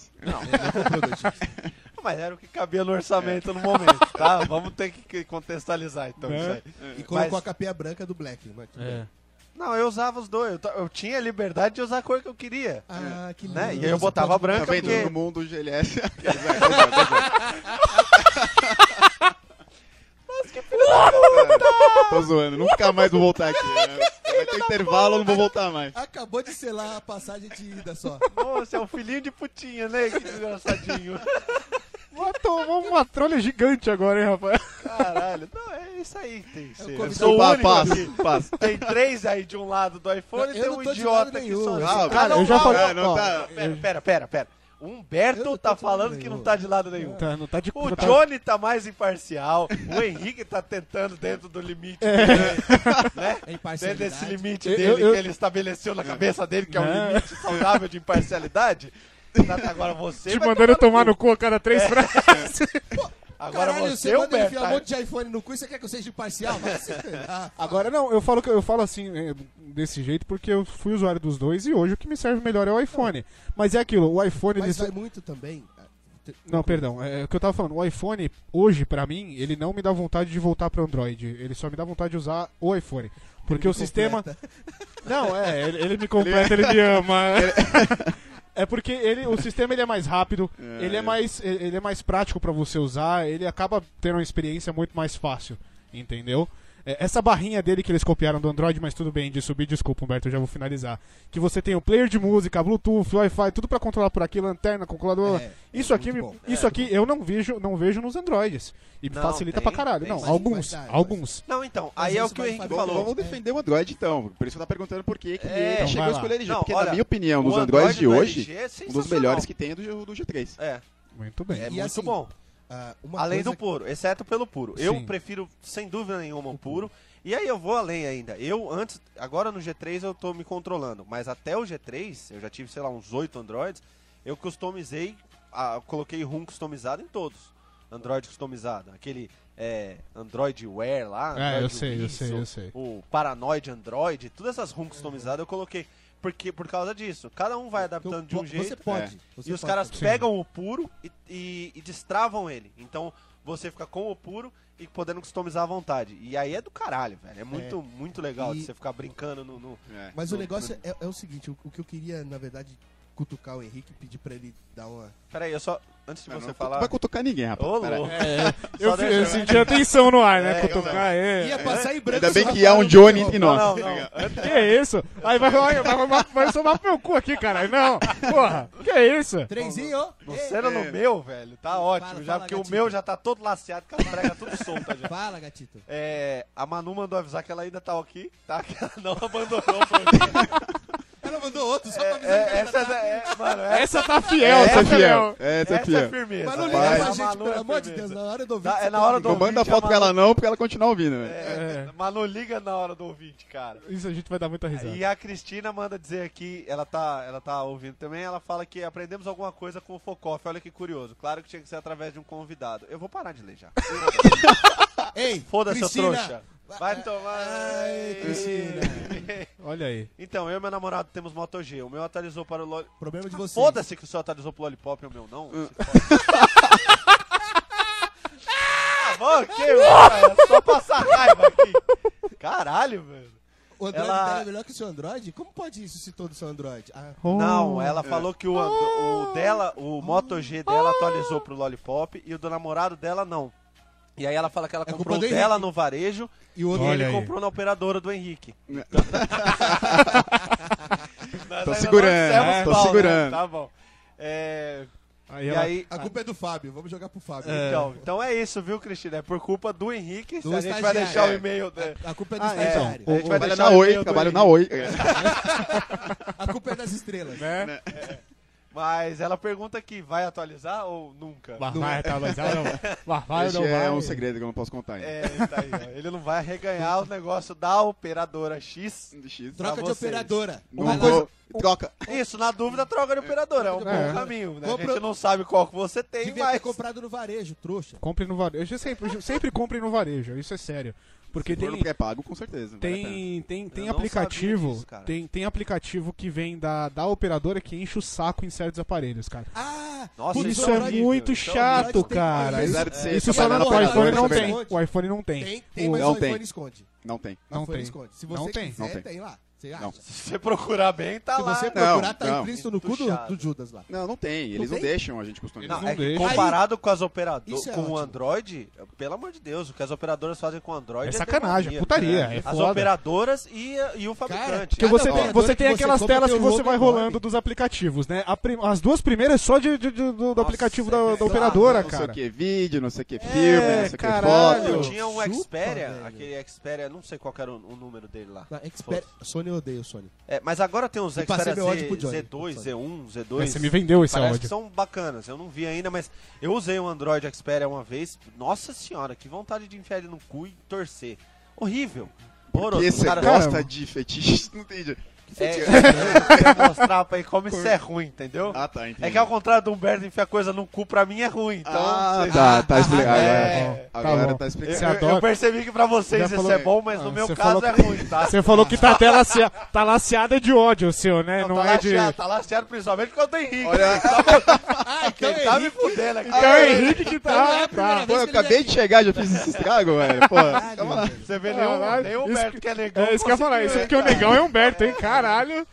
S4: Mas era o que cabia no orçamento no momento,
S3: *laughs*
S4: tá? Vamos ter que contextualizar então
S2: Né?
S4: isso aí.
S3: E colocou
S4: Mas-
S3: a capinha branca do Black. Mas
S2: É.
S3: tudo bem.
S4: Não, eu usava os dois. Eu, ta- eu tinha liberdade de usar a cor que eu queria.
S3: Ah, que lindo.
S4: Né? E aí eu botava a branca
S5: Tá vendo?
S4: porque...
S5: No
S4: *laughs*
S5: mundo GLS. É, Tô zoando, nunca mais vou voltar aqui. né? Vai ter intervalo, eu não vou voltar mais.
S3: Acabou de selar a passagem de ida só.
S4: Nossa, é um filhinho de putinha, né? Que desgraçadinho.
S2: Tomou uma trolha gigante agora, hein, rapaz?
S4: Caralho. Não, é isso aí tem. ser.
S3: convidado.
S4: Eu sou o
S3: Pa-
S4: único
S3: passa,
S4: aqui. Tem três aí de um lado do iPhone
S3: Eu
S4: e tem
S3: não
S4: um
S3: tô de
S4: idiota
S3: lado
S4: aqui
S3: nenhum.
S4: sozinho.
S3: Ah,
S4: Ah,
S3: cara,
S4: não,
S6: eu já
S4: não,
S6: falei-
S5: É,
S4: não, não
S6: ó,
S4: tá- Pera, pera, pera, pera. O Humberto
S3: Eu não tô
S4: tá
S3: de lado
S4: falando que
S3: nenhum.
S4: não tá de lado nenhum.
S2: *laughs* Tá, não tá de
S4: O
S2: não tá-
S4: Johnny tá mais imparcial, o Henrique tá tentando dentro do limite dele, né?
S8: É
S4: Dentro
S8: imparcialidade.
S4: desse limite
S2: Eu-
S4: dele
S2: eu- eu-
S4: que ele estabeleceu na cabeça dele, que é um
S2: Não.
S4: limite saudável de imparcialidade. Tá, Agora você.
S2: Te
S4: vai
S2: mandando
S4: tomar
S2: tomar no cu É. a cada três frases.
S4: Agora
S8: Caralho,
S4: você,
S8: você
S4: é
S8: manda
S4: Humberto. tá?
S8: enfiar um monte de iPhone no cu e você quer que eu seja imparcial? Vai se ferrar.
S2: *laughs* Agora não, eu falo que eu falo assim eh, desse jeito porque eu fui usuário dos dois e hoje o que me serve melhor é o iPhone. Mas é aquilo, o iPhone ele
S3: Mas
S2: só-
S3: vai muito também.
S2: Não, perdão. É, o que eu tava falando, o iPhone, hoje, pra mim, ele não me dá vontade de voltar pro Android. Ele só me dá vontade de usar o iPhone. Porque o sistema. Não, é, ele, ele me completa, ele me ama. É porque ele, o sistema ele é mais rápido, ele é mais, ele é mais prático pra você usar, ele acaba tendo uma experiência muito mais fácil, entendeu? É, Essa barrinha dele que eles copiaram do Android, mas tudo bem, de subir, desculpa, Humberto, eu já vou finalizar. Que você tem o player de música, Bluetooth, Wi-Fi, tudo pra controlar por aqui, lanterna, calculadora.
S3: É,
S2: isso aqui, me-
S3: bom.
S2: isso aqui eu não vejo, não vejo nos Androids. E me
S4: Não,
S2: facilita
S4: tem,
S2: pra caralho.
S4: tem
S2: não,
S4: sim,
S2: alguns,
S3: mas dá, mas-
S2: alguns.
S4: Não, então,
S3: Mas
S4: aí é o
S3: isso
S4: que o
S3: vai
S4: Henrique
S3: fazer-
S5: Bom,
S4: falou.
S5: Vamos defender o Android então. Por isso que eu tá perguntando por que, que
S4: É,
S5: ele
S4: então
S5: chegou
S2: vai
S5: a
S2: lá.
S5: escolher ele.
S4: Não,
S5: porque,
S4: olha,
S5: na minha opinião,
S4: O
S5: dos Androids de
S4: do
S5: hoje,
S4: LG é
S5: um dos
S4: sensacional.
S5: melhores que tem é do, do G3.
S4: É,
S2: Muito
S4: é
S2: bem.
S4: muito
S3: assim,
S4: bom.
S3: Ah, uma
S4: Além
S3: coisa
S4: do puro, exceto pelo puro. Eu
S2: Sim.
S4: prefiro, sem dúvida nenhuma, o puro. E aí eu vou além ainda. Eu antes, agora no G3 eu tô me controlando, mas até o G3, eu já tive, sei lá, uns oito Androids, eu customizei, ah, eu coloquei ROM customizado em todos. Android customizado, aquele é, Android Wear lá.
S2: É,
S4: Android
S2: eu sei, eu sei,
S4: isso,
S2: eu sei.
S4: O Paranoid Android, todas essas ROM customizadas eu coloquei. Porque, por causa disso, cada um vai
S3: que eu-
S4: adaptando de um
S3: você
S4: jeito
S3: pode. você
S4: e os
S3: pode
S4: caras
S2: Sim.
S4: pegam o puro e, e- e destravam ele. Então você fica com o puro e podendo customizar à vontade. E aí é do caralho, velho. É muito, muito legal
S3: E-
S4: de você ficar brincando no. no-
S5: É.
S3: Mas o
S4: No-
S3: negócio é, é o seguinte, o, o que eu queria, na verdade, cutucar o Henrique e pedir pra ele dar uma...
S4: Pera aí, eu só. Antes de
S5: Não,
S4: você
S5: não
S4: falar.
S5: vai cutucar ninguém, rapaz.
S4: Ô,
S5: Pera aí.
S4: louco. *laughs*
S2: Eu, assim, fi-
S4: Só deixa
S2: eu
S4: eu-
S2: senti a tensão no ar, né?
S4: É,
S2: Cutucar, é.
S8: Ia passar em branco.
S5: Ainda bem
S8: só
S5: que há um
S8: falando-
S5: Johnny entre
S4: Não,
S5: nós.
S4: não, não.
S2: Que é isso? Aí vai, vai, vai, vai, vai somar pro meu cu aqui, caralho. Não, porra, que é isso?
S8: Trenzinho, ó. Ei,
S4: Você não no meu, velho, tá ótimo.
S8: Fala,
S4: já,
S8: fala,
S4: porque o
S8: gatinho.
S4: meu já tá todo laceado, com as pregas tudo solta
S3: *laughs*
S4: já.
S8: Fala, gatito.
S4: É, a Manu mandou avisar que ela ainda tá aqui, tá? *laughs* Que ela não abandonou o programa.
S8: Ela mandou outro só pra
S4: É,
S8: avisar que
S4: é, essa *laughs* é, é, mano, é-
S2: Essa tá fiel,
S5: Essa é
S2: tá
S5: fiel.
S2: fiel.
S5: Essa é
S4: essa é
S5: fiel.
S4: firmeza.
S8: Mas não
S4: Vai.
S8: liga
S4: Essa
S8: pra gente,
S4: Manu é
S8: pelo amor de
S4: firmeza.
S8: Deus, na hora do ouvinte.
S4: Tá, é
S8: você
S4: na
S8: tem
S4: hora
S8: que
S4: do
S5: Não
S4: ouvinte.
S5: manda
S4: a
S5: foto pra ela não, porque ela continua ouvindo.
S4: Manu-
S5: Né?
S4: é, Manu liga na hora do ouvinte, cara.
S2: Isso a gente vai dar muita risada.
S4: E a Cristina manda dizer aqui, ela tá, ela tá ouvindo também, ela fala que aprendemos alguma coisa com o Focoff, olha que curioso. Claro que tinha que ser através de um convidado. Eu vou parar de ler já.
S8: Ei,
S4: *laughs* Foda-se, seu
S8: Cristina.
S4: trouxa. Vai tomar.
S8: Ai, Cristina.
S2: Olha aí.
S4: Então, eu e meu namorado temos Moto G. O meu atualizou para o Loli...
S8: Problema de você.
S4: Foda-se que o seu atualizou pro Lollipop e o meu não. *laughs* ah, bom, que cara, é só passar raiva aqui. Caralho, velho.
S8: O Android
S4: Ela-
S8: dela é melhor que o seu Android? Como pode isso se todos são Android? Ah,
S4: Não, ela falou que o, Andro- o dela, o Moto G dela atualizou pro Lollipop e o do namorado dela não. E aí ela fala que ela
S8: É culpa
S4: comprou o
S8: do Henrique.
S4: dela no varejo
S8: e o outro.
S4: e ele
S2: Olha aí.
S4: comprou na operadora do
S5: *laughs*
S4: Henrique.
S5: Tô segurando,
S4: é,
S5: tô segurando.
S4: Tá bom. É,
S2: Aí
S4: e
S2: ela-
S4: aí,
S8: A culpa é do Fábio, vamos jogar pro Fábio.
S4: Então, então é isso, viu, Cristina? É por culpa do Henrique.
S8: Do
S4: a gente vai
S8: estagiário.
S4: deixar o e-mail. né?
S8: A culpa é do
S4: Ah, é,
S8: estagiário.
S4: A gente vai
S5: Trabalha
S4: deixar
S5: na
S4: o
S5: Oi,
S4: e-mail do É,
S5: trabalho na
S4: Henrique.
S5: Oi.
S8: A culpa é das estrelas.
S2: Né?
S4: Mas ela pergunta aqui, vai atualizar ou nunca?
S2: Mas vai, tá, mas ela não.
S4: *laughs*
S2: Mas vai,
S5: Esse
S2: não
S5: é
S2: vai.
S5: um segredo que eu não posso contar. ainda.
S4: É, tá aí, ó. ele não vai reganhar o negócio da operadora X.
S5: X.
S8: Troca de
S4: vocês.
S8: operadora.
S5: Não
S8: Vai lá.
S5: vou. Troca.
S4: Isso, na dúvida, troca de operadora. É um bom caminho, né? A
S8: Compra-
S4: gente não sabe qual que você tem,
S8: Devia ter
S4: mas...
S8: comprado no varejo, trouxa.
S2: Compre no varejo. Eu sempre, sempre compre no varejo, isso é sério. Porque
S5: Se for
S2: tem,
S5: no pré-pago, é com certeza. vale a pena.
S2: Tem, tem, tem
S4: não
S2: aplicativo.
S4: sabia disso, cara.
S2: tem, tem aplicativo que vem da, da operadora que enche o saco em certos aparelhos, cara.
S8: Ah,
S4: Nossa,
S8: Putz,
S2: isso
S8: então
S2: é
S8: o Android-
S2: muito
S4: então,
S2: chato,
S8: Android tem
S2: cara.
S8: mais-
S2: Isso,
S5: Apesar de ser
S2: isso só na,
S5: trabalhar
S8: na
S2: o iPhone
S8: operadora,
S2: não
S8: isso é
S2: tem.
S8: verdade.
S2: O iPhone não tem.
S8: Tem, tem,
S2: O-
S8: mas
S5: Não
S8: o iPhone
S5: tem.
S8: esconde.
S5: Não tem.
S2: Não
S8: O iPhone
S2: tem.
S8: esconde. Se
S2: Não
S8: você
S2: tem.
S8: quiser,
S5: Não tem.
S8: tem lá.
S3: Você acha?
S5: Não.
S3: Se
S4: Se você procurar bem, tá lá.
S3: você
S5: Não,
S3: procurar, tá
S5: não.
S3: implícito no cu do,
S4: Entuchado.
S3: do Judas lá.
S5: Não, não tem. Eles não,
S3: tem?
S5: deixam a gente customizar.
S4: Não,
S2: não
S4: é que
S2: deixam.
S4: comparado com as operadoras,
S3: Isso é
S4: com o
S3: ótimo.
S4: Android, pelo amor de Deus, o que as operadoras fazem com o
S2: É
S4: Android é,
S2: sacanagem, é
S4: demonia. né?
S2: putaria, é
S4: As
S2: foda.
S4: operadoras e, e o
S2: Porque
S4: fabricante.
S3: Cada
S2: você tem,
S3: operadora
S2: você tem
S3: que você
S2: aquelas
S3: compra
S2: telas
S3: tem
S2: que
S3: um
S2: você
S3: logo
S2: vai
S3: enorme.
S2: rolando dos aplicativos, né? A prim- as duas primeiras só de, de- de- do, do
S4: Nossa,
S2: aplicativo
S4: é
S2: da, da
S4: bizarro,
S2: operadora,
S5: não sei o
S2: cara.
S5: que vídeo, não sei o
S4: É,
S5: que filme, não sei o que
S2: caralho.
S4: Eu
S5: foto.
S4: tinha um
S3: Chupa,
S4: Xperia,
S3: velho.
S4: aquele Xperia, não sei qual que era o, o número dele lá.
S3: Na Xperia... Sony eu odeio Sony.
S4: É, mas agora tem uns
S3: E
S4: Xperia
S3: passei meu ódio pro
S4: Z, Z2,
S3: Johnny. Pro
S4: Z1, Z2.
S2: É, Você me vendeu esse
S4: Parece que
S2: áudio.
S4: são bacanas, eu não vi ainda, mas eu usei um Android Xperia uma vez. Nossa senhora, que vontade de enfiar ele no cu e torcer. Horrível.
S5: Por que
S4: Horroroso.
S5: você
S4: Cara,
S5: gosta de fetiche? *laughs* Não entendi.
S4: É, eu *laughs* quero mostrar pra ele como isso é ruim, entendeu?
S5: Ah, tá, entendi.
S4: É que ao contrário do Humberto enfiar coisa no cu pra mim é ruim, então.
S5: Ah,
S4: sei lá.
S5: tá, tá explicado.
S2: É, tá
S5: agora agora
S2: bom.
S5: tá
S4: Eu,
S5: explicado.
S2: Você
S4: eu- eu
S2: adota-
S4: percebi que pra vocês
S2: Já
S4: isso
S2: falou-
S4: é bom, mas no
S2: Ah,
S4: meu
S2: você
S4: caso
S2: falou
S4: é
S2: que-
S4: ruim, tá?
S2: *laughs* Você falou que tá, tela se- tá laceada de ódio, o seu, né? Não,
S4: tá
S2: é de.
S4: lasteado, tá lasteado principalmente porque eu tenho Henrique.
S5: Olha, *laughs*
S4: Quem tá me fudendo aqui.
S2: É o Henrique que tá. tá.
S5: pô, eu acabei de chegar, já fiz esse estrago, velho. Pô, calma lá.
S4: Você vê nenhum,
S2: Caralho,
S4: nem o
S2: isso
S4: Humberto que é negão.
S2: É isso que eu ia falar, isso porque o negão é Humberto, hein? Caralho.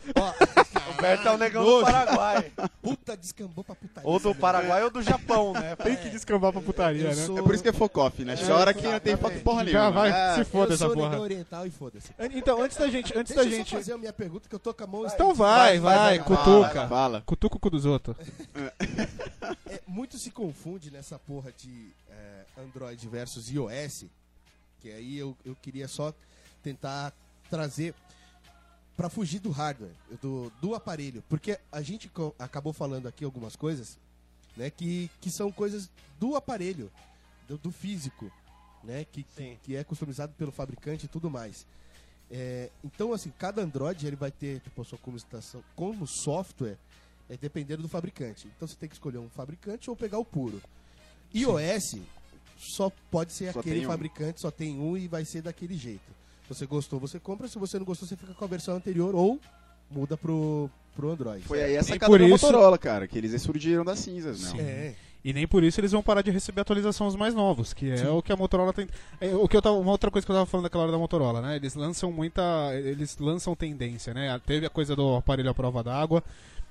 S4: O Humberto é o negão do Paraguai.
S3: Puta, descambou pra putaria.
S4: Ou do Paraguai ou do Japão, né?
S2: Tem que descambar pra putaria, né?
S5: É por isso que é focoff, né? Chora que não tem foto porra nenhuma.
S2: Já vai,
S5: né?
S2: se foda
S3: eu
S2: essa
S3: sou negão
S2: porra.
S3: oriental e foda-se.
S2: Então, antes da gente. Antes
S3: Deixa
S2: da
S3: eu
S2: gente.
S3: só fazer a minha pergunta que eu tô com a mão...
S2: Então vai, vai,
S4: vai, vai,
S2: cutuca.
S5: Fala.
S2: Cutuca o cu dos outros.
S3: É, muito se confunde nessa porra de é, Android versus iOS, que aí eu, eu queria só tentar trazer pra fugir do hardware, do, do aparelho, porque a gente co- acabou falando aqui algumas coisas, né, que, que são coisas do aparelho, do, do físico, né, que, que,
S4: Sim.
S3: que é customizado pelo fabricante e tudo mais. É, então, assim, cada Android ele vai ter tipo, a sua customização como software, é dependendo do fabricante. Então você tem que escolher um fabricante ou pegar o puro. iOS só pode ser
S5: Só
S3: aquele
S5: tem um.
S3: fabricante, só tem um e vai ser daquele jeito. Se você gostou, você compra, se você não gostou, você fica com a versão anterior ou muda pro, pro Android.
S5: Foi aí essa
S2: E
S5: sacada
S2: por
S5: da
S2: isso-
S5: Motorola, cara, que eles ressurgiram das cinzas, né?
S3: É,
S2: E nem por isso eles vão parar de receber atualização os mais novos, que é o que a Motorola tem. é o que eu tava, uma outra coisa que eu tava falando daquela hora da Motorola, né? Eles lançam muita. Eles lançam tendência, né? Teve a coisa do aparelho à prova d'água.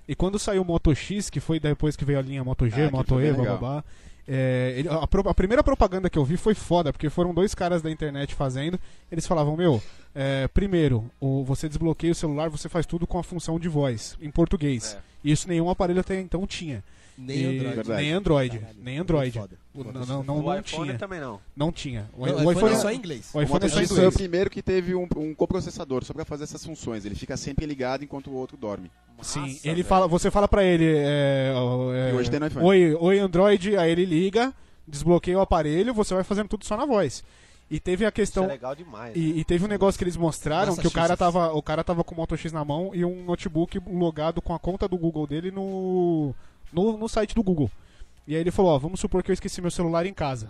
S2: E quando saiu o Moto X, que foi depois que veio a linha Moto G,
S5: Ah, que
S2: Moto
S5: foi
S2: E,
S5: bem
S2: blá, blá,
S5: legal.
S2: blá, é, ele- a, pro- a primeira propaganda que eu vi foi foda, porque foram dois caras da internet fazendo. Eles falavam, meu, é, primeiro, o- você desbloqueia o celular, você faz tudo com a função de voz, em português. Isso nenhum aparelho até então tinha.
S3: nem
S2: E-
S3: Android.
S5: Verdade.
S2: Nem Android.
S3: Caralho,
S2: nem Android.
S3: foda.
S2: O- Não,
S3: Foda.
S2: não, não,
S4: O
S2: não
S4: iPhone tá-
S2: tinha.
S4: também não. é
S2: Não tinha. O,
S3: Não,
S2: o iPhone,
S3: é só em inglês.
S2: o
S5: O
S2: iPhone é
S5: Moto
S2: só em
S5: X foi o
S2: inglês.
S5: primeiro que teve um, um coprocessador só pra fazer essas funções. Ele fica sempre ligado enquanto o outro dorme.
S2: Sim,
S4: Nossa,
S2: ele
S4: velho.
S2: fala, você fala pra ele. É, ó, é,
S5: E hoje tem no iPhone.
S2: Oi, oi, Android, aí ele liga, desbloqueia o aparelho, você vai fazendo tudo só na voz. E teve a
S4: Isso é
S2: questão.
S4: legal demais.
S2: Então, E, e teve um negócio que eles mostraram que o cara,
S3: Massachusetts.
S2: tava, o cara tava com o Moto X na mão e um notebook logado com a conta do Google dele no, no, no site do Google. E aí ele falou, ó, vamos supor que eu esqueci meu celular em casa.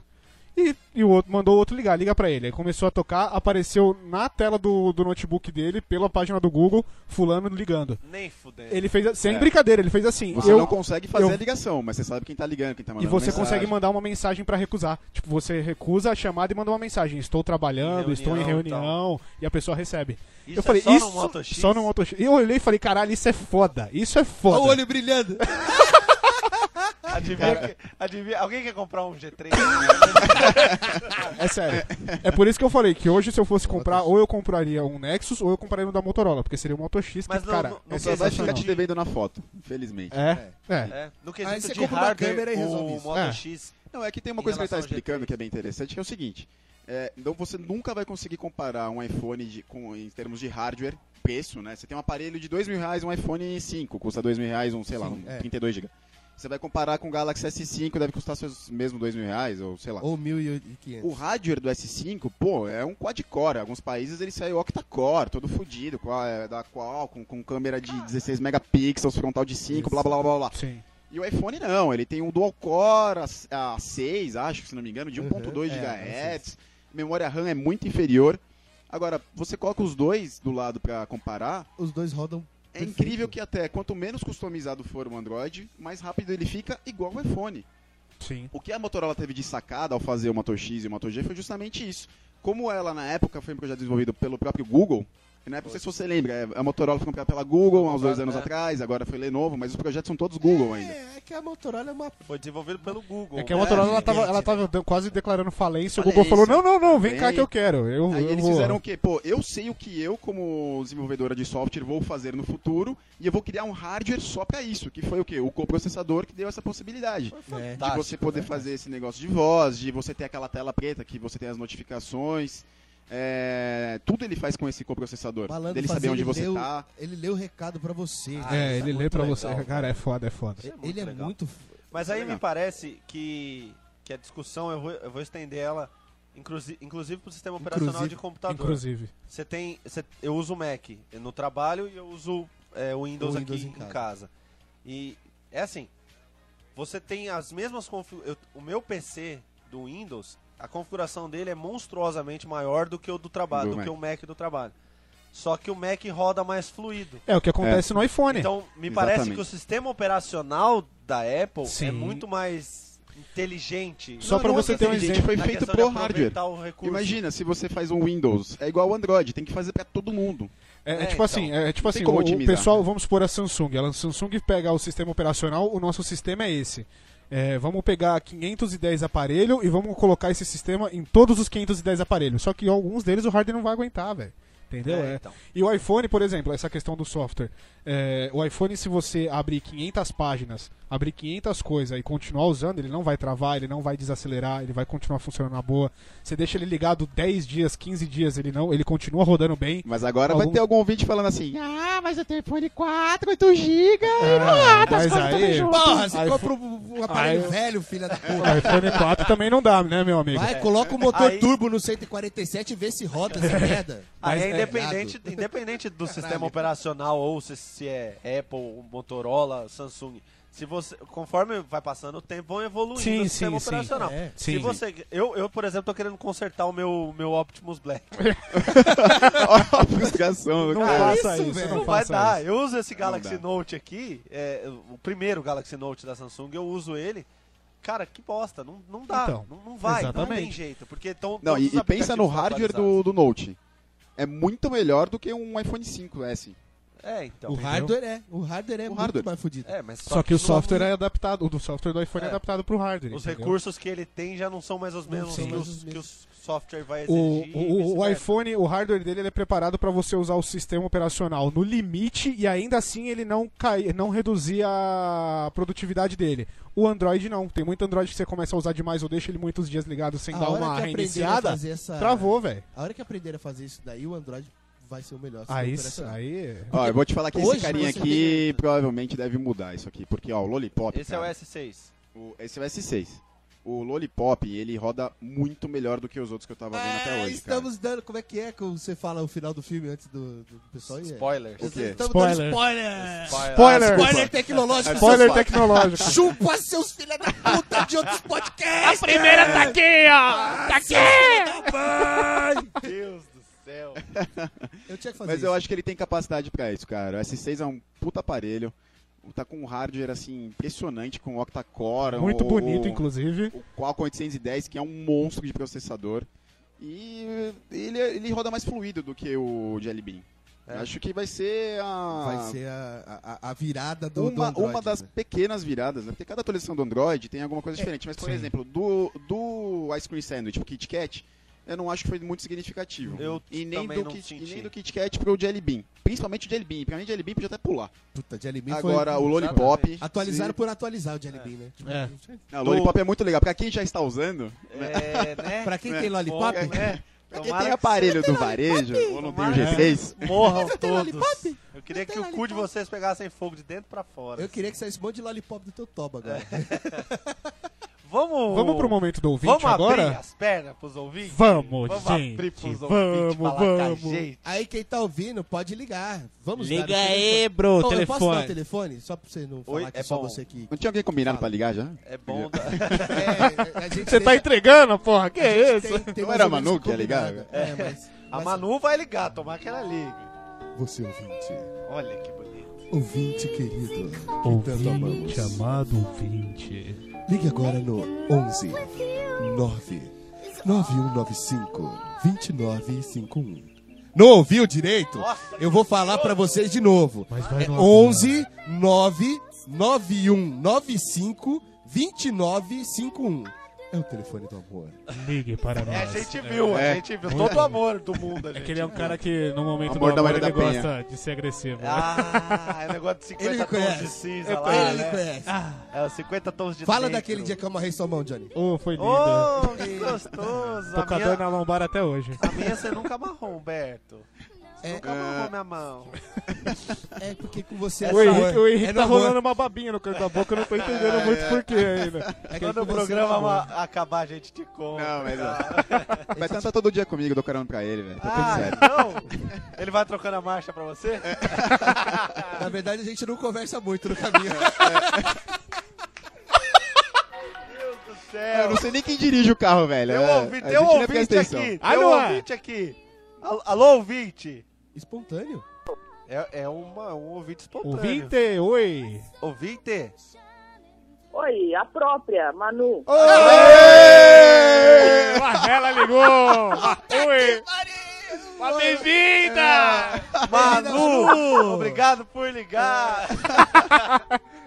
S2: E, e o outro mandou o outro ligar, liga pra ele. Aí começou a tocar, apareceu na tela do, do notebook dele, pela página do Google, fulano ligando.
S4: Nem fudendo.
S2: Ele fez, a- sem
S5: É.
S2: brincadeira, ele fez assim.
S5: Você
S2: eu-
S5: não consegue fazer
S2: eu-
S5: a ligação, mas você sabe quem tá ligando, quem tá
S2: e
S5: mandando
S2: você
S5: mensagem.
S2: consegue mandar uma mensagem pra recusar. Tipo, você recusa a chamada e manda uma mensagem. Estou trabalhando,
S4: Em
S2: estou em
S4: reunião,
S2: reunião. E a pessoa recebe.
S4: Isso
S2: eu falei,
S4: é só no
S2: isso
S4: Moto X?
S2: só no Moto X. E eu olhei e falei, caralho, isso é foda. Isso é foda.
S3: Olha o olho brilhando.
S4: Adivinha, que- adivinha- Alguém quer comprar um
S2: *coughs*
S4: G3?
S2: É sério. É por isso que eu falei que hoje, se eu
S4: *laughs*
S2: fosse comprar, ou eu compraria um Nexus, ou eu compraria um da Motorola, porque seria o Moto X, que,
S4: Mas não-
S2: cara,
S4: não-
S2: é
S4: não
S5: Só vai
S2: sensacional.
S5: ficar te devendo na foto, infelizmente.
S2: É, é.
S4: é. No
S3: Aí
S4: quesito
S3: você
S4: de
S3: compra uma
S4: hardware,
S3: câmera e resolve
S4: o
S3: isso.
S4: Moto
S2: É.
S4: X
S5: Não, é que tem uma
S4: Em
S5: coisa que ele tá
S4: relação ao
S5: explicando
S4: G3.
S5: que é bem interessante, que é o seguinte. é, então você nunca vai conseguir comparar um iPhone de- com, em termos de hardware, preço, né? Você tem um aparelho de dois mil reais, um iPhone 5, custa dois mil reais, um, sei lá, um
S4: é.
S5: 32 GB. Você vai comparar com o Galaxy S5, deve custar seus mesmo dois mil reais, ou sei lá.
S3: Ou 1.500.
S5: O hardware do S5, pô, é um quad-core. Alguns países ele saiu octa-core, todo fodido, com a- é, da qual com, com câmera de 16 megapixels, frontal de 5, blá blá blá blá. blá.
S2: Sim.
S5: E o iPhone não, ele tem um dual-core a, a 6, acho, se não me engano, de 1.2 GHz. Memória RAM é muito inferior. Agora, você coloca os dois do lado pra comparar,
S3: Os dois rodam
S5: é
S3: Perfeito.
S5: incrível que até quanto menos customizado for o Android, mais rápido ele fica igual o iPhone.
S2: Sim.
S5: O que a Motorola teve de sacada ao fazer o Moto X e o Moto G foi justamente isso. Como ela, na época, foi um projeto desenvolvido pelo próprio Google, E na época, não sei se você lembra, é, a Motorola foi comprada pela Google há uns dois anos atrás, agora foi Lenovo, mas os projetos são todos Google ainda.
S3: É, é que a Motorola é uma.
S4: Foi desenvolvido pelo Google.
S2: É que a
S4: né?
S2: Motorola ela tava, ela tava de- quase declarando falência. O Google falou: não, não, não, vem cá que eu quero. Eu,
S5: Aí
S2: eu
S5: eles
S2: vou.
S5: fizeram um o quê? Pô, eu sei o que eu, como desenvolvedora de software, vou fazer no futuro e eu vou criar um hardware só pra isso, que foi o quê? O coprocessador que deu essa possibilidade.
S3: É.
S5: de você poder fazer esse negócio de voz, de você ter aquela tela preta que você tem as notificações. é, tudo ele faz com esse coprocessador.
S3: Malandro
S5: dele
S3: faz
S5: saber onde
S3: ele
S5: você
S3: leu-
S5: tá.
S3: Ele lê o recado pra você.
S2: É, ele lê pra
S4: legal,
S2: você.
S4: cara.
S2: Cara, é foda, é foda.
S4: Isso
S3: ele é
S4: legal.
S3: muito.
S4: Mas
S2: Tá
S4: aí me parece que, que a discussão, eu vou, eu vou estender ela, inclusi, inclusive pro sistema operacional de computador.
S2: Inclusive.
S4: Você tem. você- eu uso o Mac no trabalho e eu uso é, o Windows,
S3: O Windows
S4: aqui
S3: em
S4: em
S3: casa.
S4: casa. E é assim. Você tem as mesmas confi- eu- O meu PC do Windows, a configuração dele é monstruosamente maior do que o do trabalho,
S5: Do
S4: do, que o Mac do trabalho. Só que o Mac roda mais fluido.
S2: É o que acontece no iPhone.
S4: Então, me parece
S5: Exatamente.
S4: que o sistema operacional da Apple
S2: Sim.
S4: é muito mais é inteligente.
S2: Só pra você ter um
S5: Gente,
S2: exemplo.
S5: foi
S4: na
S5: feito
S4: questão
S5: pro
S4: de
S5: hardware.
S4: aproveitar o recurso.
S5: Imagina se você faz um Windows. É igual o Android, tem que fazer pra todo mundo.
S2: É, é
S4: É,
S2: tipo
S4: então,
S2: assim, é, tipo
S5: não
S2: assim, o,
S5: tem como
S2: o
S5: otimizar.
S2: pessoal, vamos supor a Samsung, ela, a Samsung pega o sistema operacional, o nosso sistema é esse. É, vamos pegar 510 aparelhos e vamos colocar esse sistema em todos os 510 aparelhos. Só que alguns deles o hardware não vai aguentar, velho. Entendeu?
S4: É,
S2: É.
S4: então.
S2: E o iPhone, por exemplo, essa questão do software. É, o iPhone, se você abrir 500 páginas, abrir 500 coisas e continuar usando, ele não vai travar, ele não vai desacelerar, ele vai continuar funcionando na boa. Você deixa ele ligado 10 dias, 15 dias, ele não, ele continua rodando bem.
S5: Mas agora
S2: Algum-
S5: vai ter algum ouvinte falando assim: *laughs* ah,
S2: Ah, mas aí,
S3: Porra, você
S2: aí
S3: compra um, um aparelho velho, filha da puta.
S2: O iPhone 4 também não dá, né, meu amigo?
S3: Vai, coloca o motor
S4: Aí-
S3: turbo no 147 e vê se roda essa merda.
S4: Aí é
S3: Mas-
S4: independente, independente
S2: *laughs* É
S4: do sistema operacional ou se, se é Apple, Motorola, Samsung. Se você, conforme vai passando o tempo, vão evoluindo
S2: Sim,
S4: o
S2: sim,
S4: sistema
S2: sim.
S4: operacional.
S3: É.
S2: Sim,
S4: se
S2: sim.
S4: você, eu, eu, por exemplo, tô querendo consertar o meu, meu Optimus Black.
S5: a frustração.
S2: Não
S5: cara.
S2: faça
S3: isso,
S2: isso,
S3: velho.
S2: não,
S4: Não vai
S2: faça
S4: dar.
S2: isso.
S4: Eu uso esse Galaxy
S5: dá.
S4: Note aqui, é, o primeiro Galaxy Note da Samsung, eu uso ele. Cara, que bosta, não, não dá,
S2: Então,
S4: não, não vai, não tem
S2: exatamente.
S4: jeito, porque tão, é
S5: Não,
S4: todos
S5: e,
S4: os
S5: e pensa no
S4: aplicativos
S5: hardware
S4: estão
S5: do, do Note. É muito melhor do que um iPhone 5S.
S4: atualizados. É, então.
S3: O hardware é. O hardware é
S5: O
S3: muito
S5: hardware.
S3: mais fodido.
S4: É, mas
S2: Só que o
S4: isso não
S2: software é adaptado, o do software do iPhone é,
S4: É.
S2: adaptado pro hardware.
S4: Os
S2: entendeu?
S4: recursos que ele tem já não são mais os mesmos
S2: são
S4: que,
S3: mais
S4: os-
S3: os
S4: que
S3: mesmos.
S4: o software vai
S2: O,
S4: exigir. e
S2: o, o
S4: vice-versa.
S2: iPhone, o hardware dele ele é preparado para você usar o sistema operacional no limite e ainda assim ele não cai, não reduzir a produtividade dele. O Android não. Tem muito Android que você começa a usar demais ou deixa ele muitos dias ligado sem
S3: A
S2: dar
S3: hora que
S2: uma
S3: aprenderam a
S2: reiniciada.
S3: fazer né? essa-
S2: Travou, velho.
S3: A hora que aprenderam a fazer isso daí, o Android vai ser o melhor. é sistema
S2: Aí,
S3: operacional.
S2: aí.
S5: Ó, eu vou te falar que
S3: Hoje
S5: esse carinha
S3: você né?
S5: aqui
S3: tem-
S5: provavelmente deve mudar isso aqui, porque ó, o Lollipop.
S4: Esse é o
S5: cara,
S4: S6.
S5: O- esse é o S6. O Lollipop, ele roda muito melhor do que os outros que eu tava vendo até
S3: Ah,
S5: hoje, cara.
S3: estamos dando. Como é que é que você fala o final do filme antes do, do pessoal? ir?
S4: Spoilers.
S5: O quê?
S3: Estamos dando
S2: Spoiler.
S3: spoiler!
S2: Spoiler!
S3: Spoiler
S5: É,
S3: tecnológico.
S2: Spoiler
S3: seus
S2: tecnológico.
S3: *laughs* fa- Chupa seus filha da puta de outros podcasts!
S9: Primeira tá aqui, ó! Tá aqui!
S4: Meu Deus do céu.
S3: Eu tinha que fazer
S5: Mas
S3: isso.
S5: eu acho que ele tem capacidade pra isso, cara. O S6 é um puta aparelho. Tá com um hardware assim impressionante com octa-core,
S2: Muito
S5: o-
S2: bonito,
S5: o-
S2: inclusive.
S5: O Qualcomm 810, que é um monstro de processador. E ele, ele roda mais fluido do que o Jelly Bean. Acho que vai ser a
S3: É. Vai ser a, a- a virada do, do
S5: uma,
S3: Android,
S5: uma das
S3: né?
S5: pequenas viradas, né? Porque cada atualização do Android tem alguma coisa diferente. Mas, por exemplo, do, do Ice Cream Sandwich pro Kit Kat, eu não acho que foi muito significativo.
S4: Eu
S5: e, nem
S4: também
S5: do
S4: não
S5: Kit, e
S4: senti.
S5: nem do Kit Kat pro Jelly Bean. Principalmente o Jelly Bean. Pra mim, o Jelly Bean podia até pular.
S3: Puta, Jelly Bean foi-
S5: Agora, o Lollipop...
S4: exatamente.
S3: Atualizaram por atualizar o Jelly Bean, né? Tipo,
S2: É.
S5: Não, o Lollipop é muito legal. Pra quem já está usando...
S4: *laughs* É, né?
S3: Pra quem tem lollipop,
S4: Bom, né?
S5: Pra quem
S4: Tomara
S5: tem
S4: que
S5: aparelho do varejo, ou não tem um o
S4: Tomara que-
S5: G3...
S4: morram todos. Eu queria que o cu de vocês pegassem fogo de dentro pra fora.
S3: eu queria que saísse um monte de lollipop do teu toba agora.
S4: Vamos,
S2: Vamos pro momento do ouvinte
S4: Vamos abrir
S2: agora?
S4: as pernas pros ouvintes?
S2: Vamos,
S4: vamos abrir
S2: gente,
S4: pros ouvintes
S2: vamos,
S4: falar com
S2: vamos.
S4: a gente.
S3: Aí quem tá ouvindo pode ligar. Vamos dar o
S10: Liga
S3: telefone.
S10: aí, bro,
S3: Ô, Eu posso dar
S10: telefone.
S3: o telefone? Só pra você não falar
S4: Oi,
S3: que é
S4: é
S3: só
S4: bom.
S5: *laughs*
S3: você que...
S5: Não tinha alguém combinado pra ligar já?
S4: É bom... da-
S3: É, a gente
S2: Você tá
S3: deixa-
S2: entregando, porra? Que é
S3: a gente
S2: isso?
S3: tem- tem
S5: Não
S3: mais
S5: era
S3: ou menos
S5: Manu que ia ligar?
S3: combinado. É, mas...
S4: A
S3: mas-
S4: Manu vai ligar, tomar que ela liga.
S3: Você ouvinte,
S4: Olha que bonito.
S3: ouvinte querido, então que tanto amamos.
S2: Ouvinte, amado ouvinte.
S3: Ligue agora no 11 9 9195 2951. não ouviu direito, eu vou falar pra vocês de novo.
S2: Mas vai
S3: É
S2: no-
S3: 11 9 91 95 2951. É o telefone do amor.
S2: Ligue para nós.
S4: É, a gente viu, a gente viu. Todo o amor do mundo, a gente.
S2: É que ele é um cara que no momento
S5: Amor
S2: do
S5: da
S2: amor
S5: Maria
S2: ele
S5: da Penha.
S2: gosta de ser agressivo.
S4: Ah, é o negócio de 50
S3: um- Ele me
S4: tons de
S3: conhece.
S4: cinza
S3: Eu-
S4: lá,
S3: ele
S4: né?
S3: me conhece.
S2: Ah,
S4: É os 50 tons de
S3: Fala
S4: centro.
S3: daquele dia que eu amarrei sua mão, Johnny.
S2: Oh, foi lindo.
S4: Oh, que gostoso. A
S2: Tocador
S4: minha,
S2: na lombar até hoje.
S4: a minha você nunca amarrou, Humberto. Você
S3: É.
S4: nunca amarrou minha mão.
S3: É porque com você
S2: O
S3: é
S2: Henrique, o Henrique
S3: é no
S2: tá
S3: amor.
S2: rolando uma babinha no canto da boca, eu não tô entendendo muito por porquê ainda.
S3: É que
S4: Quando
S3: com
S4: o
S3: você é
S4: programa
S3: no amor.
S4: ama- acabar, a gente te conta.
S5: Não, mas ó. Betão tá todo dia comigo, eu dou carona pra ele, velho. Tá tudo
S4: É Ah,
S5: certo. É.
S4: não? Ele vai trocando a marcha pra você?
S3: Na verdade, a gente não conversa muito no *laughs* caminho.
S4: Meu Deus do
S5: É, Eu
S4: céu.
S5: não sei nem quem dirige o carro, velho.
S4: Tem um
S5: É,
S4: ouvinte,
S5: a
S4: tem um
S5: gente nem presta
S4: ouvinte
S5: atenção.
S4: aqui. Tem um
S2: Alô?
S3: é.
S4: ouvinte aqui. Al- Alô, ouvinte.
S3: Espontâneo.
S4: É, é uma- um ouvinte espontâneo.
S2: Ouvinte, oi.
S4: Ouvinte?
S2: é
S11: Oi, a própria, Manu.
S2: Ela ligou. oi. Uma bem-vinda.
S4: Manu! Obrigado por ligar.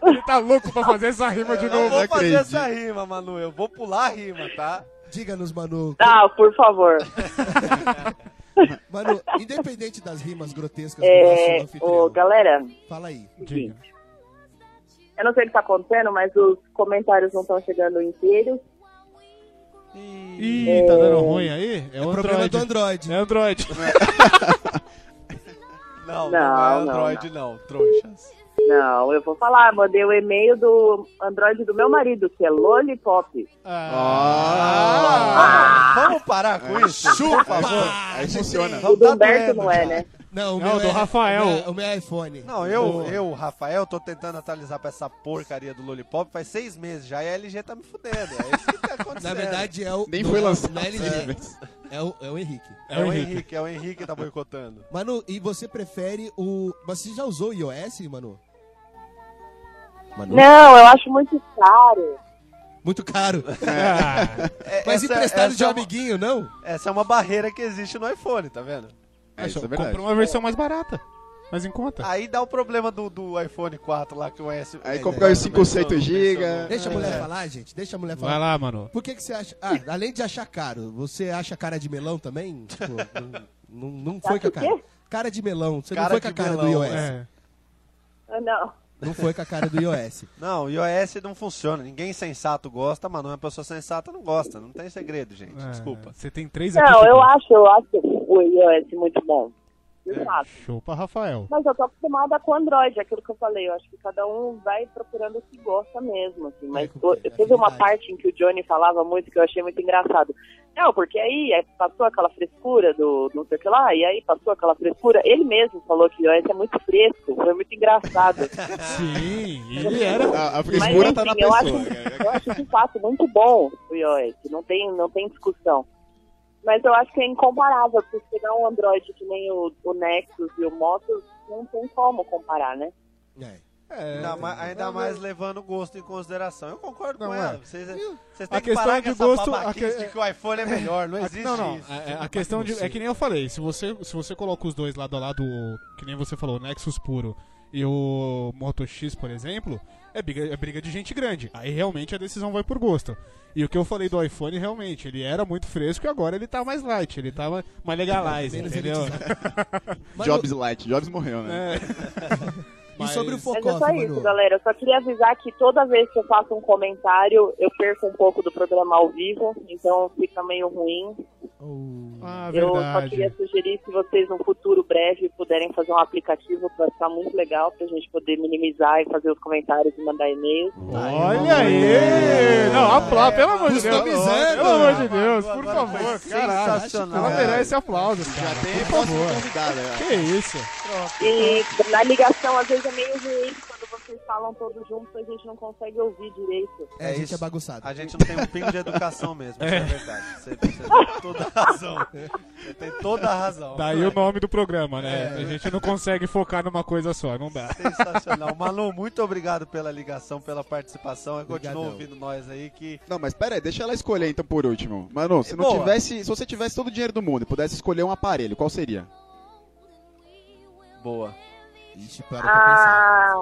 S2: Ele tá louco pra fazer essa rima de
S4: Eu não
S2: novo.
S4: vou fazer
S5: acredito.
S4: essa rima, Manu. Eu vou pular a rima, tá?
S3: Diga-nos, Manu.
S11: Ah, por favor.
S3: Manu, independente das rimas grotescas
S11: É,
S3: do nosso
S11: ô,
S3: anfitrião,
S11: galera,
S3: fala aí.
S2: Diga.
S11: eu não sei o que tá acontecendo, mas os comentários não estão chegando inteiros.
S2: Ih, tá dando ruim aí? É o
S3: Problema do
S2: Android.
S3: Android.
S2: É Android.
S4: Não, não,
S11: Não,
S4: é
S11: não,
S4: Android, não, trouxas.
S11: Não, eu vou falar, mandei o e-mail do Android do meu marido, que é Lollipop.
S4: Ah, Vamos parar com
S2: É.
S4: isso?
S5: Chupa, Aí funciona.
S11: O do
S4: tá
S11: Humberto
S4: doendo
S11: não é,
S4: já.
S11: né?
S3: Não, o
S2: Não, do Rafael.
S3: O meu, o meu é iPhone.
S4: Não, eu, eu, Rafael, tô tentando atualizar pra essa porcaria do Lollipop faz seis meses já e a LG tá me fudendo. É isso que tá acontecendo.
S3: Na verdade é o.
S5: Nem
S3: não,
S5: foi lançado.
S3: não é LG. É o, é o Henrique.
S4: é o Henrique, é o Henrique que tá boicotando.
S3: Manu, e você prefere o. Mas você já usou o iOS, Manu? Manu?
S11: Não, eu acho muito caro.
S3: Muito caro.
S4: É,
S3: Mas
S4: essa-
S3: emprestado
S4: essa
S3: de
S4: é
S3: um
S4: uma-
S3: amiguinho, não?
S4: Essa é uma barreira que existe no iPhone, tá vendo?
S5: É, isso é verdade.
S2: Ah, Compra uma versão mais barata. Mas em conta.
S4: Aí dá o problema do, do iPhone 4 lá que o S.
S5: Aí
S4: é,
S5: comprou
S4: né,
S5: os 500 GB.
S3: Deixa a mulher falar, gente. Deixa a mulher falar.
S2: Vai lá, mano.
S3: Por que, que você acha. Ah, além de achar caro, você acha cara de melão também? Tipo, não, não, não foi com a
S11: Acha o
S3: cara. Cara de melão. Você
S4: Cara
S3: não foi com a
S4: de
S3: cara do
S4: melão,
S3: iOS.
S2: É.
S11: Ah, Não.
S3: Não foi com a cara do iOS.
S4: Não, o iOS não funciona. Ninguém sensato gosta, mas não é uma pessoa sensata não gosta. Não tem segredo, gente.
S2: É,
S4: Desculpa.
S2: Você tem três aqui. tipo,
S11: Não,
S2: que
S11: eu
S4: tá.
S2: bom.
S11: acho, eu acho o iOS é muito bom. De fato.
S2: Show pra Rafael.
S11: Mas eu tô acostumada com o Android, é aquilo que eu falei. Eu acho que cada um vai procurando o que gosta mesmo. assim. Mas
S3: É,
S11: o-
S3: é
S11: teve uma
S3: verdade.
S11: parte em que o Johnny falava muito que eu achei muito engraçado. Não, porque aí é, passou aquela frescura do não sei o que lá, e aí passou aquela frescura. Ele mesmo falou que o iOS é muito fresco, foi muito engraçado.
S3: *laughs*
S2: Sim, ele
S3: É.
S2: era.
S5: A, a
S11: Mas
S5: frescura
S11: enfim,
S5: tá na
S11: eu,
S5: pessoa.
S11: acho, eu acho de fato muito bom o iOS, não tem, não tem discussão. Mas eu acho que é incomparável, porque pegar um Android que nem o, o Nexus e o Motus, não tem como comparar, né?
S3: É.
S4: Ainda, ma- ainda mais levando o gosto em consideração. Eu concordo
S2: Não,
S4: com
S2: é.
S4: ela. Vocês,
S2: A
S4: vocês têm que
S2: questão
S4: parar
S2: de
S4: com essa
S2: gosto- a
S4: babaquice
S2: que-
S4: de que o iPhone é melhor. Não tá
S2: A-
S4: existe
S2: não, não.
S4: isso.
S2: é- é- A, questão de, é que nem eu falei, se você, se você coloca os dois lado a lado, o- que nem você falou, o Nexus puro e o Moto X, por exemplo, é briga, é briga de gente grande. Aí realmente a decisão vai por gosto. E o que eu falei do iPhone, realmente, ele era muito fresco e agora ele tá mais light, ele tá ma- mais legalize,
S3: Menos
S2: entendeu?
S3: Manu,
S5: Jobs Light. Jobs morreu,
S4: É.
S5: né?
S3: E sobre o
S11: Mas
S3: Focoff,
S11: é só
S3: Manu?
S11: isso, galera. Eu só queria avisar que toda vez que eu faço um comentário, eu perco um pouco do programa ao vivo, então fica meio ruim.
S2: Ah,
S5: É
S11: eu só queria
S2: verdade.
S11: sugerir se vocês, no futuro breve, puderem fazer um aplicativo que vai ficar muito legal pra gente poder minimizar e fazer os comentários e mandar e-mails.
S2: Olha aí! Não, aplauda, pelo amor de Deus.
S3: Customizando.
S2: É, Pelo amor de Deus, por
S4: né? Agora Ah, foi
S2: favor, caralho.
S4: sensacional.
S2: Ela merece aplausos, cara.
S5: Já tem próximo convidado. é.
S2: Que isso?
S11: E na ligação, às vezes é meio ruim quando vocês falam todos juntos, a gente não consegue ouvir direito.
S3: É, a
S4: É
S3: gente
S4: isso.
S3: é bagunçado.
S4: A gente não tem um pingo de educação mesmo, isso é verdade. Você, você tem toda a razão. Você tem toda a razão.
S2: Daí o nome do programa, né? A gente não consegue focar numa coisa só, não dá.
S4: Sensacional. Malu, muito obrigado pela ligação, pela participação. E continua
S3: Obrigadão.
S4: ouvindo nós aí que.
S5: Não, mas pera aí, deixa ela escolher então por último. Mano, se não
S4: Boa.
S5: tivesse. Se você tivesse todo o dinheiro do mundo e pudesse escolher um aparelho, qual seria?
S4: boa?
S3: Ixi,
S11: Ah,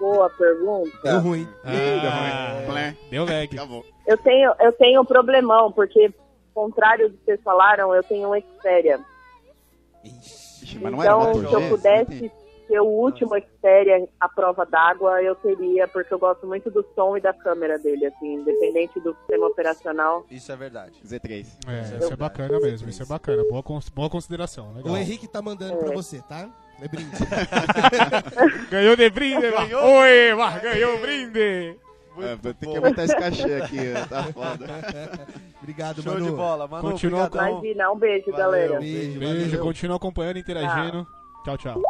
S11: boa pergunta.
S4: É.
S3: Deu ruim.
S4: Ah.
S11: Né?
S2: Deu lag.
S11: Eu tenho, eu tenho um problemão, porque, contrário do que vocês falaram, eu tenho um Xperia.
S5: mas é, não era
S11: então,
S5: motor
S11: se eu
S5: G?
S11: pudesse ser o último Xperia à prova d'água, eu teria, porque eu gosto muito do som e da câmera dele, assim, independente do sistema operacional.
S4: Isso é verdade.
S5: Z3.
S2: É, isso é bacana mesmo, isso é bacana. Boa, cons- boa consideração, legal.
S3: O Henrique tá mandando pra você, tá? É brinde.
S4: *laughs*
S2: Ganhou de brinde, Mar.
S3: Ganhou?
S2: Oi, Mar, ganhou o brinde.
S5: É, vou ter que aumentar esse cachê aqui, tá
S2: *laughs*
S5: foda.
S3: Obrigado,
S4: Show
S3: Manu.
S4: de bola, Manu.
S2: Continua
S4: brigadão.
S2: com-
S11: Imagina, um beijo,
S4: Então, Valeu,
S11: galera.
S3: Beijo,
S2: Beijo,
S3: valeu. Ah.
S2: continua acompanhando, interagindo. Tchau, tchau.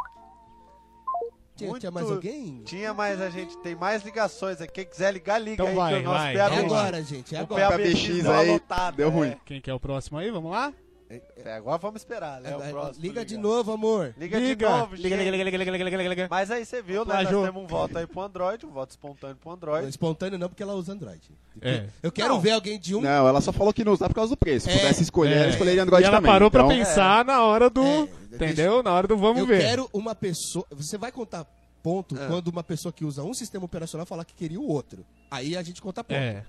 S3: Tinha,
S4: Muito-
S3: tinha mais alguém?
S4: Tinha mais a gente, tem mais ligações aqui. Quem quiser ligar, liga
S2: Então
S4: aí.
S2: vai,
S4: que o nosso
S2: vai,
S3: É
S2: vamos
S4: PABX.
S3: agora, gente. É
S4: O
S3: agora.
S4: PABX
S5: PABX
S4: tá
S5: aí,
S4: lotado,
S5: deu
S4: é.
S5: ruim.
S2: Quem quer o próximo aí? Vamos lá?
S4: É, agora vamos esperar, né?
S3: É,
S4: o
S3: é,
S4: próximo
S3: liga de
S4: ligar.
S3: novo, amor.
S4: Liga,
S2: Liga.
S4: de novo,
S2: Liga,
S4: gente.
S2: liga, liga, liga, liga, liga, liga, liga.
S4: Mas aí você viu, né?
S2: Plagiou.
S4: Nós temos um voto aí pro Android, um voto espontâneo pro Android.
S3: Espontâneo não, porque ela usa Android.
S2: É.
S3: Eu quero ver alguém de um.
S5: Não, ela só falou que não usava por causa do preço. Se
S3: É.
S5: pudesse escolher,
S2: É.
S5: ela escolheria
S2: E
S5: Android
S2: ela
S5: também.
S2: parou pra
S5: então-
S2: pensar na hora do.
S3: É,
S2: entendeu? Na hora do vamos
S3: eu
S2: ver.
S3: quero uma pessoa. Você vai contar ponto
S4: É.
S3: quando uma pessoa que usa um sistema operacional falar que queria o outro. Aí a gente conta ponto.
S2: É.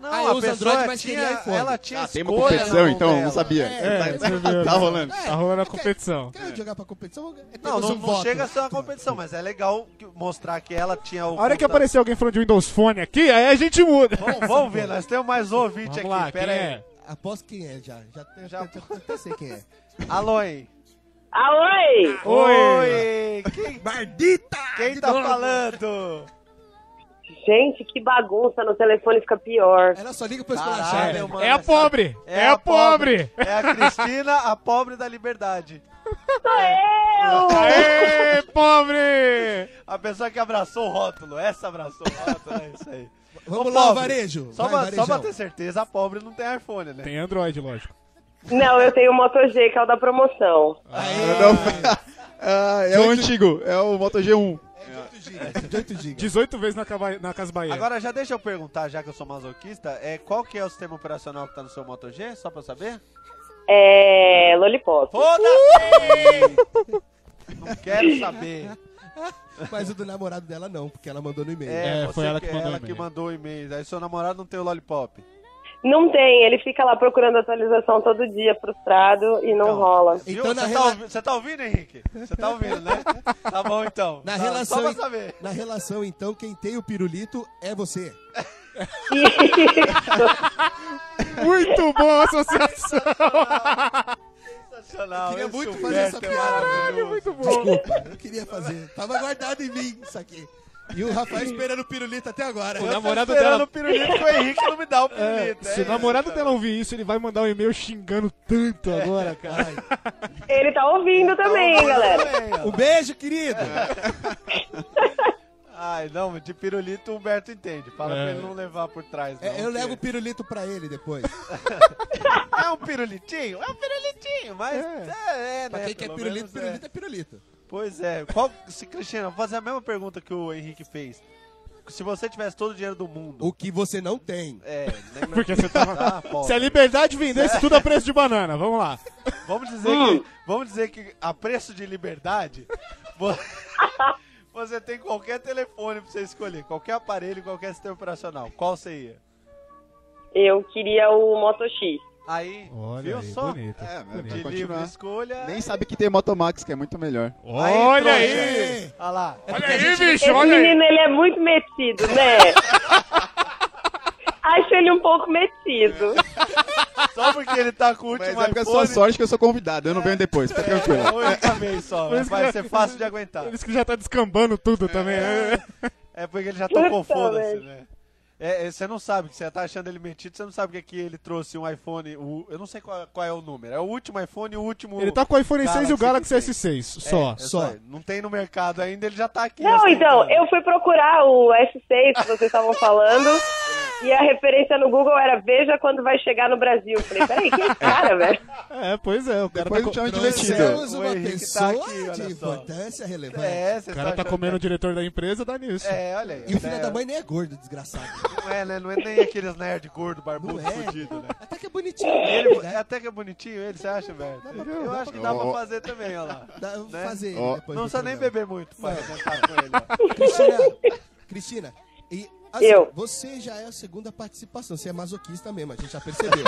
S4: Não,
S3: Ah, eu uso Android, mas
S4: tinha,
S3: queria iPhone.
S4: ela tinha
S5: Ah, tem uma
S4: escolha na
S5: competição,
S4: mão
S5: então,
S4: dela.
S5: não sabia.
S2: É, você viu,
S5: tá
S2: né?
S5: rolando.
S2: Tá rolando a competição.
S3: Quero jogar pra competição. é
S4: Não,
S3: temos
S4: não,
S3: um
S4: não
S3: voto.
S4: chega a ser uma competição, mas é legal que- mostrar que ela tinha o.
S2: A hora que aparecer alguém falando de Windows Phone aqui, aí a gente muda.
S4: Vamos, vamos ver, nós temos mais um ouvinte
S2: Vamos
S4: aqui.
S2: lá, quem
S4: Pera aí.
S2: é?
S3: Aposto quem é já. Já, até-
S4: Já-
S3: até- até sei quem é.
S4: *laughs* Alô, hein?
S11: Ah, oi!
S4: Oi! Quem, quem tá falando?
S11: Gente, que bagunça, no telefone fica pior.
S3: Ela só liga pra escolher a
S4: Caralho,
S3: chave.
S4: mano,
S2: É a
S4: essa-
S2: pobre! É a pobre!
S4: É a Cristina, a pobre da liberdade.
S11: Sou eu!
S2: *laughs* Aê, pobre!
S4: A pessoa que abraçou o rótulo. Essa abraçou o rótulo, é
S2: *laughs*
S4: isso aí.
S3: né? Vamos
S4: Ô,
S3: lá,
S4: pobre,
S3: varejo.
S4: Só,
S3: Vai,
S4: pra, só
S3: varejão.
S4: pra ter certeza, a pobre não tem iPhone, né?
S2: Tem Android, lógico.
S11: Não, eu tenho o Moto G, que é o da promoção.
S5: *laughs* Ah, é o antigo, é o Moto G1.
S4: *laughs*
S3: De 8 GB.
S2: 18 vezes na, Cava- na Casa Bahia.
S4: Agora já deixa eu perguntar, já que eu sou masoquista, é, qual que é o sistema operacional que tá no seu Moto G, só pra eu saber?
S11: É. Lollipop.
S4: Foda-se! não quero
S3: *laughs*
S4: saber.
S3: Mas o do namorado dela não, porque ela mandou no e-mail.
S4: É,
S2: foi
S4: você
S2: ela que mandou
S4: ela
S2: o
S4: que
S2: e-mail.
S4: mandou o e-mail. Aí seu namorado não tem o Lollipop.
S11: Não tem, ele fica lá procurando atualização todo dia, frustrado, e não
S4: Então,
S11: rola.
S4: Viu?
S3: Então,
S4: Você
S3: na
S4: tá,
S3: rela-
S4: ouvi- você tá ouvindo, Henrique? Você tá ouvindo, né? Tá bom, então.
S3: Na
S4: Tá,
S3: relação,
S4: Só pra saber.
S3: na relação, então, quem tem o pirulito é você.
S2: Muito boa a associação!
S4: Sensacional.
S3: Queria
S4: esse
S3: muito fazer essa
S4: Humberto é
S3: piada.
S4: maravilhoso.
S2: Muito boa!
S3: Desculpa, eu queria fazer. Tava guardado em mim isso aqui. E o Rafael esperando o pirulito até agora.
S2: O
S4: Eu tô
S2: namorado
S4: esperando
S2: dela-
S4: o pirulito que o Henrique não me dá o
S2: É, *laughs*
S4: pirulito.
S2: se
S4: é
S2: o namorado dela ouvir isso, ele vai mandar um e-mail xingando tanto agora, cara.
S3: Ai.
S11: Ele tá ouvindo
S4: Então,
S11: também, hein, galera.
S4: isso.
S3: Um beijo, querido.
S4: Ai, não, de pirulito o Humberto entende. Fala
S2: É.
S4: pra ele não levar por trás.
S3: É,
S4: não,
S3: eu
S4: porque-
S3: levo o pirulito pra ele depois.
S4: É um pirulitinho? É um pirulitinho, mas. É, é,
S3: Pra
S4: né?
S3: quem quer
S4: pelo
S3: pirulito,
S4: menos é.
S3: pirulito é pirulito.
S4: Pois é. Qual, se, Cristina, vou fazer a mesma pergunta que o Henrique fez. Se você tivesse todo o dinheiro do mundo.
S3: O que você não tem.
S4: É,
S3: *laughs*
S4: né,
S2: Porque você tava-
S4: tá, pô.
S2: Se a liberdade vendesse tudo a preço de banana, vamos lá.
S4: Vamos dizer,
S2: Uh.
S4: que, vamos dizer que a preço de liberdade, *laughs* vo- você tem qualquer telefone pra você escolher, qualquer aparelho, qualquer sistema operacional. Qual você ia?
S11: Eu queria o Moto X.
S4: Aí,
S2: Olha
S4: viu
S2: aí,
S4: só?
S2: bonito.
S5: É, mas
S4: De
S5: vai
S4: livre
S5: continuar.
S4: escolha.
S5: Nem sabe que tem Motomax, que é muito melhor.
S2: Olha aí!
S3: É.
S4: Olha lá.
S2: Olha aí, bicho,
S11: Esse
S2: olha aí!
S11: menino, ele é muito metido, né? Acho ele um pouco metido.
S4: Só porque ele tá com o
S5: Mas
S4: último
S5: é porque a sua
S4: iPhone.
S5: sorte que eu sou convidado, eu não venho depois, fica
S4: É a
S5: tranquilo.
S4: única vez só.
S2: Por isso
S4: Vai
S2: que-
S4: ser fácil de aguentar.
S2: Eles que já tá descambando tudo também, né?
S4: É porque ele já tocou
S11: Puta,
S4: foda-se,
S11: velho.
S4: né? É, é, você não sabe, que você tá achando ele metido, você não sabe que aqui ele trouxe um iPhone, o- eu não sei qual, qual é o número, é o último iPhone e o último...
S2: Ele tá com o iPhone 6 e o
S4: Galaxy
S2: Galaxy S6, só.
S4: É, só. Não tem no mercado ainda, ele já tá aqui.
S11: Não, então,
S4: ostentando.
S11: eu fui procurar o S6 que vocês estavam falando. E a referência no Google era veja quando vai chegar no Brasil. Eu falei, peraí, quem é esse cara, velho?
S2: É, pois é, o cara
S5: Depois
S2: tá
S5: eu te chamo de
S2: Trouxemos
S5: metido.
S2: uma
S5: O
S4: tá
S5: Henrique
S2: pessoa
S5: aqui, olha
S3: de
S5: só.
S3: importância relevante.
S4: É, você
S2: O cara tá
S4: achando-
S2: comendo o diretor da empresa, dá nisso.
S4: É, olha aí.
S3: E o filho
S4: É,
S3: da mãe nem é gordo, desgraçado.
S4: *laughs* Não é, né? Não é nem aqueles nerd gordo, barbudo,
S3: Não é.
S4: fudido, né?
S3: Até que é bonitinho.
S4: Ele,
S3: né?
S4: até que é bonitinho ele, você acha, velho? Eu acho que dá pra fazer também, olha lá.
S3: Dá- eu vou
S4: Né?
S3: fazer
S5: Ó.
S3: depois
S4: Não
S3: do
S4: precisa nem
S3: programa.
S4: beber muito pra sentar com ele. ó.
S3: *laughs* Cristina, Cristina, e, assim,
S11: Eu.
S3: você já é a segunda participação. Você é masoquista mesmo, a gente já percebeu.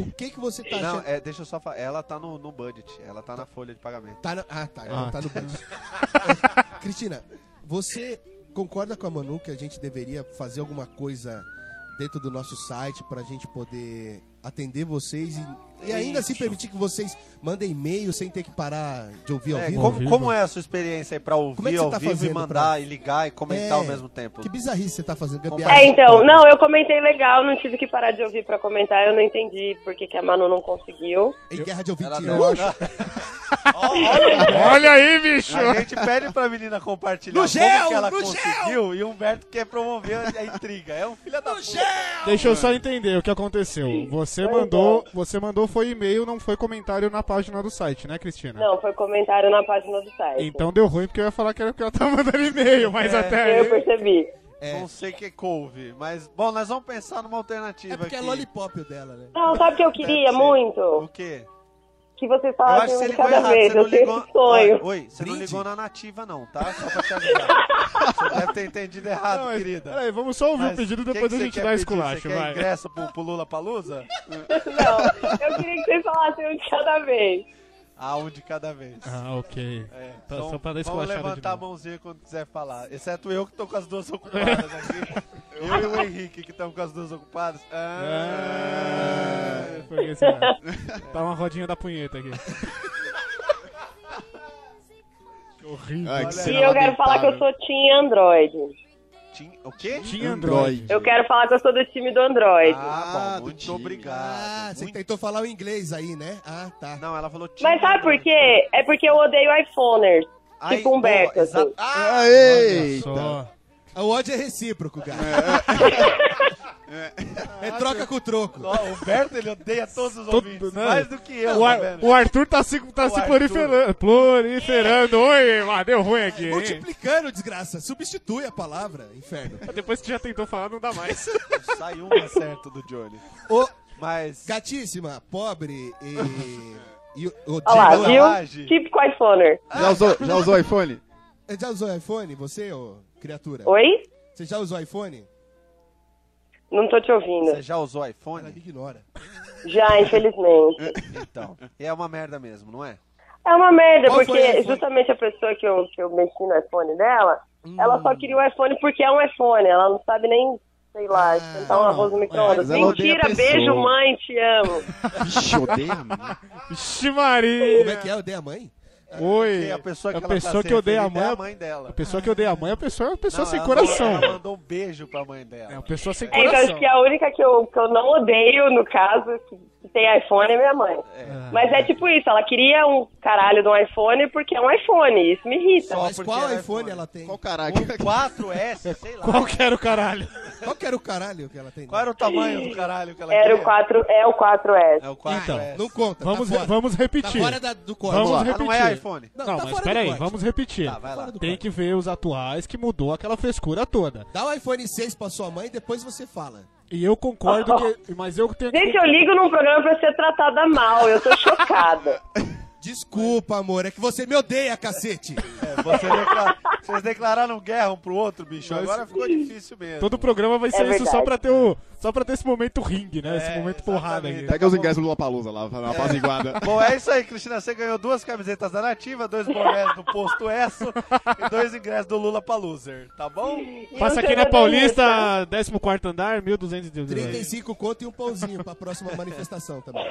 S3: o que que você tá
S4: Não,
S3: achando?
S4: é, deixa eu só falar. Ela tá no, no budget, ela tá na folha de pagamento.
S3: Tá na- Ah, tá, ela
S2: Ah,
S3: tá no banco. Cristina, você concorda com a Manu que a gente deveria fazer alguma coisa dentro do nosso site pra gente poder atender vocês e, e ainda assim permitir que vocês mandem e-mail sem ter que parar de ouvir ao
S4: É,
S3: vivo?
S4: como, como é a sua experiência aí pra
S3: Como
S4: ouvir
S3: é que você
S4: ao
S3: tá
S4: vivo e
S3: fazendo
S4: mandar
S3: pra-
S4: e ligar e comentar
S3: É.
S4: ao mesmo tempo?
S3: Que bizarrice você tá fazendo, gambiarra.
S11: É, então, não, eu comentei legal, não tive que parar de ouvir pra comentar, eu não entendi por que, que a Manu não conseguiu.
S3: Em É guerra de ouvinte, né?
S4: Ela
S3: eu
S4: tá-
S3: acho.
S2: Olha aí, bicho!
S4: A gente pede pra menina compartilhar
S3: No
S4: como
S3: gel,
S4: que ela
S3: no
S4: conseguiu e o Humberto quer promover a intriga. É um filho da puta.
S2: Deixa eu só entender o que aconteceu. Você mandou,
S4: então-
S2: você mandou foi e-mail, não foi comentário na página do site, né, Cristina?
S11: Não, foi comentário na página do site.
S2: Então deu ruim porque eu ia falar que era porque ela tá mandando e-mail, mas
S4: É,
S2: até
S11: Eu
S2: aí.
S11: percebi.
S4: Não sei o que couve, mas bom, nós vamos pensar numa
S3: É
S4: alternativa
S3: porque é
S4: aqui.
S3: lollipop o dela, né?
S11: Não, sabe o que eu queria
S4: Deve ser. O
S11: muito?
S4: quê?
S11: Que vocês
S4: Eu acho
S11: falassem
S4: que você
S11: um de
S4: ligou
S11: cada
S4: errado,
S11: vez,
S4: você não
S11: eu tenho
S4: ligou...
S11: esse sonho.
S4: Oi, oi, você não
S3: Brinde?
S4: ligou na nativa não, tá? Só pra te avisar. você deve ter entendido errado,
S2: Não, mas-
S4: querida.
S2: Peraí, vamos só ouvir
S4: Mas
S2: o pedido e
S4: que
S2: depois
S4: que
S2: a
S4: você
S2: gente
S4: quer
S2: dá
S4: pedir?
S2: esculacho,
S4: Você quer
S2: vai.
S4: ingresso pro, pro Lula Palusa?
S11: *laughs* Não, eu queria que vocês falassem um de cada vez.
S4: Ah, um de cada vez.
S2: Ah, ok.
S4: É,
S2: Tá,
S4: então,
S2: só pra dar
S4: vamos
S2: esculachada de
S4: levantar a
S2: novo.
S4: mãozinha quando quiser falar. Exceto eu que tô com as duas ocupadas
S2: *laughs*
S4: aqui. eu e o Henrique que estamos com as duas ocupadas. Ah.
S2: Ah, foi isso, cara.
S4: *laughs*
S2: Tá uma rodinha da punheta aqui. Que horrível.
S5: Ai, que
S4: Olha,
S11: E
S5: cena
S11: eu quero falar que eu
S5: lamentável.
S11: sou Team Android.
S4: Tim- O quê?
S2: Tinha
S5: Android.
S2: Android.
S11: Eu quero falar que eu sou do time do Android.
S4: Ah,
S5: Ah,
S4: bom,
S5: do
S4: muito
S5: time.
S4: obrigado.
S3: Ah, você
S4: Muito-
S3: tentou falar o inglês aí, né? Ah, tá.
S4: Não, ela falou time.
S11: Mas sabe por quê? É porque eu odeio iPhoners.
S4: Ai,
S11: tipo Humberto,
S4: boa, exa-
S11: assim.
S4: Ah,
S5: Aê!
S2: Só.
S3: O ódio é recíproco, cara. *laughs* É troca com o troco.
S4: ó, o Humberto, ele odeia todos os
S2: Todo-
S4: ouvintes.
S2: né?
S4: Mais do que eu,
S2: O,
S4: tá
S2: Ar-
S4: vendo?
S2: o Arthur tá se, tá
S4: O
S2: se
S4: Arthur.
S2: proliferando. Proliferando. Oi, mas deu ruim aqui, hein?
S3: Multiplicando, desgraça. Substitui a palavra, inferno.
S2: Depois que já tentou falar, não dá mais.
S4: Sai uma certo do Johnny.
S3: Ô,
S4: Mas...
S3: gatíssima, pobre e. *laughs* e o
S11: Olha lá,
S4: Diga lá,
S11: viu?
S4: Gi.
S11: Típico iPhoner.
S4: Ah.
S5: Já usou, já usou iPhone?
S3: Você já usou iPhone, você, ô criatura?
S11: Oi?
S3: Você já usou iPhone?
S11: Não tô te ouvindo.
S4: Você já usou
S3: Ela me
S4: iPhone?
S3: ignora.
S4: *laughs*
S11: Já, infelizmente.
S4: Então, é uma merda mesmo, não é?
S11: É uma merda,
S3: Qual foi o
S11: porque
S3: iPhone?
S11: justamente a pessoa que eu, que eu mexi no iPhone dela, ela só queria o iPhone porque é um iPhone. Ela não sabe nem, sei lá, esquentar um
S3: não,
S11: arroz no micro-ondas.
S5: mas ela odeia a
S11: Mentira,
S5: pessoa.
S11: beijo, mãe, te amo.
S5: Vixe,
S2: *laughs*
S5: odeia, mano.
S2: Vixe,
S3: Como é
S2: Maria.
S3: que é? Eu dei a mãe?
S2: Oi.
S4: Porque a pessoa que,
S2: É a
S4: ela tá
S2: pessoa
S4: sendo
S2: que odeia a
S4: feliz
S2: mãe.
S4: é a
S2: A
S4: mãe dela.
S2: pessoa que odeia a mãe é a pessoa, é uma pessoa
S4: Não,
S2: sem
S4: ela
S2: coração.
S4: Mandou, ela mandou um beijo pra mãe dela.
S2: É uma pessoa sem
S11: É, então, acho
S2: coração.
S11: que a única que eu, que eu não odeio, no caso, que, que tem iPhone é minha mãe. Mas é tipo isso, ela queria um caralho de um iPhone porque é um iPhone, isso me irrita.
S4: Só
S3: Mas
S4: porque é
S3: qual
S4: era
S3: iPhone, ela tem?
S5: Qual
S3: Qual,
S5: caraca?
S4: Um 4S, sei lá.
S2: É, Qual que era o caralho?
S3: que era o caralho que ela tem?
S4: é? Qual era o tamanho do caralho que ela
S11: Era o
S4: queria?
S11: 4, é o 4S.
S4: É o 4S.
S2: Então,
S3: Não conta,
S2: Vamos,
S3: tá fora.
S2: vamos
S3: Tá
S2: repetir.
S3: fora da- do corte.
S2: Vamos
S4: Ah,
S2: repetir.
S4: não é iPhone.
S3: Não,
S2: Não,
S3: tá
S2: mas
S3: fora do
S2: peraí,
S3: corte.
S2: vamos repetir.
S4: Tá, vai lá.
S2: Tem que ver os atuais que mudou aquela frescura toda.
S3: Dá o iPhone 6 pra sua mãe, depois você fala.
S2: E eu concordo que. Mas eu tenho
S11: Gente,
S2: que.
S11: eu ligo num programa pra ser tratada mal, eu tô chocada.
S3: Desculpa, amor, é que você me odeia, cacete.
S4: É, você declara- Vocês declararam guerra um pro outro, bicho. Agora ficou difícil mesmo.
S2: Todo programa vai ser isso só
S11: verdade.
S2: pra ter o. Só pra ter esse momento ringue, né? Esse
S4: É,
S2: momento porrada aqui.
S4: exatamente.
S5: Pega os ingressos do Lula Palusa lá, na apaziguada. *laughs*
S4: Bom, é isso aí, Cristina. Você ganhou duas camisetas da Nativa, dois bonés do Posto Esso e dois ingressos do Lula pra Loser, tá bom?
S11: E
S2: Passa
S11: eu
S2: aqui
S11: sou
S2: na
S11: jornalista.
S2: Paulista, 14 andar, 1200
S3: 35 conto e um pãozinho pra próxima manifestação também.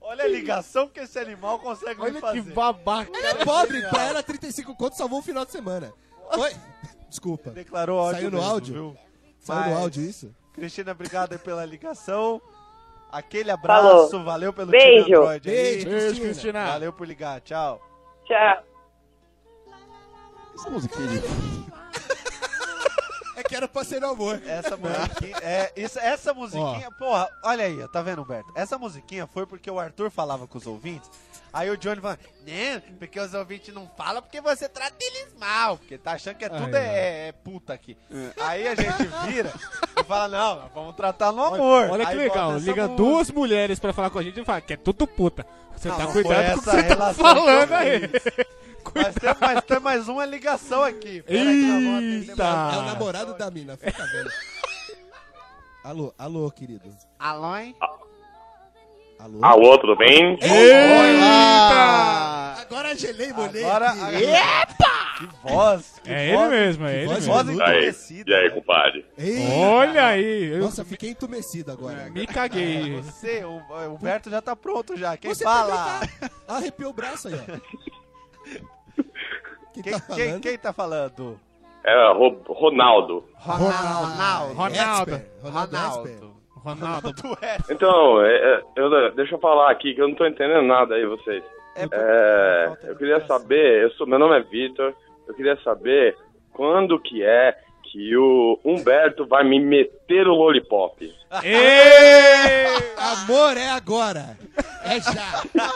S4: Olha a ligação que esse animal consegue me
S2: Olha que
S4: fazer.
S2: babaca.
S3: Ela é pobre, pra ela 35 conto salvou o final de semana. Oi? *laughs* Desculpa.
S4: Declarou áudio
S3: Saiu no
S4: mesmo,
S3: áudio?
S4: viu?
S3: Saiu no
S4: Mas-
S3: áudio isso?
S4: Cristina, obrigado aí pela ligação. Aquele abraço,
S11: Falou.
S4: valeu pelo
S11: Beijo.
S4: time Android aí.
S3: Beijo,
S2: Beijo,
S3: Cristina.
S2: Cristina.
S4: Valeu por ligar, tchau.
S11: Tchau.
S5: Essa musiquinha de...
S3: É que era pra ser amor.
S2: *laughs*
S4: Essa musiquinha. É, isso, essa musiquinha. Porra, olha aí, ó, tá vendo, Humberto? Essa musiquinha foi porque o Arthur falava com os ouvintes. Aí o Johnny fala, né? Porque os ouvintes não falam porque você trata eles mal. Porque tá achando que é tudo
S2: Aí, ó.
S4: é, é puta aqui. Aí a gente vira e fala, não, vamos tratar no amor.
S2: Olha que
S4: Aí
S2: legal,
S4: bota essa
S2: liga
S4: música.
S2: duas mulheres pra falar com a gente e fala que é tudo puta. Você
S4: Não,
S2: tá
S4: não
S2: cuidado
S4: foi
S2: com o que
S4: essa
S2: você tá
S4: relação
S2: falando
S4: que eu
S2: aí.
S4: Mas tem, mas tem mais uma ligação aqui. Pera que nós vamos atender mais uma
S3: É o
S2: Eita!
S3: namorado da mina, fica vendo. Alô, alô, querido.
S4: Alô, hein?
S3: Alô?
S12: Alô, tudo bem?
S2: É Eita!
S3: Agora gelei, molhei.
S4: Agora.
S3: aqui.
S4: Epa! Que voz! Que
S2: É
S4: voz,
S2: ele mesmo, é
S3: que
S2: ele
S3: voz
S2: mesmo.
S4: Voz
S12: E aí,
S4: entumecida.
S12: e aí, compadre?
S3: Ei,
S2: Olha aí, eu
S3: Nossa, fiquei entumecido agora.
S2: me caguei.
S4: Você, o o Humberto já tá pronto já. Quem
S3: Você tá.
S4: fala?
S3: Arrepiou o braço aí, ó. Quem,
S4: Quem,
S3: tá
S4: quem-
S3: falando?
S4: quem tá falando?
S12: É, Ro- Ronaldo.
S4: Ronaldo.
S2: Ronaldo.
S3: Esper, Ronaldo. Esper.
S4: Ronaldo.
S2: Ronaldo,
S4: Tu é.
S12: Então, é, é, eu- deixa eu falar aqui que eu não tô entendendo nada aí, vocês. É, eu queria saber, eu sou, meu nome é Vitor, eu queria saber quando que é que o Humberto vai me meter o lollipop.
S2: Ei!
S3: Amor é agora. É já.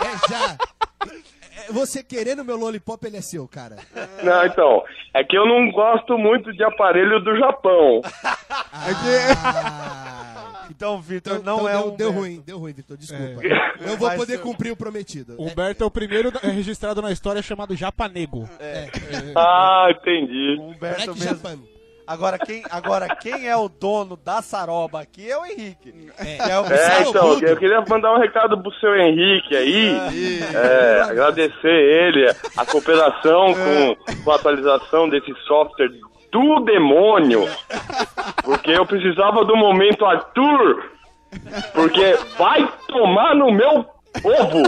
S3: É já. É, Você querendo meu lollipop, ele é seu, cara.
S12: Não, então, é que eu não gosto muito de aparelho do Japão.
S3: Ah,
S4: Então, Vitor,
S3: então-
S4: não
S3: então
S4: é
S3: deu,
S4: um.
S3: deu ruim, deu ruim, Vitor, desculpa. Eu vou
S4: Vai
S3: poder
S4: ser-
S3: cumprir o prometido. É,
S2: Humberto é o primeiro da- registrado na história chamado Japanego.
S4: É.
S12: Ah, entendi.
S4: Humberto
S3: Black
S4: mesmo.
S3: Japan.
S4: Agora quem, agora, quem é o dono da saroba aqui é o Henrique. É, o
S12: É, então,
S4: Sarbudo.
S12: eu queria mandar um recado pro seu Henrique aí. É, agradecer ele a cooperação com, com a atualização desse software do demônio. Porque eu precisava do momento Arthur. Porque vai tomar no meu ovo.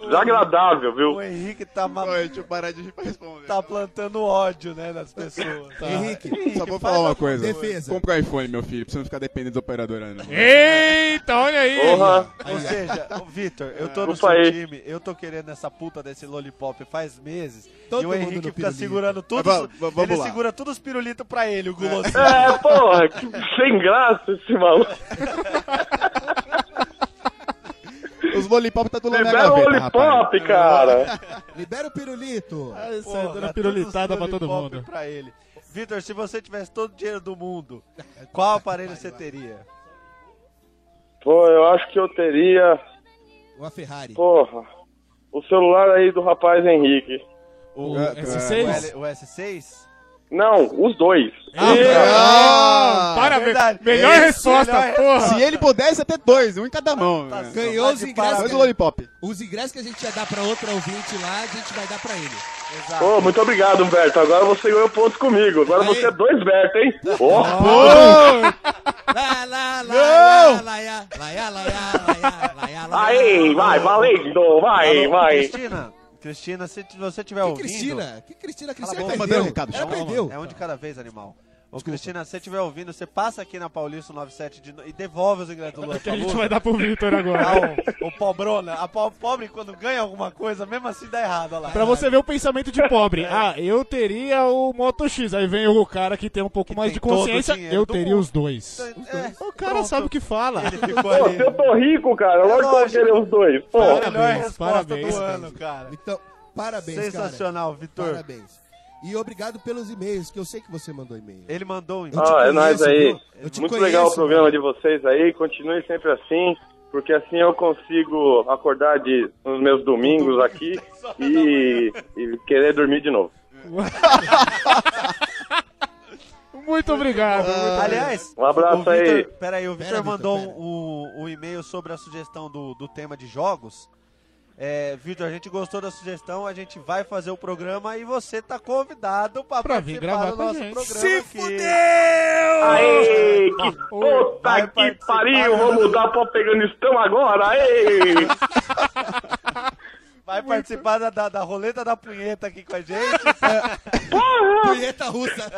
S12: Desagradável,
S4: O
S12: viu?
S4: Henrique tá, ma-
S5: Olha, deixa eu parar de rir pra responder.
S4: tá plantando ódio, né, nas pessoas. tá?
S3: Henrique,
S5: Só vou
S4: faz
S5: falar uma
S4: alguma
S5: coisa.
S3: defesa.
S5: Compra o iPhone, meu filho, pra você não ficar dependendo da operadora, não.
S2: Eita, olha aí!
S12: Porra.
S4: Ou seja, ô, Vitor, eu tô no
S12: Ufa
S4: seu
S12: aí.
S4: time, eu tô querendo essa puta desse lollipop faz meses.
S3: Todo
S4: e o
S3: mundo no
S4: Henrique fica
S3: pirulito.
S4: segurando tudo.
S5: Mas va- va- vamos
S4: ele
S5: lá.
S4: segura todos os pirulitos pra ele, o gulosinho.
S12: É, *laughs* porra, que sem graça esse maluco.
S5: Os lollipop tá tudo lá na
S12: Libera o
S5: gaveta, rapaz.
S12: lollipop, cara.
S3: Libera o pirulito.
S2: Isso
S4: Porra,
S2: aí, dando
S4: todos
S2: pirulitada
S4: os
S2: pra todo
S4: lollipop
S2: mundo.
S4: Pra ele. Vitor, se você tivesse todo o dinheiro do mundo, qual aparelho você teria?
S12: Pô, eu acho que eu teria.
S3: Uma Ferrari.
S12: Porra, o celular aí do rapaz Henrique.
S2: O
S5: É,
S4: O,
S2: S6?
S4: L- o S6?
S12: Não, os dois.
S5: é
S2: Ah, Parabéns!
S4: É verdade.
S2: Melhor
S4: Esse
S2: resposta,
S4: melhor-
S2: porra!
S5: Se ele pudesse, até dois, um em cada mão.
S4: Tá
S5: né?
S4: certo.
S3: Ganhou os
S4: Tá de
S3: ingressos.
S5: Dois
S4: parabéns.
S5: lollipop.
S3: Os ingressos que a gente ia dar pra outra ouvinte lá, a gente vai dar pra ele.
S4: Exato.
S12: Pô, muito obrigado, Humberto. Agora você ganhou pontos comigo. Agora
S3: Aí. Tá
S12: você é dois Berto, hein? Ó,
S3: Lá, lá, lá, lá, lá, lá, lá, lá, lá, lá, lá, lá,
S12: aí, vai, valendo,
S3: Tá
S12: vai,
S4: Alô,
S12: vai.
S4: Cristina, Cristina, se t- você tiver
S3: Que
S4: ouvindo...
S3: Cristina? Que Cristina? Cristina
S4: boca,
S3: perdeu.
S5: mandando recado,
S3: Ela
S5: chama.
S3: perdeu.
S4: É um de cada vez, animal. Ô, Cristina, se você estiver ouvindo, você passa aqui na Paulista 97 de no- e devolve os ingressos do Lula.
S2: Que Então a gente vai dar pro Victor agora.
S4: um, o, o pobrona, a po- pobre quando ganha alguma coisa, mesmo assim dá errado, olha lá.
S2: Pra você ver o pensamento de
S4: *laughs*
S2: pobre.
S4: É.
S2: Ah, eu teria o Moto X. Aí vem o cara que tem um pouco
S4: Que
S2: mais
S4: tem
S2: de
S4: todo o
S2: consciência.
S4: dinheiro
S2: Eu
S4: do
S2: teria
S4: mundo.
S2: os dois.
S4: É,
S2: O cara
S4: pronto.
S2: sabe o que fala.
S4: Ele ficou
S12: Pô,
S4: ali.
S12: se eu tô rico,
S3: É
S12: cara, lógico que eu vou
S4: lógico.
S12: querer os dois. Pô,
S4: Foi a melhor
S2: Parabéns,
S4: resposta
S2: parabéns.
S4: do ano, cara.
S3: Então, parabéns, cara.
S4: Sensacional, Vitor.
S3: Parabéns. E obrigado pelos e-mails, que eu sei que você mandou e-mail.
S4: Ele mandou um
S3: Eu te
S4: e-mail.
S12: Ah, é nóis aí.
S3: viu? Eu te
S12: muito
S3: conheço,
S12: legal o
S3: mano.
S12: programa de vocês aí. Continue sempre assim, porque assim eu consigo acordar de, nos meus domingos aqui
S3: *laughs*
S12: e, e querer dormir de novo.
S2: *laughs* Muito obrigado.
S4: Ah, Aliás,
S12: Um abraço
S4: o Vitor-
S12: aí.
S4: Peraí, o Vitor
S3: Pera,
S4: mandou
S3: Vitor, pera.
S4: um, um e-mail sobre a sugestão do, do tema de jogos. É, Vitor, a gente gostou da sugestão, a gente vai fazer o programa e você tá convidado pra,
S2: Pra vir
S4: participar
S2: gravar
S4: do
S2: com a
S4: nosso
S2: gente.
S4: programa.
S2: Se
S4: aqui.
S12: Aê, que
S4: vai
S12: puta que
S4: participar.
S12: pariu! Vou mudar pro Afeganistão agora, aê!
S4: Vai participar da, da, da roleta da punheta aqui com a gente. *laughs*
S3: Punheta russa.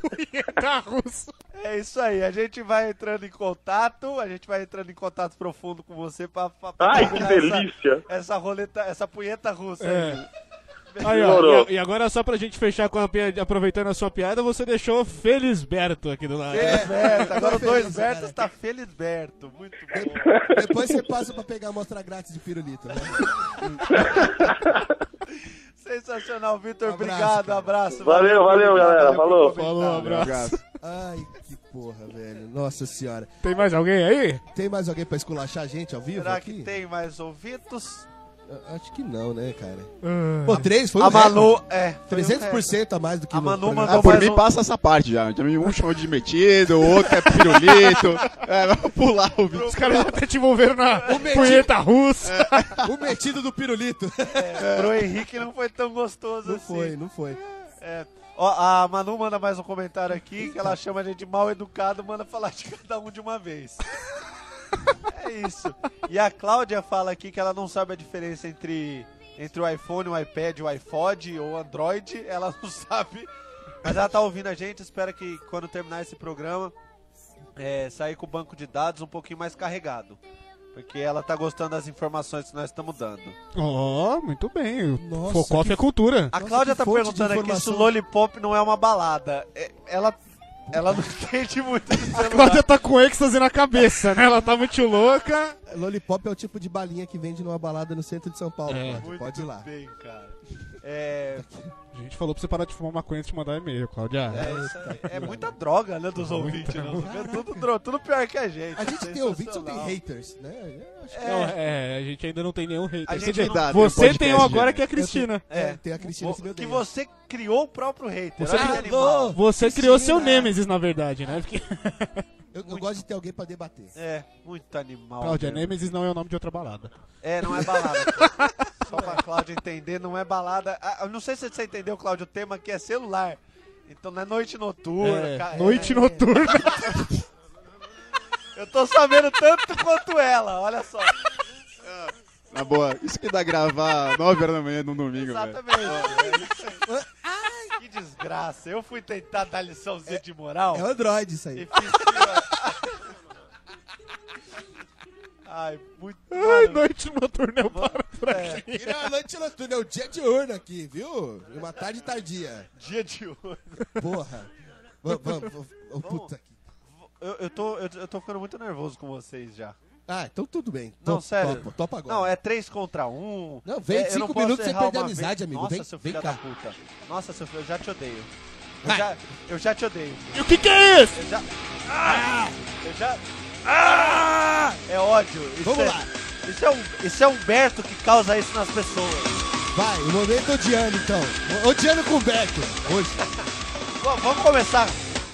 S2: Punheta russa.
S4: É isso aí, a gente vai entrando em contato, a gente vai entrando em contato profundo com você pra, pra pra
S12: Ai, que
S4: combinar
S12: delícia.
S4: Essa, essa roleta, essa punheta russa
S2: É.
S4: aí.
S2: Aí,
S4: Demorou.
S2: ó, e, e agora só pra gente fechar com a piada, aproveitando a sua piada, você deixou Felisberto aqui do lado.
S4: Felisberto, *laughs* agora o
S3: Tô feliz,
S4: dois Bertos tá
S3: cara.
S4: Felisberto, muito
S3: *laughs* bom. Depois você passa pra pegar a amostra grátis de pirulito. Né?
S4: Sensacional, Vitor.
S3: Abraço,
S4: obrigado,
S3: cara.
S4: abraço.
S12: Valeu, valeu,
S4: obrigado,
S12: galera,
S4: por
S12: falou.
S4: comentar.
S2: Falou, abraço.
S3: Ai, que porra, velho. Nossa senhora.
S2: Tem mais alguém aí?
S3: Tem mais alguém pra esculachar a gente ao vivo
S4: Será
S3: aqui?
S4: que tem mais ouvidos?
S3: Eu Acho que não, né, cara?
S2: Ah.
S3: Pô, três foi
S4: A
S3: um recorde.
S4: Manu- é, foi um
S3: 300% a mais do que
S4: A
S3: no
S4: Manu
S3: programa.
S4: mandou
S5: Por mim, passa essa parte já. Então, um chamou de metido, o outro é pirulito. *laughs* É, vamos pular o vídeo.
S2: Os caras até te envolveram
S4: *laughs*
S2: na punheta russa.
S4: É.
S3: O metido
S4: *laughs*
S3: do pirulito.
S4: Pro Henrique não foi tão gostoso
S3: Não
S4: assim.
S3: foi, não foi.
S4: É. Ó, a Manu manda mais um comentário aqui que ela chama a gente de mal educado, manda falar de cada um de uma vez. é isso. E a Cláudia fala aqui que ela não sabe a diferença entre, entre o iPhone, o iPad, o iPod ou Android. Ela não sabe. Mas ela tá ouvindo a gente. Espero que quando terminar esse programa, é, sair com o banco de dados um pouquinho mais carregado. Porque ela tá gostando das informações que nós estamos dando.
S2: Ó, muito bem.
S3: Nossa,
S2: Focoff
S3: que-
S2: é cultura.
S4: A
S3: Nossa,
S4: Cláudia
S3: que
S4: tá
S3: fonte de
S4: perguntando aqui se
S3: informação.
S4: o Lollipop não é uma balada. É, Ela, ela não *laughs* entende muito do
S2: A
S4: celular.
S2: Cláudia tá com êxtase na cabeça, né? Ela tá muito louca.
S3: Lollipop é o tipo de balinha que vende numa balada no centro de São Paulo.
S2: É.
S3: Cláudio.
S4: Muito
S3: Pode ir lá.
S4: bem, cara. É,
S2: A gente falou pra você parar de fumar maconha antes de mandar e-mail, Cláudia.
S4: é, isso aí. É muita droga, né, dos ouvintes. né? Tudo, dro- tudo pior que a gente. é
S3: A gente tem ouvintes ou tem
S4: Sensacional.
S3: haters, né? Eu acho que-
S2: Não, é, a gente ainda não tem nenhum hater.
S4: A gente
S2: Quer dizer,
S4: não dá,
S5: né,
S2: você tem um
S5: podcast,
S2: agora
S5: gente.
S2: que é a Cristina.
S3: É, tem a Cristina
S4: Vo-
S3: que me
S4: que
S3: odeia.
S4: você criou o próprio hater.
S2: Você
S4: Olha que
S3: criou.
S4: animal.
S2: Você criou seu
S3: Cristina.
S2: Nemesis, na verdade, né? Porque...
S3: Eu, eu gosto de ter alguém pra debater.
S4: É, muito animal.
S2: Cláudia,
S4: mesmo.
S2: Nemesis não é o nome de outra balada.
S4: É, não é
S3: *laughs*
S4: balada. Só pra Cláudio entender, não é balada. Ah, eu não sei se você entendeu, Cláudio, o tema aqui é celular. Então não é noite noturna.
S2: É,
S4: ca-
S2: noite noturna. *laughs*
S4: Eu tô sabendo tanto quanto ela, olha só.
S5: Na boa, isso que dá gravar 9 horas da manhã num domingo, velho.
S4: Exatamente. É isso aí. Ai, que desgraça. Eu fui tentar dar liçãozinha de moral.
S3: É o Android isso
S4: E
S3: aí.
S4: fiz pior. Ai, muito.
S2: Ai,
S4: mano,
S2: noite noturna eu paro por
S4: É.
S2: aqui.
S3: E na noite noturna, é o dia de urna aqui, viu? E uma tarde tardia.
S4: dia de hoje.
S3: Porra. Vamos, vamos, vamos. Oh, puta que...
S4: Eu, eu tô, eu, eu tô ficando muito nervoso com vocês já.
S3: Ah, então tudo bem.
S4: Não,
S3: Top-
S4: sério.
S3: Topa, topa agora.
S4: Não, é 3 contra É, 1.
S3: Não, vem cinco minutos sem perder a amizade, amigo.
S4: Nossa,
S3: Vem-
S4: seu
S3: vem
S4: filho
S3: cá.
S4: da puta. Nossa, seu filho, eu já te odeio. Eu já, eu já te odeio.
S2: E o que que é isso? Ah!
S4: Eu já. Eu já. É ódio. Isso
S3: Vamos
S4: é-
S3: lá.
S4: Isso é, um, isso é Humberto que causa isso nas pessoas.
S3: Vai, o momento odiando, então. O- Odiando com o Beto. Hoje.
S4: Bom, vamos começar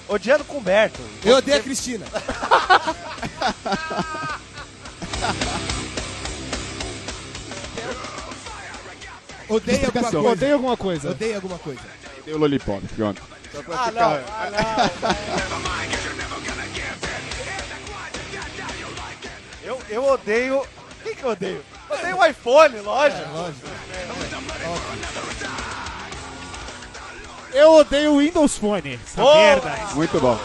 S4: odiando com Humberto.
S3: Eu odeio a Cristina. odeio alguma
S5: Explicação.
S3: coisa.
S2: Odeio alguma coisa.
S3: Odeio alguma coisa.
S5: Tem o Lollipop, pronto.
S4: Ah, não. Ah, não. eu, eu odeio. Quem que eu odeio? Odeio o iPhone, lógico.
S2: É,
S3: Lógico.
S2: Eu odeio o Windows Phone. Essa
S4: Boa!
S2: merda.
S5: Muito bom.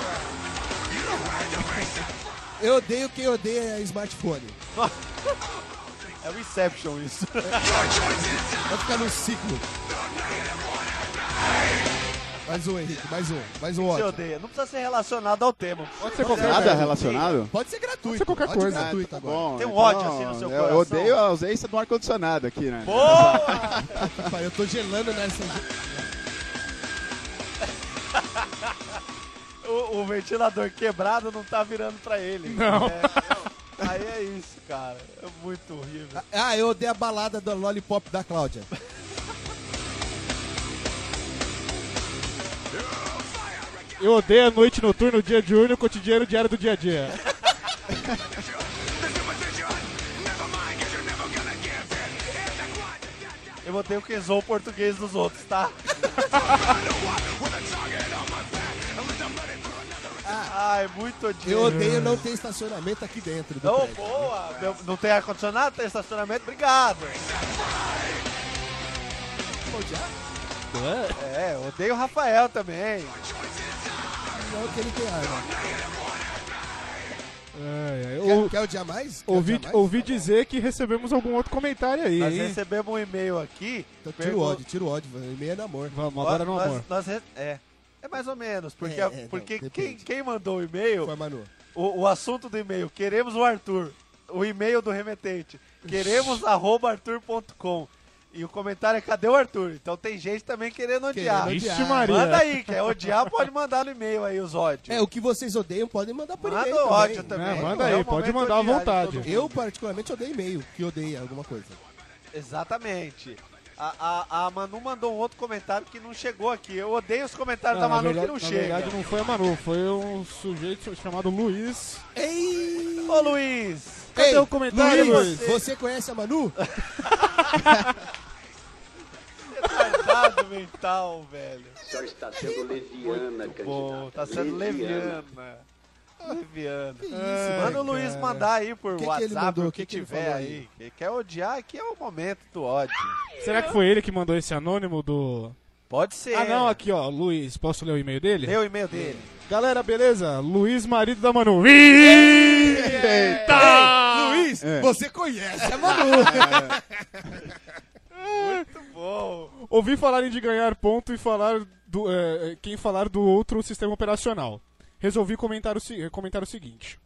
S3: Eu odeio quem odeia smartphone.
S4: É o Inception isso.
S3: Vai ficar num ciclo. Mais um, Henrique. Mais um. Mais um
S4: Você
S3: ótimo.
S4: odeia. Não precisa ser relacionado ao tema.
S2: Pode ser qualquer
S5: Nada
S2: coisa.
S5: relacionado?
S3: Pode ser gratuito. Pode
S2: ser qualquer
S3: pode
S2: coisa.
S3: gratuito
S5: Tá
S3: agora.
S5: bom. É,
S4: Tem um ódio, assim, no seu
S5: eu
S4: coração.
S5: odeio a ausência do ar-condicionado aqui, né?
S4: Boa!
S3: *laughs* Pô, Eu tô gelando nessa...
S4: *laughs* O, o ventilador quebrado não tá virando pra ele.
S2: Não.
S4: É, aí é isso, cara. É muito horrível.
S3: Ah, eu odeio a balada do Lollipop da Cláudia.
S2: Eu odeio a noite noturna, o dia diurno, o cotidiano, o diário do dia a dia.
S4: Eu odeio quem zoa o português dos outros, tá?
S8: *laughs*
S4: Ai, muito odio.
S2: É.
S3: Eu odeio não ter estacionamento aqui dentro do
S4: Não,
S3: prédio.
S4: boa! Não- Não tem ar-condicionado, tem estacionamento, obrigado! É, eu odeio o Rafael também.
S8: não que ele tem arma.
S2: É, é.
S8: Quer,
S2: Ou-
S8: quer odiar mais? Quer
S2: Ouvi,
S8: odiar mais?
S2: ouvi dizer que recebemos algum outro comentário aí.
S4: Nós
S2: hein?
S4: recebemos um e-mail aqui.
S8: Então tira o
S4: pergun-
S8: ódio, tira o ódio. velho. E-mail é no amor.
S2: Vamos, agora no
S4: Nós-
S2: amor.
S4: nós re- é. É mais ou menos, porque,
S8: É,
S4: a-
S8: é, não,
S4: porque
S8: depende.
S4: quem, quem mandou o e-mail,
S8: Foi, Manu.
S4: o, o assunto do e-mail, queremos o Arthur. O e-mail do remetente, queremos arroba arthur.com. E o comentário é cadê o Arthur? Então tem gente também querendo odiar.
S8: Querendo
S2: Ixi, Maria.
S4: Manda aí, quer odiar, pode mandar no e-mail aí os ódios.
S8: É, o que vocês odeiam podem mandar por
S4: Manda
S8: e-mail.
S4: o
S8: também.
S4: ódio também.
S2: É, manda
S4: É
S2: aí,
S4: o
S2: pode
S4: momento
S2: mandar à
S4: odiar de
S2: vontade.
S4: todo mundo.
S8: Eu, particularmente, odeio e-mail que odeia alguma coisa.
S4: Exatamente. A, a, a Manu mandou um outro comentário que não chegou aqui. Eu odeio os comentários da
S2: Ah, na
S4: Manu
S2: verdade,
S4: que tá não
S2: na
S4: chega.
S2: verdade, não foi a Manu, foi um sujeito chamado Luiz.
S8: Ei!
S4: Ô Luiz!
S2: Cadê o comentário,
S8: Luiz,
S2: Luiz?
S8: Você conhece a Manu?
S4: Retardado mental, velho.
S13: senhora está sendo leviana,
S4: Pô,
S13: candidato.
S4: tá sendo leviana. Leviana. Ah,
S8: isso,
S4: Manda o
S8: velho,
S4: Luiz
S8: cara.
S4: mandar aí por
S8: Que que ele
S4: WhatsApp,
S8: mandou?
S4: o
S8: Que
S4: que,
S8: que ele
S4: tiver
S8: falou
S4: aí.
S8: aí?
S4: Ele quer odiar, aqui é o momento do ódio.
S2: Será que foi ele que mandou esse anônimo do.
S4: Pode ser.
S2: Ah, não, aqui ó, Luiz, posso ler o e-mail dele?
S4: Lê o e-mail dele.
S2: Galera, beleza? Luiz, marido da Manu. Eita!
S8: Luiz,
S5: É.
S8: você conhece a Manu. *laughs*
S4: Bom,
S2: Ouvi falarem de ganhar ponto e falar do, eh, quem falar do outro sistema operacional. Resolvi comentar o, se- eh, comentar o seguinte.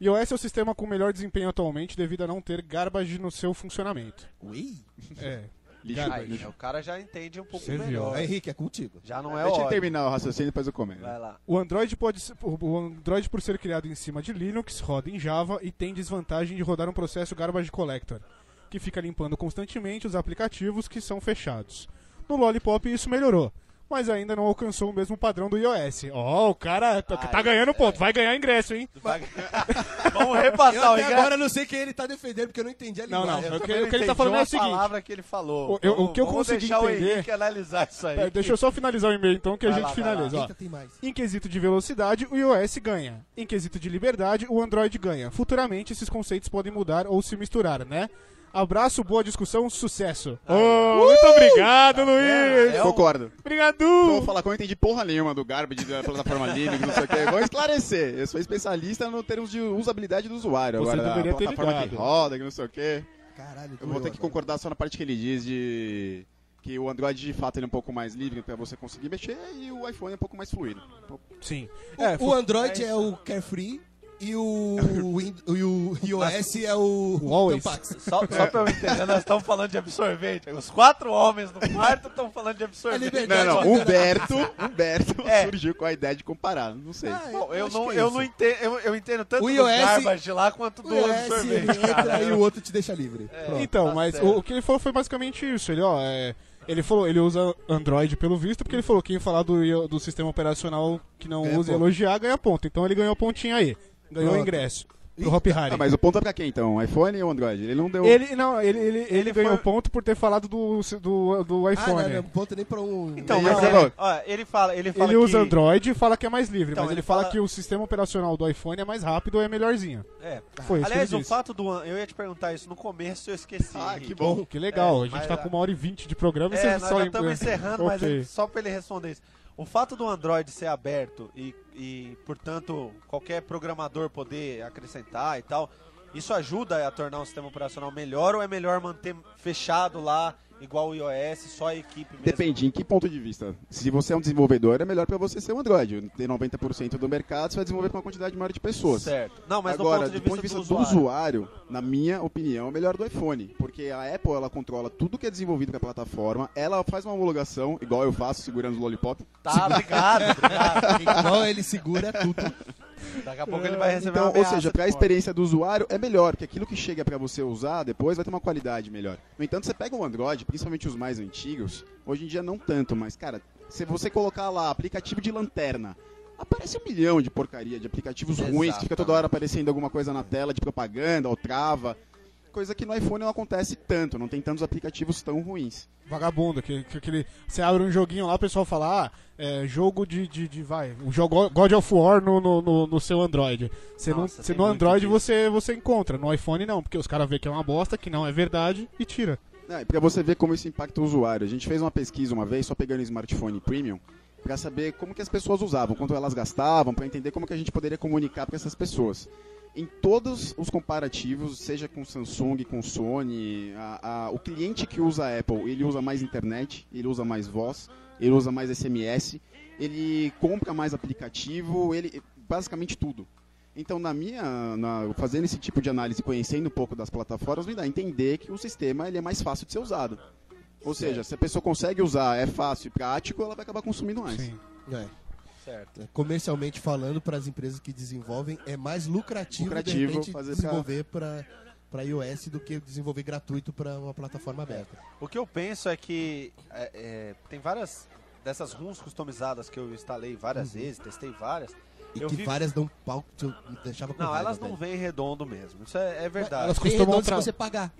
S2: iOS é o sistema com melhor desempenho atualmente devido a não ter garbage no seu funcionamento.
S8: Ui.
S2: É.
S5: Lixo,
S2: Garbage.
S4: aí, o cara já entende um pouco
S2: Você viu.
S4: melhor.
S8: Ó, Henrique, é contigo.
S4: Já não é
S5: Deixa eu
S4: ódio.
S5: terminar o raciocínio e depois eu comento.
S4: Vai lá.
S2: O Android pode ser- o Android por ser criado em cima de Linux roda em Java e tem desvantagem de rodar um processo garbage collector, que fica limpando constantemente os aplicativos que são fechados. No Lollipop isso melhorou, mas ainda não alcançou o mesmo padrão do iOS. Ó, o cara tá, tá
S4: Ai, é.
S2: ganhando ponto, vai ganhar ingresso, hein?
S4: *laughs* Vamos
S8: Eu
S4: repassar o
S8: até
S4: ingresso.
S8: agora não sei quem ele tá defendendo, porque eu não entendi a
S2: Não,
S8: linguagem.
S2: não,
S4: Eu
S2: o que-
S4: também Tá, não
S2: o que ele tá
S4: entendi
S2: falando é o
S4: uma
S2: seguinte.
S4: palavra que ele falou.
S2: O- eu- o
S4: Vamos-
S2: que eu
S4: vamos
S2: consegui
S4: deixar o
S2: entender-
S4: Henrique analisar isso aí.
S2: Pera, Deixa eu só finalizar o e-mail então que a
S4: Vai
S2: gente
S4: lá, vai lá.
S2: finaliza. ó.
S8: Eita, tem mais.
S2: Em quesito de velocidade, o iOS ganha. Em quesito de liberdade, o Android ganha. Futuramente, esses conceitos podem mudar ou se misturar, né? Abraço, boa discussão, sucesso. Oh,
S8: Uh!
S2: Muito obrigado,
S8: Tá
S2: Luiz.
S4: É um-
S5: Concordo. Eu vou
S2: Obrigado.
S5: falar como eu entendi porra nenhuma do Garbage
S4: *laughs*
S5: da plataforma Linux, não sei o que. Vou esclarecer. Eu sou especialista no termos de usabilidade do usuário.
S2: Você
S5: Agora,
S2: deveria
S5: a
S2: ter
S5: plataforma
S2: ligado.
S5: que roda, que não sei o que.
S8: Caralho,
S5: Eu vou ter que concordar só na parte que ele diz de que o Android de fato ele é um pouco mais livre pra você conseguir mexer e o iPhone é um pouco mais fluido.
S2: Sim. É,
S8: É, o Android é, o Carefree e o, Win- e o iOS é o,
S2: O Always.
S8: Tampax.
S4: Só, só pra eu entender, nós estamos falando de absorvente. Os quatro homens no quarto estão falando de
S8: É
S4: absorvente.
S8: liberdade.
S5: Não,
S4: *laughs*
S5: não, Humberto, Humberto
S4: É.
S5: surgiu com a ideia de comparar, não sei.
S8: Ah,
S4: Bom, eu
S8: acho
S4: não,
S8: que é
S4: eu
S8: isso.
S4: não entendo, eu, eu entendo tanto
S8: O
S4: do
S8: iOS
S4: Garbage lá quanto do
S8: O iOS
S4: absorvente, cara.
S8: entra e o outro te deixa livre. Pronto.
S2: Então,
S4: tá
S2: mas
S4: certo.
S2: o, o que ele falou foi basicamente isso. Ele, ó, é, ele falou, ele usa Android pelo visto, porque ele falou que ia falar do, io- do sistema operacional que não
S8: Ganha
S2: usa e
S8: ponto.
S2: elogiar, ganha ponto. Então ele ganhou pontinho aí. Ganhou o
S8: Pronto.
S2: ingresso. Pro Hop Harry.
S5: Ah, mas o ponto é pra quem então? iPhone ou Android? Ele não deu.
S2: Ele, não, ele, ele, ele,
S4: Ele
S2: ganhou
S4: foi-
S2: ponto por ter falado do, do, do
S8: Ah, não,
S2: iPhone.
S8: não, não ponto nem pra um...
S4: Então,
S5: Ele
S4: mas
S5: falou.
S4: ele, ó, ele fala, ele fala
S2: Ele usa
S4: que-
S2: Android e fala que é mais livre,
S4: Então,
S2: mas ele,
S4: ele
S2: fala
S4: fala-
S2: que o sistema operacional do iPhone é mais rápido e é melhorzinho.
S4: É.
S2: Foi isso
S4: Aliás,
S2: que ele
S4: o
S2: disse.
S4: fato do An- eu ia te perguntar isso no começo, eu esqueci.
S5: Ah,
S4: Henrique.
S5: que bom.
S2: Que legal,
S4: É,
S2: a gente
S4: mas
S2: tá
S4: a-
S2: com uma hora e vinte de programa e
S4: É,
S2: você
S4: nós
S2: só
S4: já
S2: lembra- *laughs*
S4: estamos encerrando, mas
S2: Ok.
S4: é só pra ele responder isso. O fato do Android ser aberto e, e, portanto, qualquer programador poder acrescentar e tal, isso ajuda a tornar o sistema operacional melhor ou é melhor manter fechado lá, igual o iOS, só a equipe mesmo?
S5: Depende, em que ponto de vista? Se você é um desenvolvedor, é melhor pra você ser um Android. Tem 90% do mercado, você vai desenvolver pra uma quantidade maior de pessoas.
S4: Certo. Não, mas
S5: Agora,
S4: do ponto de vista,
S5: do, usuário. na minha opinião, é melhor do iPhone. Porque a Apple, ela controla tudo que é desenvolvido pela plataforma, ela faz uma homologação, igual eu faço segurando o Lollipop.
S4: Tá, obrigado,
S5: *laughs*
S4: obrigado.
S8: Igual ele segura tudo.
S4: Daqui a pouco ele vai receber
S5: Então,
S4: uma
S5: ou
S4: ameaça
S5: seja,
S4: de
S5: para a
S4: morte.
S5: experiência do usuário é melhor, porque aquilo que chega para você usar depois vai ter uma qualidade melhor. No entanto, você pega o Android, principalmente os mais antigos, hoje em dia não tanto, mas cara, se você colocar lá aplicativo de lanterna, aparece um milhão de porcaria de aplicativos ruins que fica toda hora aparecendo alguma coisa na tela de propaganda ou trava. Coisa que no iPhone não acontece tanto, não tem tantos aplicativos tão ruins.
S2: Vagabundo, que, que, aquele- você abre um joguinho lá, o pessoal fala, ah, é jogo de, de, de- vai, o jogo God of War no, no, no, no seu Android. Você não,
S4: Nossa,
S2: você
S4: tem
S2: no
S4: muito
S2: Android
S4: disso.
S2: você, você encontra, no iPhone não, porque os caras vê que é uma bosta, que não é verdade e tira.
S5: É, pra você ver como isso impacta o usuário. A gente fez uma pesquisa uma vez, só pegando o smartphone premium, para saber como que as pessoas usavam, quanto elas gastavam, para entender como que a gente poderia comunicar para essas pessoas. Em todos os comparativos, seja com Samsung, com Sony, a- a- o cliente que usa a Apple, ele usa mais internet, ele usa mais voz, ele usa mais SMS, ele compra mais aplicativo, ele basicamente tudo. Então, na minha, na- fazendo esse tipo de análise, conhecendo um pouco das plataformas, me dá a entender que o sistema ele é mais fácil de ser usado. Ou seja, se a pessoa consegue usar, é fácil e prático, ela vai acabar consumindo mais.
S8: É.
S4: Certo.
S8: Comercialmente falando, para as empresas que desenvolvem, é mais lucrativo,
S5: Lucrativo
S8: de repente,
S5: fazer essa-
S8: desenvolver para para iOS do que desenvolver gratuito para uma plataforma aberta.
S4: O que eu penso é que é, é, tem várias dessas runs customizadas que eu instalei várias
S8: Uhum.
S4: vezes, testei várias.
S8: E
S4: eu
S8: que
S4: vi-
S8: várias dão pau que eu me deixava com
S4: Não,
S8: raiva,
S4: elas não
S8: velho.
S4: vêm redondo mesmo. Isso é, é verdade.
S8: Elas costumam se você pagar.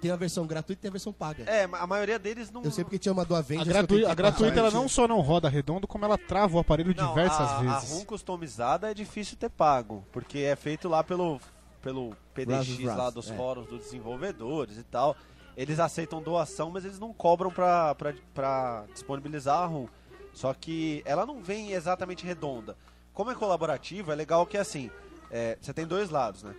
S8: Tem a versão gratuita e tem a versão paga.
S4: É, a maioria deles não.
S8: Eu sei porque tinha uma do
S2: A,
S8: Avengers. que eu
S2: gratui-
S8: tentei
S2: a gratuita
S8: passar,
S2: ela
S8: eu
S2: não
S8: tinha-
S2: só não roda redondo, como ela trava o aparelho
S4: Não,
S2: diversas
S4: a, A
S2: vezes.
S4: ROM customizada é difícil ter pago, porque é feito lá pelo, pelo PDX
S2: Razzle
S4: lá
S2: Dazzle,
S4: dos
S2: é.
S4: fóruns dos desenvolvedores e tal. Eles aceitam doação, mas eles não cobram pra, pra, pra disponibilizar a ROM. Só que ela não vem exatamente redonda. Como é colaborativo, é legal que assim, é, você tem dois lados, né?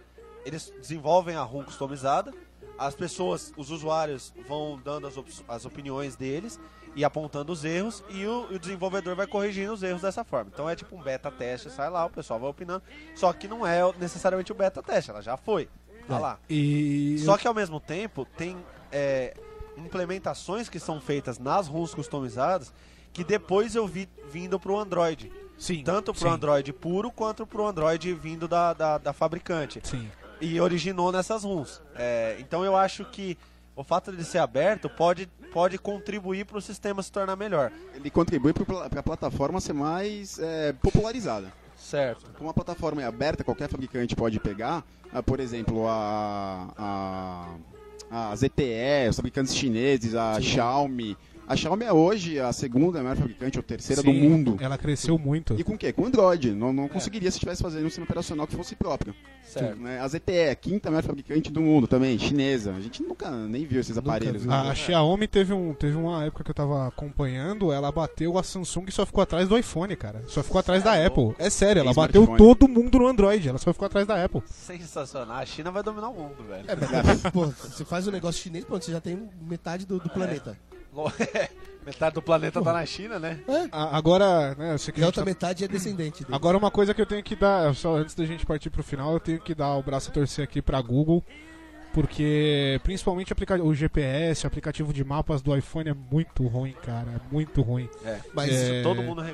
S4: Eles desenvolvem a ROM customizada, as pessoas, os usuários vão dando as, ops- as opiniões deles e apontando os erros e o, e o desenvolvedor vai corrigindo os erros dessa forma. Então é tipo um beta teste, sai lá, o pessoal vai opinando, só que não é necessariamente o beta teste, ela já foi. Tá
S2: É.
S4: lá.
S2: E
S4: Só que ao mesmo tempo tem é, implementações que são feitas nas ROMs customizadas que depois eu vi vindo pro Android.
S2: Sim.
S4: Tanto pro
S2: sim.
S4: Android puro quanto pro Android vindo da, da, da fabricante.
S2: Sim.
S4: E originou nessas ROMs. É, então eu acho que o fato de ser aberto pode, pode contribuir pro sistema se tornar melhor.
S5: Ele contribui para a plataforma ser mais é, popularizada.
S4: Certo.
S5: Como a plataforma é aberta, qualquer fabricante pode pegar, ah, por exemplo, a, a, a ZTE, os fabricantes chineses, a Xiaomi. A Xiaomi é hoje a segunda maior fabricante, ou terceira do
S2: Sim, É.
S5: mundo.
S2: Ela cresceu muito.
S5: E com o quê? Com Android. Não, não conseguiria se estivesse fazendo um sistema operacional que fosse próprio.
S4: Certo.
S5: Né? A ZTE, a quinta maior fabricante do mundo também, chinesa. A gente nunca nem viu esses aparelhos. né?
S2: A Xiaomi teve, um, teve uma época que eu tava acompanhando, ela bateu a Samsung e só ficou atrás do iPhone, cara. Só ficou atrás da Apple. É sério, ela
S4: Tem
S2: bateu
S4: smartphone.
S2: todo mundo no Android, ela só ficou atrás da Apple.
S4: Sensacional. A China vai dominar o mundo, velho.
S8: É, mas, *laughs* pô, você faz um negócio chinês, pronto, você já tem metade do, do
S4: É.
S8: planeta.
S4: Lo- *laughs* Metade do planeta tá na China, né?
S2: A- agora, né, eu sei que
S8: E a
S2: gente
S8: outra
S2: tá-
S8: metade é descendente dele.
S2: Agora uma coisa que eu tenho que dar, só antes da gente partir pro final, eu tenho que dar o braço a torcer aqui pra Google, porque principalmente aplica- o GPS, o aplicativo de mapas do iPhone é muito ruim, cara, é muito ruim.
S8: Mas
S2: É,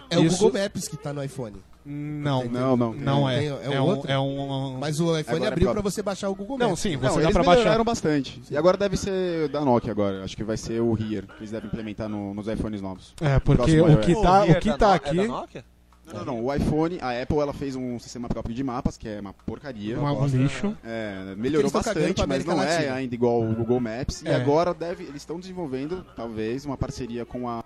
S8: É o
S2: isso-
S8: Google Maps que tá no iPhone.
S2: Não,
S8: Tem-
S2: não, não,
S8: tem-
S2: não é.
S8: tem-
S2: É,
S8: é
S2: um,
S8: outro?
S2: é um- um-
S8: Mas o iPhone
S5: Agora é
S8: abriu pra
S5: próprio.
S8: você baixar o Google Maps.
S2: Não, sim,
S5: Não,
S2: você dá
S5: eles
S2: pra baixar.
S5: melhoraram bastante. E agora deve ser da Nokia agora. Acho que vai ser o Rear que eles devem implementar no- nos iPhones novos.
S2: É, porque
S5: Próximo
S2: o que
S5: iOS.
S2: tá- o
S4: é
S2: que tá aqui-
S5: Não, não, não. O iPhone, a Apple, ela fez um sistema próprio de mapas, que é uma porcaria.
S2: Um
S5: Bosta.
S2: lixo.
S5: É, melhorou
S2: Eles tão cagando
S5: bastante,
S2: pra
S5: mas
S2: América
S5: não é
S2: Latina.
S5: ainda igual o Google Maps. E
S2: É.
S5: agora deve, eles estão desenvolvendo, talvez, uma parceria com a,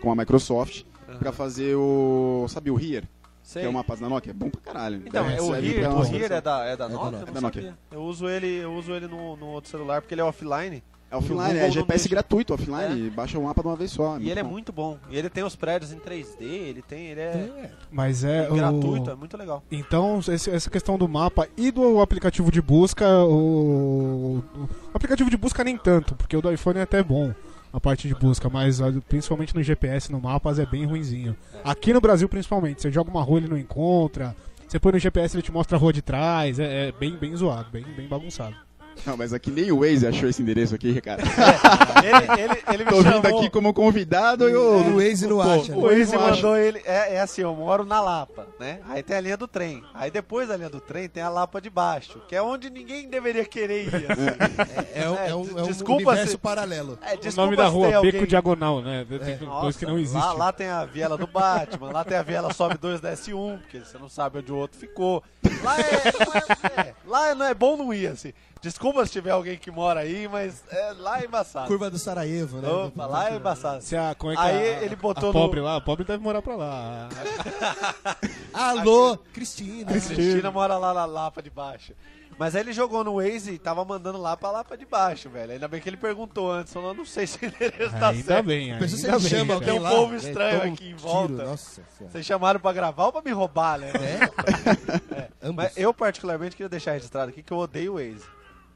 S5: com a Microsoft
S4: Aham.
S5: pra fazer o... Sabe o Rear?
S4: Sei.
S5: Que é um mapa da Nokia. É bom pra caralho.
S4: Então,
S5: Deve
S4: é o
S5: servir
S4: Rear,
S5: pra
S4: o
S5: uma
S4: Rear
S5: solução.
S4: é da, é da Nokia?
S5: É
S4: Eu
S5: da
S4: não
S5: Nokia.
S4: sabia. Eu uso ele, eu uso ele no, no outro celular porque ele é offline.
S5: É offline, é GPS gratuito, offline. Baixa o mapa de uma vez só.
S4: É. E ele é muito bom. E ele tem os prédios em 3D, ele tem, ele é,
S2: Mas é. o-
S4: gratuito, é muito legal.
S2: Então, esse- essa questão do mapa e do aplicativo de busca, o, o aplicativo de busca nem tanto, porque o do iPhone é até bom a parte de busca, mas a- principalmente no GPS, no mapas, é bem ruinzinho. Aqui no Brasil, principalmente, você joga uma rua ele não encontra, você põe no GPS ele te mostra a rua de trás, é, é bem, bem zoado, bem, bem bagunçado.
S5: Não, mas aqui nem o Waze achou esse endereço aqui, cara.
S4: *laughs* ele, ele, ele me
S5: Tô vindo
S4: chamou-
S5: aqui como convidado e o...
S8: É O Waze né? não
S5: Pô,
S8: acha.
S4: O
S5: Waze
S4: Waze
S5: não
S4: mandou ele. É, é assim, eu moro na Lapa, né? Aí tem a linha do trem. Aí depois da linha do trem tem a Lapa de baixo, que é onde ninguém deveria querer ir.
S2: *laughs*
S4: assim.
S8: É, um- é um, é um
S4: desculpa
S8: universo
S4: se-
S8: paralelo.
S4: É,
S2: O nome
S4: desculpa
S2: da
S4: se tem
S2: rua,
S4: alguém-
S2: Beco Diagonal, né? Tem
S4: É,
S2: coisa
S4: nossa,
S2: que não existe.
S4: Lá, lá tem a viela do Batman, lá tem a viela sobe 2 da S1, porque você não sabe onde o outro ficou. Lá é, não é- é, lá não é bom não ir, assim. Desculpa se tiver alguém que mora aí, mas é, lá é embaçado.
S8: Curva do Sarajevo, né?
S4: Opa, lá é embaçado.
S2: Se a- como é que
S4: Aí
S2: a-
S4: ele
S2: a
S4: botou no...
S2: pobre lá, a pobre deve morar pra lá.
S8: Alô, Cristina.
S4: A Cristina mora lá na Lapa de baixo. Mas aí ele jogou no Waze e tava mandando lá pra lá pra de baixo, velho. Ainda bem que ele perguntou antes, falou, não sei se o endereço tá
S2: É, Ainda
S4: certo.
S2: bem,
S4: Pensou se
S2: ainda
S4: ele
S2: bem,
S4: chama,
S2: cara.
S4: tem um
S2: Lá,
S4: povo
S8: né?
S2: é,
S4: estranho
S2: toma um
S4: aqui em
S2: tiro,
S4: volta.
S2: nossa senhora.
S4: Vocês chamaram pra gravar ou pra me roubar, né? É. Mas eu particularmente queria deixar registrado aqui que eu odeio o Waze.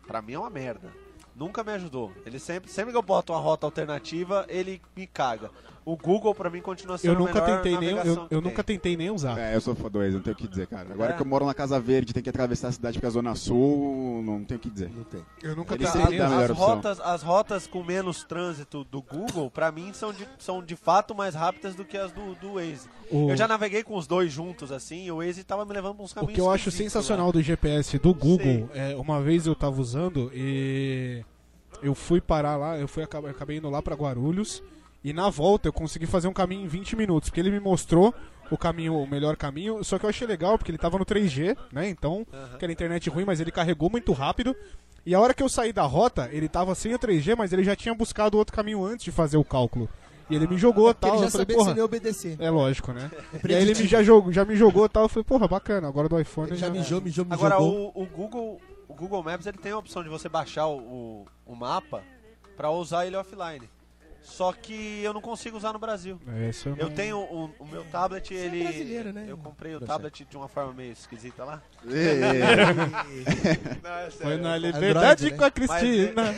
S4: Pra mim é uma merda. Nunca me ajudou. Ele sempre, sempre que eu boto uma rota alternativa, ele me caga. O Google pra mim continua sendo
S2: Eu nunca
S4: a melhor
S2: tentei nem,
S4: navegação
S2: eu,
S4: que
S2: eu
S4: tem.
S2: nunca tentei nem usar.
S5: É, eu sou fã do Waze, não tenho o que dizer, cara. Agora
S4: É.
S5: que eu moro na Casa Verde, tem que atravessar a cidade porque é a Zona Sul, não tenho o que dizer. Não
S8: tem.
S2: Eu nunca
S5: Ele
S4: Cara,
S5: sempre dá é a
S4: as,
S5: melhor
S4: as
S5: opção.
S4: rotas, as rotas com menos trânsito do Google, pra mim, são de, são de fato mais rápidas do que as do, do Waze.
S2: O-
S4: Eu já naveguei com os dois juntos, assim, e o Waze tava me levando pra uns
S2: O
S4: caminhos
S2: que eu acho
S8: né?
S4: esquisitos
S2: sensacional
S4: lá.
S2: do GPS do Google é uma vez eu tava usando e eu fui parar lá, eu fui acabei, acabei indo lá pra Guarulhos e na volta eu consegui fazer um caminho em 20 minutos, porque ele me mostrou o caminho, o melhor caminho, só que eu achei legal porque ele tava no 3G, né? Então, que era internet ruim, mas ele carregou muito rápido. E a hora que eu saí da rota, ele tava sem o 3G, mas ele já tinha buscado outro caminho antes de fazer o cálculo. E ele me jogou, tal,
S8: Ah, Ele já
S2: eu falei,
S8: sabia que
S2: porra.
S8: você não ia obedecer.
S2: É lógico, né? e aí ele
S8: Preditivo.
S2: me já, jogou, já me jogou e tal. Eu falei, porra, bacana, agora do iPhone. é."
S8: Ele já mijou, mijou, mijou.
S4: Agora,
S8: jogou.
S4: o, o Google o Google Maps ele tem a opção de você baixar o, o, o mapa pra usar ele offline. Só que eu não consigo usar no Brasil.
S2: É, isso eu
S4: eu
S2: não-
S4: tenho um, o, o meu tablet,
S2: é
S4: ele.
S8: brasileiro, né?
S4: Eu comprei o
S8: Dá
S4: tablet de uma forma meio esquisita lá.
S8: *laughs* É,
S5: é,
S2: Ei.
S4: Não, é sério.
S2: Foi na liberdade com a Cristina.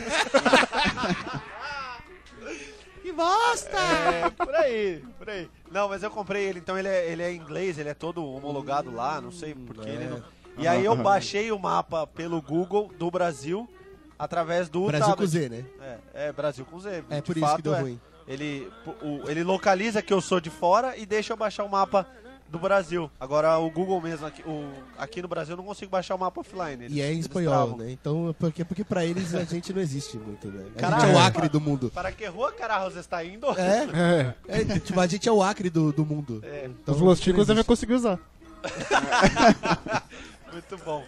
S4: Que bosta! É, por aí, por aí. Não, mas eu comprei ele, então ele é, ele é inglês, ele é todo homologado lá, não sei porque ele não. E aí eu baixei o mapa pelo Google do Brasil através do
S8: Brasil com
S4: tablet.
S8: Z, né?
S4: É, é, Brasil com Z.
S8: É,
S4: de
S8: por isso que
S4: fato,
S8: deu
S4: é.
S8: ruim.
S4: Ele, o- ele localiza que eu sou de fora e deixa eu baixar o mapa do Brasil. Agora o Google mesmo, aqui, o- aqui no Brasil eu não consigo baixar o mapa offline. eles-
S8: E é em
S4: eles
S8: espanhol,
S4: travam.
S8: né? Então, porque, porque pra eles a gente não existe muito, né? A
S4: Caralho.
S8: gente é o Acre do mundo.
S4: Para que rua, caralho, você está indo? *laughs*
S8: É? É, tipo, a gente é o Acre do, do mundo. Então,
S4: É.
S3: então,
S2: Os Los Chicos devem conseguir usar.
S4: Muito bom.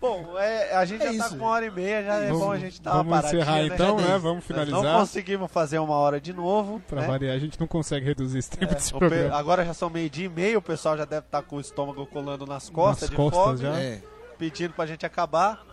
S4: Bom, é, a gente
S8: É
S4: já tá
S8: isso.
S4: com uma hora e meia, já é
S2: Vamos-
S4: bom a gente dar
S2: vamos
S4: uma paradinha.
S2: encerrar então, né?
S4: Já deu.
S2: Vamos finalizar.
S4: Não conseguimos fazer uma hora de novo.
S2: Pra
S4: né?
S2: variar, a gente não consegue reduzir esse tempo
S4: É,
S2: desse
S4: o pe-
S2: programa.
S4: Agora já são meio dia e meio, o pessoal já deve estar com o estômago colando nas
S2: Nas
S4: costas de
S2: costas
S4: fome,
S2: já.
S4: né? pedindo pra gente acabar.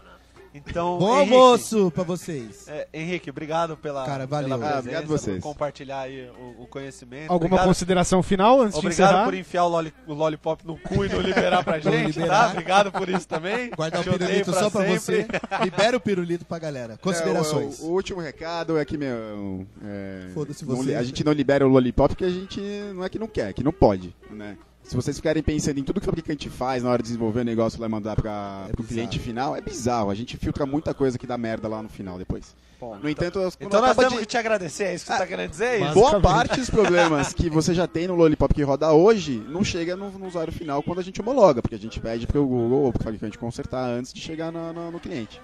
S4: Então,
S8: É. Bom
S4: Henrique,
S8: almoço pra vocês.
S4: é, Henrique, obrigado pela,
S8: Cara, valeu.
S4: pela
S8: Ah,
S4: presença,
S8: obrigado
S5: vocês.
S4: por compartilhar aí o, o conhecimento.
S2: Alguma
S4: Obrigado-
S2: consideração final antes de
S4: Obrigado
S2: encerrar?
S4: por enfiar o, loli- o lollipop no cu e não liberar pra
S8: Não
S4: gente,
S8: liberar.
S4: tá? Obrigado por isso também.
S8: Guardar o
S4: Te odeio
S8: pirulito só pra você.
S4: tá sempre.
S8: Libera o pirulito pra galera. Considerações.
S5: É, o, o último recado é que, meu. é,
S8: Foda-se
S5: não
S8: você.
S5: li- a gente não libera o Lollipop porque a gente não é que não quer, que não pode, né? Se vocês ficarem pensando em tudo que o fabricante faz na hora de desenvolver o negócio lá e mandar para o cliente final, é bizarro. A gente filtra muita coisa que dá merda lá no final depois. no entanto, as- quando
S4: Então nós
S5: acaba
S4: temos
S5: de-
S4: que te agradecer, é isso que você tá querendo dizer? é isso?
S5: Boa parte dos problemas que você já tem no Lollipop que roda hoje não chega no, no usuário final quando a gente homologa, porque a gente pede para o Google ou para o fabricante consertar antes de chegar na- na- no cliente.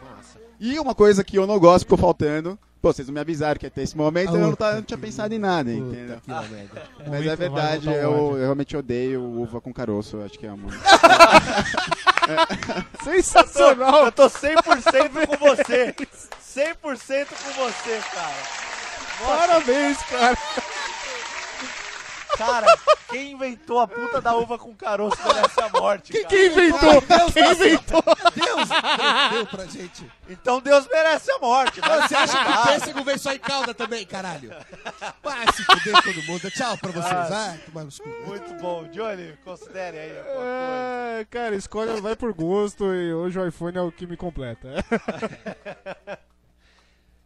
S5: E uma coisa que eu não gosto, ficou faltando. Pô, vocês não me avisaram que ia ter esse momento, eu não, tá- não tinha pensado em nada, entendeu? Mas é verdade,
S2: vai voltar um
S5: eu,
S2: o
S5: eu realmente odeio uva com caroço, eu acho que é uma.
S2: Sensacional!
S4: Eu tô 100% com você. 100% com você, cara.
S2: Parabéns, cara!
S4: Cara, quem inventou a puta da uva com caroço merece a morte, cara.
S2: Quem
S8: Ah,
S2: inventou? Quem inventou?
S8: tá Deus deu pra gente.
S4: Então Deus merece a morte. tá? vai
S8: Você acha que o
S4: parar.
S8: pêssego veio só em calda também, caralho? Vai se fuder todo mundo. Tchau pra vocês. Vai tomar nos cu.
S4: *laughs* Muito bom. Johnny, considere aí. alguma coisa.
S2: É, cara, escolha vai por gosto e hoje o iPhone é o que me completa.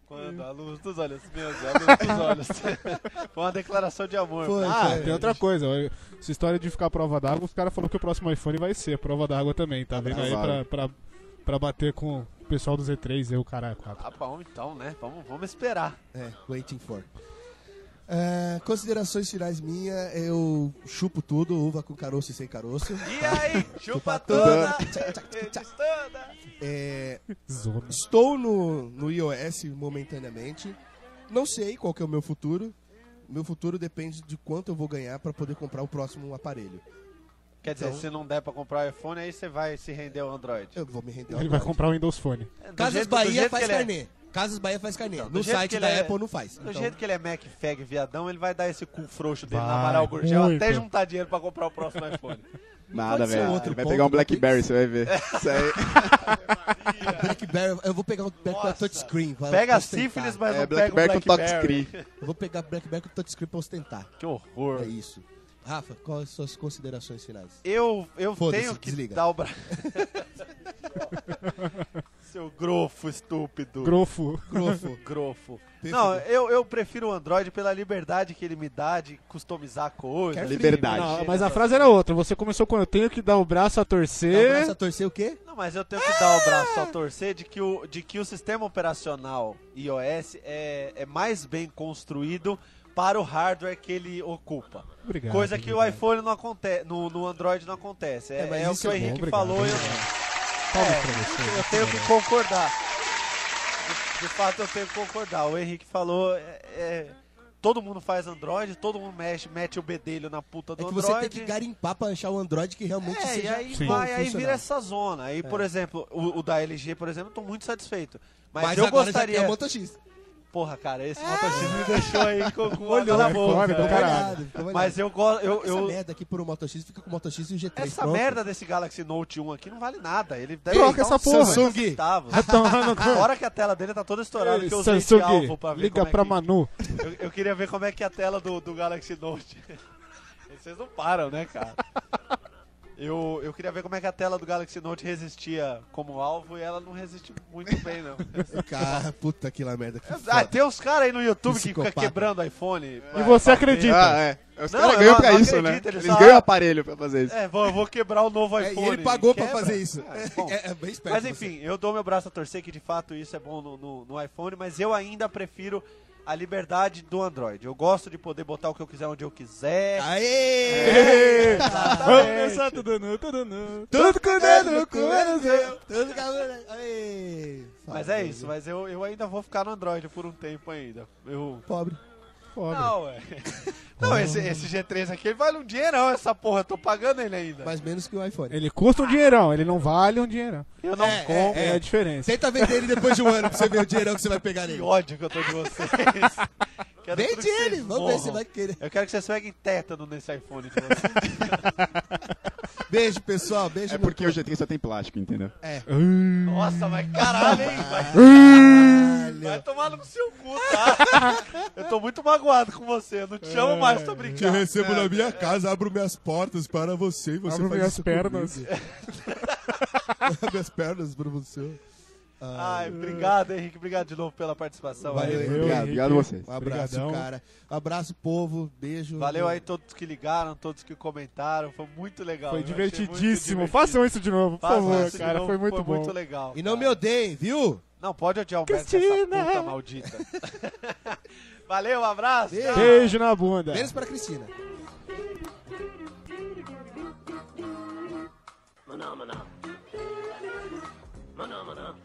S4: Quando a luz dos olhos, meu Deus, a luz dos olhos. *laughs* Foi uma declaração de amor.
S8: Foi,
S4: Ah,
S2: Ah, tem outra coisa. eu- Essa história de ficar prova d'água, os caras falaram que o próximo iPhone vai ser prova d'água também, tá vendo aí? Pra,
S5: Azar.
S2: pra, pra bater com o pessoal do Z3, eu, caralho, quatro.
S4: Tá bom, então, né? Vamos, vamos esperar.
S8: É, waiting for. É, considerações finais minha, eu chupo tudo, uva com caroço e sem caroço. Tá?
S4: E
S3: *laughs*
S4: aí, chupa
S8: Chupa
S4: toda,
S8: toda.
S4: eles toda.
S8: É,
S2: Zona.
S8: estou no, no iOS momentaneamente. Não sei qual que é o meu futuro. Meu futuro depende de quanto eu vou ganhar para poder comprar o próximo aparelho.
S4: Quer dizer, se não der pra comprar o iPhone, aí você vai se render ao Android.
S8: Então-
S4: É,
S8: Eu vou me render ao
S2: Ele vai
S8: Android.
S2: comprar o Windows Phone.
S4: Do
S8: Casas
S4: jeito- do
S8: Bahia
S4: jeito
S8: faz
S4: que ele é-
S8: carnê. Casas Bahia faz carnê.
S4: do
S8: no
S4: jeito que
S8: site
S4: ele
S8: da
S4: é-
S8: Apple não faz.
S4: Do
S8: Então,
S4: jeito que ele é Mac Fag viadão, ele vai dar esse cu frouxo dele na
S2: Vai,
S4: Amaral Gurgel
S8: *laughs*
S2: muito.
S4: até juntar dinheiro pra comprar o próximo iPhone.
S5: Nada, velho. vai pegar um Blackberry, você vai
S4: *laughs*
S5: ver. Isso é aí.
S3: Blackberry, eu vou pegar o Blackberry com touchscreen. vai-
S4: Pega
S8: tá
S3: pra
S4: a sífilis,
S3: ostentar.
S4: mas não É, pega o Blackberry com Blackberry. touchscreen.
S3: Eu vou pegar Blackberry com touchscreen pra ostentar.
S4: Que horror.
S3: É isso. Rafa, quais as suas considerações finais?
S4: Eu, eu
S3: Foda-se,
S4: tenho que
S3: desliga.
S4: dar o braço. *laughs* Seu grofo estúpido.
S2: Grofo.
S4: Grofo. grofo. Não, eu, eu prefiro o Android pela liberdade que ele me dá de customizar coisas.
S2: Não, Ah, mas a frase era outra. Você começou com eu tenho que dar o braço a torcer.
S3: um torcer o quê?
S4: Não, mas eu tenho que dar o braço a torcer de que o, de que o sistema operacional iOS é, é mais bem construído para o hardware que ele ocupa.
S2: Obrigado,
S4: Coisa que o
S2: obrigado.
S4: iPhone não acontece, no, no Android não acontece. É,
S2: É, mas
S4: é o
S2: isso
S4: que o
S2: é bom,
S4: Henrique
S2: obrigado,
S4: falou. eu-
S2: Palmas
S4: É,
S2: pra você,
S4: eu
S2: você
S4: tenho
S2: merece.
S4: que concordar. De, de fato, eu tenho que concordar. O Henrique falou. é, é, todo mundo faz Android, todo mundo mexe, mete o bedelho na puta do
S3: É que
S4: Android.
S3: você tem que garimpar pra achar o Android que realmente
S4: É, e
S3: seja
S4: aí
S3: bom
S4: vai, aí
S3: funcional.
S4: vira assim. essa zona.
S3: É.
S4: Aí, por exemplo, o, o da LG, por exemplo, eu tô muito satisfeito. Mas,
S3: Mas
S4: eu
S3: agora já
S4: gostaria.
S3: tem a Moto X.
S4: Porra, cara, esse Moto X me deixou aí com com o
S3: É. Olhou, então,
S4: olho na
S3: ficou
S4: boca.
S3: olhado,
S4: velho.
S3: ficou olhado, ficou olhado.
S4: É Mas eu gosto. Eu,
S3: Essa
S4: eu-
S3: merda aqui por um Moto X fica com o Moto X e o G3.
S4: Essa
S3: pronto. *laughs*
S4: merda desse Galaxy Note 1 aqui não vale nada. Ele deve
S3: Troca
S4: dar
S3: essa
S4: uns
S3: porra.
S4: 50
S3: Samsung.
S4: centavos.
S3: Vai tomar no cu.
S4: Fora que a tela dele tá toda estourada, que eu usei esse
S2: Samsung,
S4: alvo pra ver
S2: liga
S4: como é
S2: pra
S4: que-
S2: Manu.
S4: Eu, eu queria ver como é que é a tela do, do Galaxy Note. *laughs* Vocês não param, né, cara? Eu, eu queria ver como é que a tela do Galaxy Note resistia como alvo e ela não resiste muito bem, não.
S3: Cara, Ah, puta que lá merda. Que
S4: *laughs* Ah,
S3: foda.
S4: tem uns caras aí no YouTube que ficam
S3: Psicopata.
S4: quebrando iPhone. pra-
S3: você
S4: pra
S3: acredita?
S4: ver.
S3: Ah, é.
S5: Os
S4: Então. Não,
S5: caras
S4: eu
S5: ganham
S4: não-
S5: pra
S4: não
S5: isso, né?
S4: acredito,
S5: Eles
S4: falam,
S5: ganham aparelho pra fazer isso.
S4: É, vou, eu vou quebrar o novo
S3: É, e
S4: iPhone.
S3: ele pagou pra
S4: Quebra.
S3: fazer isso.
S4: Ah, bom.
S3: *laughs* É, é bem esperto
S4: Mas enfim, eu dou meu braço a torcer que de fato isso é bom no, no- no iPhone, mas eu ainda prefiro a liberdade do Android. Eu gosto de poder botar o que eu quiser onde eu quiser.
S3: Aê!
S2: Vamos começar tudo nu, tudo nu. Tudo com o dedo no cu, menos eu.
S3: Tudo com- Aê!
S4: Mas é isso, mas eu, eu ainda vou ficar no Android por um tempo ainda. Eu...
S3: Pobre.
S2: Pobre.
S4: *laughs* Não, é. Não, esse, esse G3 aqui ele vale um dinheirão, essa porra, eu tô pagando ele ainda.
S3: Mas menos que o iPhone.
S2: Ele custa um dinheirão, ele não vale um dinheirão.
S4: Eu não
S2: é,
S4: compro.
S2: É, é a diferença.
S3: Tenta vender ele depois de um ano pra você ver o dinheirão que você vai pegar nele.
S4: Que ódio que eu tô de
S3: *laughs*
S4: vocês. Quero
S3: Vende
S4: tudo que vocês
S3: ele, vamos ver se
S4: morram.
S3: vai querer.
S4: Eu quero que vocês peguem tétano nesse iPhone de *laughs* vocês.
S3: Beijo, pessoal. Beijo.
S5: É porque o G3 só tem plástico, entendeu?
S3: É.
S4: Nossa, mas caralho, hein?
S3: *laughs*
S4: Vai,
S5: Caralho.
S4: vai tomar no seu cu, tá? *laughs* Eu tô muito magoado com você. Eu não te chamo mais pra brincar.
S3: Te recebo
S4: É,
S3: na minha
S4: é.
S3: casa, abro minhas portas para você e você
S2: Abro
S3: faz
S2: minhas
S3: isso
S2: pernas.
S3: comigo. minhas pernas para você.
S4: Ai, obrigado, Henrique. Obrigado de novo pela participação.
S3: Valeu,
S4: aí.
S3: Henrique.
S5: Obrigado, obrigado a vocês.
S3: Um abraço,
S4: Obrigadão.
S3: cara. Abraço, povo. Beijo.
S4: Valeu aí todos que ligaram, todos que comentaram. Foi muito legal.
S2: Foi
S4: eu achei muito
S2: divertidíssimo.
S4: divertido.
S2: Façam isso de novo, por
S4: Façam
S2: favor,
S4: isso de
S2: cara, foi muito bom.
S4: muito legal.
S3: E não me odeiem, viu?
S4: Não, pode odiar o Beto,
S3: Cristina!
S4: essa puta
S3: *laughs*
S4: maldita. Valeu, um abraço. tchau.
S2: Beijo na bunda.
S3: Menos pra Cristina.
S14: Maná, maná. Maná, maná.